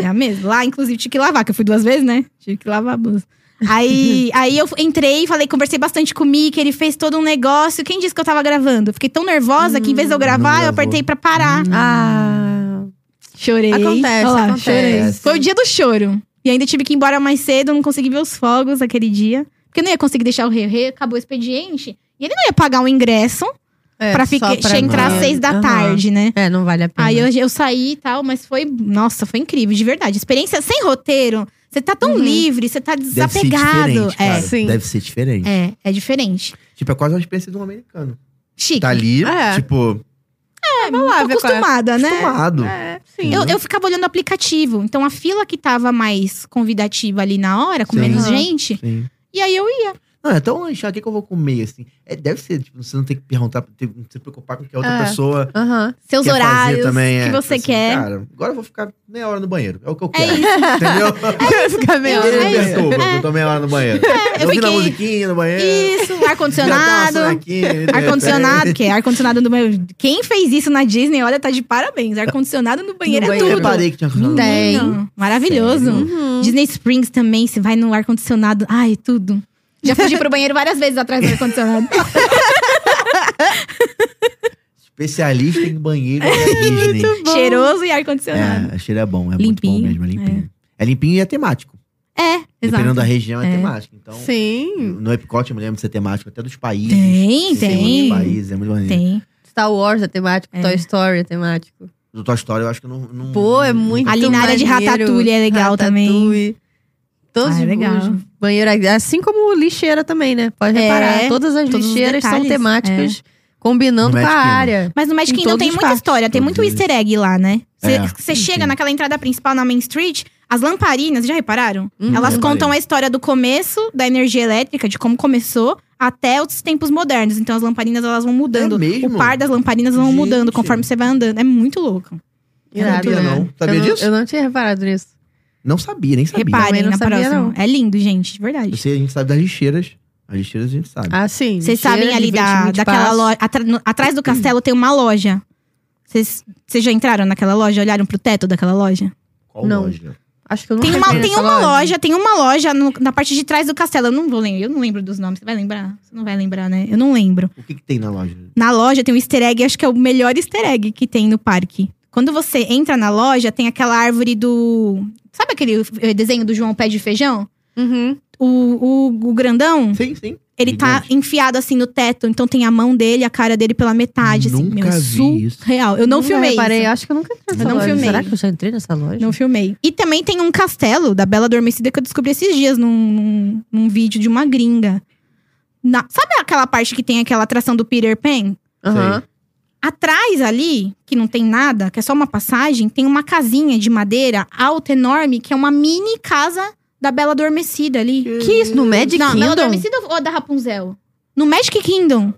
É a mesma. Lá, inclusive, tive que lavar, que eu fui duas vezes, né? Tive que lavar a blusa. <laughs> Aí, aí eu entrei, falei, conversei bastante com o Mickey, ele fez todo um negócio. Quem disse que eu tava gravando? Eu Fiquei tão nervosa que em vez de eu Hum, gravar, gravou. eu apertei pra parar. Ah. Chorei. Acontece, Olha lá, acontece. Chorei. Foi o dia do choro. E ainda tive que ir embora mais cedo, não consegui ver os fogos aquele dia. Porque eu não ia conseguir deixar o rei, rei acabou o expediente. E ele não ia pagar o ingresso É, pra, só ficar, pra entrar ver. às seis da Aham. tarde, né? É, não vale a pena. Aí Uhum. eu, eu saí e tal, mas foi. Nossa, foi incrível, de verdade. Experiência sem roteiro. Você tá tão Uhum. livre, você tá Deve ser desapegado. diferente, cara. É, sim. Deve ser diferente. é, é, é diferente. Tipo, é quase uma experiência de um americano. Chique. Tá ali, É. tipo, é, vamos Tô acostumada, né? tomado. É, Uhum. sim. Eu, eu ficava olhando o aplicativo. Então a fila que tava mais convidativa ali na hora, com Sim. Uhum. menos Aham. gente, Sim. e aí eu ia. Não, é até um lanchar, o que, que eu vou comer, assim? É, deve ser, tipo, você não tem que perguntar, ter- não se preocupar com o que a outra É. pessoa Aham. Seus quer horários, fazer também. o que é, você assim, quer. Cara, agora eu vou ficar meia hora no banheiro. É o que eu é quero. isso. <laughs> Entendeu? Fica meio- Eu- Ninguém me é isso. perturba, É. que eu tô meia hora no banheiro. eu ouvindo a fiquei- musiquinha no banheiro. <laughs> Isso, já tá, ar-condicionado. dá uma sonequinha, de Ar-condicionado, repente. que é ar-condicionado no banheiro. Quem fez isso na Disney, olha, tá de parabéns. Ar-condicionado no banheiro No é Eu banheiro. tudo. reparei que tinha Menino, Tem. Maravilhoso. Hum. Sério? Uhum. Disney Springs também, você vai no ar-condicionado. Ai, tudo. Já fugi pro banheiro várias vezes atrás do <laughs> ar-condicionado. Especialista em banheiro <laughs> É da Disney. bom. Cheiroso e ar-condicionado. É, cheiro é bom, é muito bom Limpinho, mesmo, é limpinho. É, limpinho e é temático. É, Dependendo exato. da região, é, É. temático. Então, Sim. no Epicote, eu me lembro de ser temático até dos países. Tem, Sim, tem. Dos países, é muito maneiro. Tem. Star Wars é temático, Toy Story é temático. Do Tua História, eu acho que eu não, não. Pô, é muito Uhum. Ali na área de maneiro. Ratatouille é legal também. Ratatouille. Todos Ah, é os legal. os banheiros, assim como lixeira também, né? Pode É, reparar, todas as todos os lixeiras são detalhes, é. temáticas, combinando No com a Magic Kingdom. área. Mas no Magic Em Kingdom todos tem os muita parques. história, tem muito Todos easter egg lá, né? Você Uhum. É, você sim, chega sim. naquela entrada principal na Main Street, as lamparinas, já Uhum. repararam? Hum. Elas Reparei. contam a história do começo da energia elétrica, de como começou, até os tempos modernos. Então as lamparinas elas vão mudando. É mesmo? O par das lamparinas vão Gente. mudando conforme você vai andando. É muito louco. Eu não sabia, né? não. Sabia eu disso? Não, eu não tinha reparado nisso. Não sabia, nem sabia. Reparem Também não na sabia, próxima. não. É lindo, gente, de verdade. Eu sei, a gente sabe das lixeiras. As lixeiras a gente sabe. Ah, sim. Vocês lixeira sabem de ali 20, da, 20 daquela passos. loja. atra- no- atrás do castelo tem uma loja. Vocês vocês já entraram naquela loja? Olharam pro teto daquela loja? Qual não. é loja? Acho que eu nunca Tem uma, entrei tem nessa uma loja, tem uma loja no- na parte de trás do castelo. Eu não vou lembrar, eu não lembro dos nomes. Você vai lembrar? Você não vai lembrar, né? Eu não lembro. O que, que tem na loja? Na loja tem um easter egg, acho que é o melhor easter egg que tem no parque. Quando você entra na loja, tem aquela árvore do. Sabe aquele eh, desenho do João Pé de Feijão? Uhum. O, o, o grandão, Sim, sim. ele tá Gigante. enfiado assim no teto, então tem a mão dele, a cara dele pela metade. assim. Nunca Meu, é vi isso. surreal. Eu não Nunca filmei. reparei, isso. acho que eu nunca entrei nessa Eu não loja. filmei. Será que eu já entrei nessa loja? Não filmei. E também tem um castelo da Bela Adormecida que eu descobri esses dias num, num, num vídeo de uma gringa. Na- sabe aquela parte que tem aquela atração do Peter Pan? Aham. Atrás ali, que não tem nada, que é só uma passagem, tem uma casinha de madeira alta, enorme, que é uma mini casa da Bela Adormecida ali. Que isso, no Magic não, Bela É Kingdom? Adormecida ou da Rapunzel? No Magic Kingdom.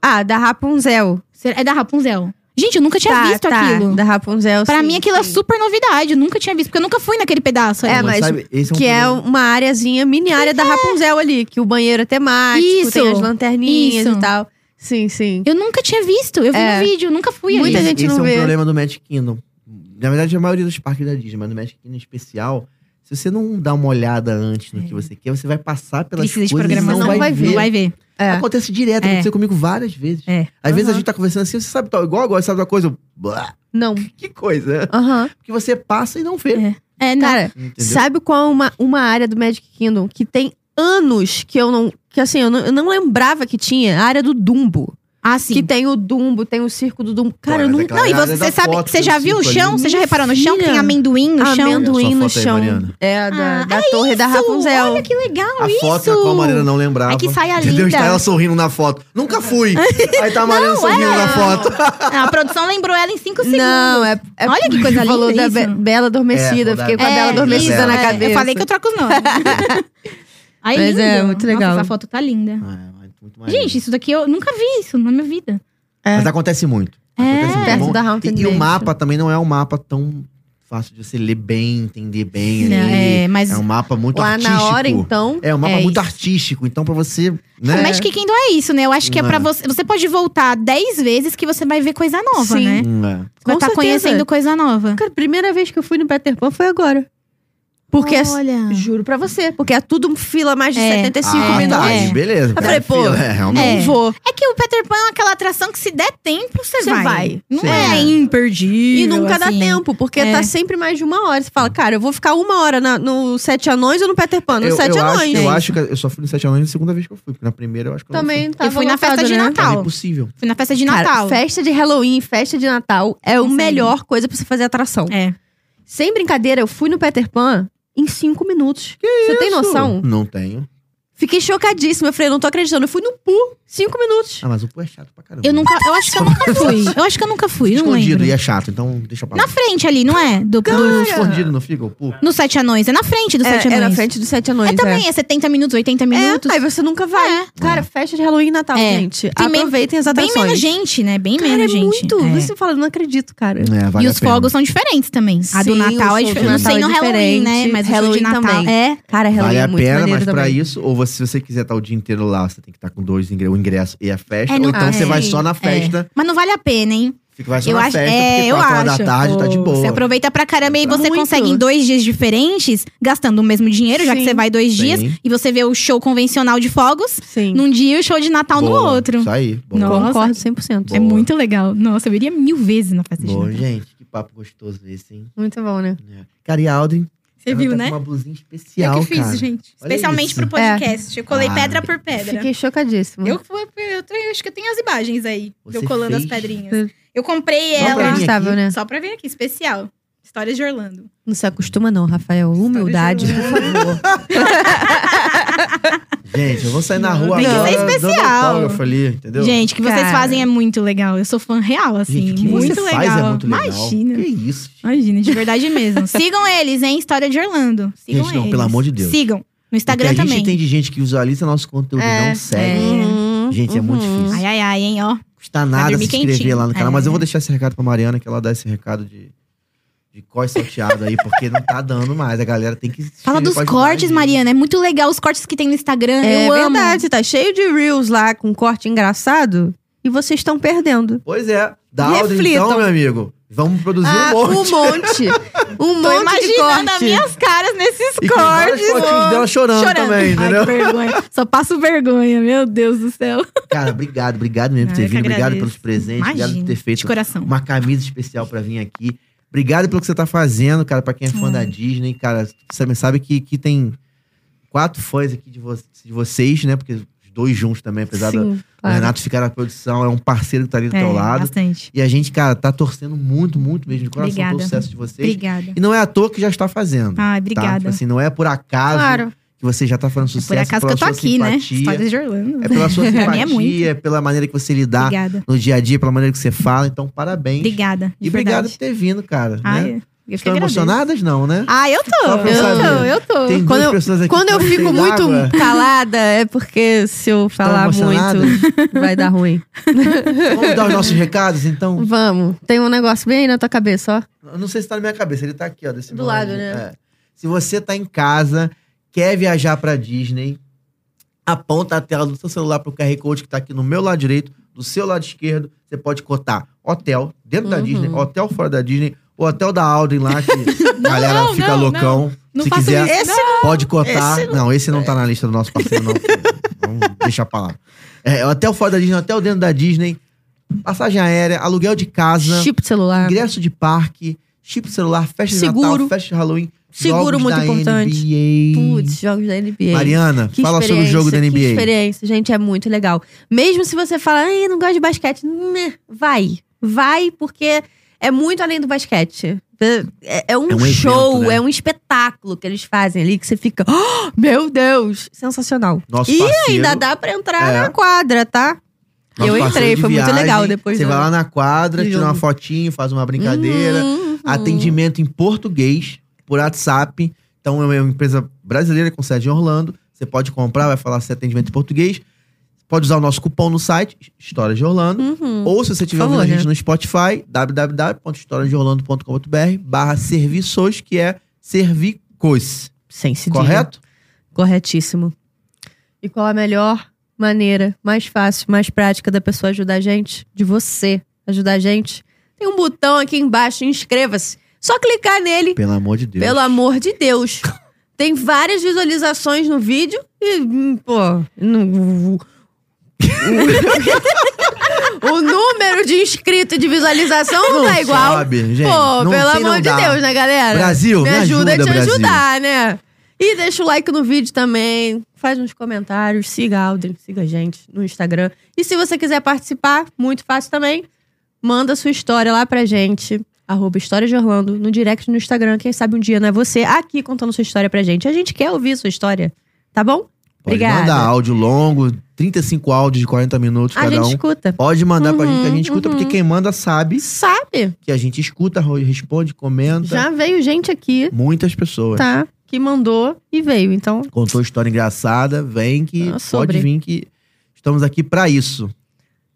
Ah, da Rapunzel. Será- É da Rapunzel. Gente, eu nunca tinha tá, visto tá, aquilo. Da Rapunzel, Pra sim, mim, aquilo é sim. super novidade. Eu nunca tinha visto, porque eu nunca fui naquele pedaço. É, ali. mas esse um Que é problema. uma áreazinha, mini área da Rapunzel ali, que o banheiro é temático, É. Isso, tem as lanterninhas isso. e tal. Sim, sim. Eu nunca tinha visto. Eu vi É. no vídeo, eu nunca fui Muita ali. gente Esse não é um vê. problema do Magic Kingdom. Na verdade, a maioria dos parques da Disney, mas no Magic Kingdom em especial, se você não dá uma olhada antes no que você quer, você vai passar pelas É. Precisa de coisas e programação. não vai, ver. Não vai ver. É. Acontece direto, É. aconteceu comigo várias vezes. É. Às vezes a Aham. gente tá conversando assim, você sabe, tal, igual agora, sabe uma coisa? Eu, blá, Não. Que coisa. Aham. Porque você passa e não vê. É. É, não. Cara, Entendeu? sabe qual é uma, uma área do Magic Kingdom que tem anos que eu não. Que assim, eu não, eu não lembrava que tinha? A área do Dumbo. Ah, sim. Que tem o Dumbo, tem o circo do Dumbo. Cara, eu mas é nunca. claro. Não, e Galera você da sabe, foto, assim, você já tem viu o cinco chão? ali. Você já reparou no chão que tem Filha. amendoim um no chão? Amendoim Olha a no sua foto aí, chão. Mariana. é, da, Ah, da Torre da Isso! Rapunzel. Olha que legal A isso. foto na qual a Mariana não lembrava. Ai, que saia Entendeu? linda. Está ela sorrindo na foto. Nunca <laughs> fui. Aí tá a Mariana sorrindo é. na <laughs> foto. Ah, A produção lembrou ela em cinco segundos. Não, é, é Olha que coisa <laughs> falou linda da isso. Be- Bela Adormecida. É, Fiquei com a da- Bela É, Adormecida isso, na é. cabeça. Eu falei que eu troco os <laughs> nomes. Ai, Mas lindo. é, muito legal. Nossa, essa foto tá linda. É, Gente, isso daqui eu nunca vi isso na minha vida. Mas acontece muito. É. Acontece muito. Perto Bom, da Haunted e, e o Mansion. mapa também não é um mapa tão fácil de você ler bem, entender bem. Não, ali. é, mas- um mapa muito Lá artístico. na hora, então. É um mapa É muito isso. artístico. Então pra você... Né? Mas que Kindle é isso, né? Eu acho que é Não pra é. você. Você pode voltar 10 vezes que você vai ver coisa nova, Sim. né? Hum, é. Você vai Com estar certeza. conhecendo coisa nova. Cara, primeira vez que eu fui no Peter Pan foi agora. Porque, é- Olha. juro pra você, porque é tudo fila mais de É. 75 ah, minutos. Tá, aí, É. beleza. Eu falei, pô, Fila, é, realmente. Não É. vou. É que o Peter Pan é aquela atração que se der tempo, você Você vai. vai. Não Sim. é imperdível. E nunca dá assim. tempo, porque É. tá sempre mais de uma hora. Você fala, cara, eu vou ficar uma hora na- no Sete Anões ou no Peter Pan? No Eu, Sete eu, acho, Anões. eu acho que eu só fui no Sete Anões na segunda vez que eu fui. Porque na primeira eu acho que eu não Também fui. tava Eu fui na lotado, festa de né? Natal. Era impossível. Fui na festa de Cara, Natal. festa de Halloween, festa de Natal é a Consegue. melhor coisa pra você fazer atração. É. Sem brincadeira, eu fui no Peter Pan em cinco minutos. você tem noção? Não tenho. Fiquei chocadíssima. Eu falei, não tô acreditando. Eu fui no Pu, cinco minutos. Ah, mas o Poo é chato pra caramba. Eu nunca. Eu acho que eu nunca <laughs> fui. Eu acho que eu nunca fui. Não Escondido lembro. e é chato, então deixa pra lá. Na frente ali, não é? Do, do- Escondido não fica o Poo? no Sete Anões. É na frente do Sete É, é Anões. na frente dos Sete Anões. É também, é 70 minutos, 80 É, minutos. aí você nunca vai. É. Cara, festa de Halloween e Natal, É. gente. Tem men- Aproveitem as Bem atrações. menos gente, né? Bem Cara, é menos gente. muito. É. Você fala, não acredito, cara. É, vale e a os pena. fogos são diferentes também. A do Sim, Natal o é show diferente. do Não sei no Natal é Halloween, né? diferente. Mas o show Halloween de Natal. também. É. Cara, Halloween Vale é a muito pena, maneiro mas pra também. isso, ou você, se você quiser estar o dia inteiro lá, você tem que estar com dois ingressos, o ingresso e a festa, É, ou não- então Ah, você vai sim. só na É. festa, Mas não vale a pena, hein? fica vai só Eu na acho, festa, é, porque eu quatro horas acho. da tarde tá de Pô, Você boa. aproveita pra caramba e você Muito. consegue em dois dias diferentes, gastando o mesmo dinheiro, já que Sim. você vai dois Sim. dias, e você vê o show convencional de fogos Sim. num dia e o show de Natal no Boa, um outro. Isso aí, boa. Nossa. Concordo 100%. É Boa. muito legal. Nossa, eu iria mil vezes na festa de Boa, Natal. gente, que papo gostoso esse, hein? Muito bom, né? É. Cara, e a Aldrin, Você ela viu, tá com né? uma blusinha especial, Eu que fiz, cara. gente. Olha Especialmente isso. pro podcast. Eu colei Ah, pedra por pedra. Fiquei chocadíssima. É, né? Eu, fui- eu tra- eu acho que eu tenho as imagens aí, de eu Você colando as fez? pedrinhas. Eu comprei Só pra ela. vir Inacreditável, aqui. né? Só pra vir aqui, especial. Histórias de Orlando. Não se acostuma não, Rafael. Humildade, por <laughs> favor. Gente, eu vou sair na Não, rua tem que agora, ser dando um especial. autógrafo ali, entendeu? Gente, o que vocês Cara. fazem é muito legal. Eu sou fã real, assim. Gente, o que muito, você legal. faz é muito legal. Imagina. Que isso, gente. Imagina, de <laughs> verdade mesmo. Sigam eles, hein? História de Orlando. Sigam Gente, não, eles. pelo amor de Deus. Sigam. No Instagram Porque a gente também. tem de gente que visualiza nosso conteúdo e É, não segue. É. Uhum. Gente, é muito difícil. Ai, ai, ai, hein, ó. Custa nada se dormir inscrever quentinho. lá no canal, É. mas eu vou deixar esse recado pra Mariana, que ela dá esse recado de, de cós salteado aí, porque não tá dando mais. A galera tem que. Fala dos cortes, Mariana. É muito legal os cortes que tem no Instagram. É eu amo. verdade, tá cheio de reels lá com corte engraçado e vocês estão perdendo. Pois é, dá áudio Reflitam. então, meu amigo. Vamos produzir Ah, um monte. um <laughs> monte. Um Tô monte de imaginando as corte. minhas caras nesses E com várias cortes. fotinhos dela chorando, também, Ai, entendeu? que vergonha. Só passo vergonha, meu Deus do céu. Cara, obrigado, obrigado mesmo por Ah, ter eu que vindo. Obrigado agradeço. pelos presentes, obrigado por ter de feito coração. uma camisa especial pra vir aqui. Obrigado pelo que você tá fazendo, cara, pra quem é fã da Disney, cara. Sabe, sabe que, que tem quatro fãs aqui de, vo- de vocês, né? Porque os dois juntos também, apesar da, Sim, O claro. Renato ficar na produção, é um parceiro que tá ali do É. teu lado. bastante. E a gente, cara, tá torcendo muito, muito mesmo de coração pelo Obrigada. sucesso de vocês. Obrigada. E não é à toa que já está fazendo. Tá? Ai, obrigada. Tipo assim, não é por acaso Claro. que você já tá fazendo É sucesso. por acaso que pela eu tô sua aqui, né? simpatia, Histórias de Orlando. É pela sua <laughs> Pra mim é simpatia, é pela maneira que você lidar Obrigada. no dia a dia, pela maneira que você fala. Então, parabéns. Obrigada. de E obrigado verdade. por ter vindo, cara. Ai, né? eu que Estão agradeço. emocionadas, não, né? Ah, eu tô. Só pra Eu saber. tô, eu tô. Tem duas Ah, quando eu- pessoas aqui. Quando que tá eu estão fico cheias muito <laughs> d'água. calada, é porque se eu falar emocionadas? muito, <laughs> vai dar ruim. Vamos dar os nossos recados, então? Vamos. Tem um negócio bem aí na tua cabeça, ó. Eu não sei se tá na minha cabeça, ele tá aqui, ó. Desse Do meu lado, ladinho. né? É. Se você tá em casa, quer viajar pra Disney, aponta a tela do seu celular pro QR Code que tá aqui no meu lado direito, do seu lado esquerdo, você pode cotar hotel dentro da Uhum. Disney, hotel fora da Disney, o hotel da <laughs> Alden lá, que a galera não, fica não, loucão. Não Se faço quiser, isso. Esse pode cotar. não. esse é. não tá na lista do nosso parceiro, não. Vamos deixar pra lá. É, hotel fora da Disney, hotel dentro da Disney, passagem aérea, aluguel de casa Chip de celular. ingresso de parque, chip de celular, festa de Seguro. Natal, festa de Halloween, Seguro jogos muito da importante. NBA. Putz, jogos da NBA. Mariana, Que fala sobre o jogo da experiência, Que NBA. experiência, gente, é muito legal. Mesmo se você fala, ai, não gosto de basquete, né, vai. Vai, porque é muito além do basquete. É, é um, É um evento, show, né? é um espetáculo que eles fazem ali, que você fica, "Oh, meu Deus, sensacional. Nosso e parceiro, ainda dá pra entrar É. na quadra, tá? nosso eu parceiro entrei, de foi muito viagem, legal depois Você do- vai lá na quadra, do tira uma jogo. fotinho, faz uma brincadeira. Uhum. Atendimento em português, por WhatsApp. Então é uma empresa brasileira com sede em Orlando. Você pode comprar, vai falar se é atendimento em português. Pode usar o nosso cupom no site, Histórias de Orlando. Uhum. Ou se você estiver Por ouvindo favor, a gente né? no Spotify, www.historiasdeorlando.com.br barra serviços, que é servicos. Sem cedilha. Correto? Corretíssimo. E qual a melhor maneira, mais fácil, mais prática da pessoa ajudar a gente? De você ajudar a gente? Tem um botão aqui embaixo, inscreva-se. Só clicar nele, Pelo amor de Deus. pelo amor de Deus. <laughs> Tem várias visualizações no vídeo e, hum, pô, não- o <laughs> número de inscrito e de visualização não, tá igual. Sobe, gente. Pô, Não pelo sei, não amor de dá. Deus, né, galera? Brasil, me ajuda a te Brasil. ajudar, né? E deixa o like no vídeo também. Faz nos comentários. Siga a Aldrin, siga a gente no Instagram. E se você quiser participar, muito fácil também. Manda sua história lá pra gente. Arroba História de Orlando, no direct no Instagram. Quem sabe um dia não é você aqui contando sua história pra gente. A gente quer ouvir sua história, tá bom? Pode Obrigada. mandar áudio longo, 35 áudios de 40 minutos A cada gente um. escuta. Pode mandar pra Uhum, gente que a gente escuta, porque quem manda sabe Sabe? que a gente escuta, ro- responde, comenta. Já veio gente aqui, Muitas pessoas. tá? Que mandou e veio. Então, Contou história engraçada, vem que Ah, pode sobre. vir que estamos aqui pra isso.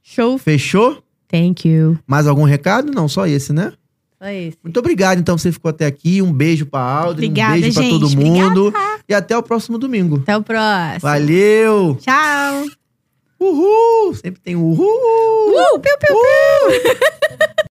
show. Fechou? Thank you. Mais algum recado? Não, só esse, né? É isso. Muito obrigado, então, que você ficou até aqui. Um beijo pra Aldrin, Obrigada, um beijo pra gente. todo mundo. E até o próximo domingo. Até o próximo. Valeu! Tchau! Uhul! Sempre tem um uhul! Uh, piu, piu, piu.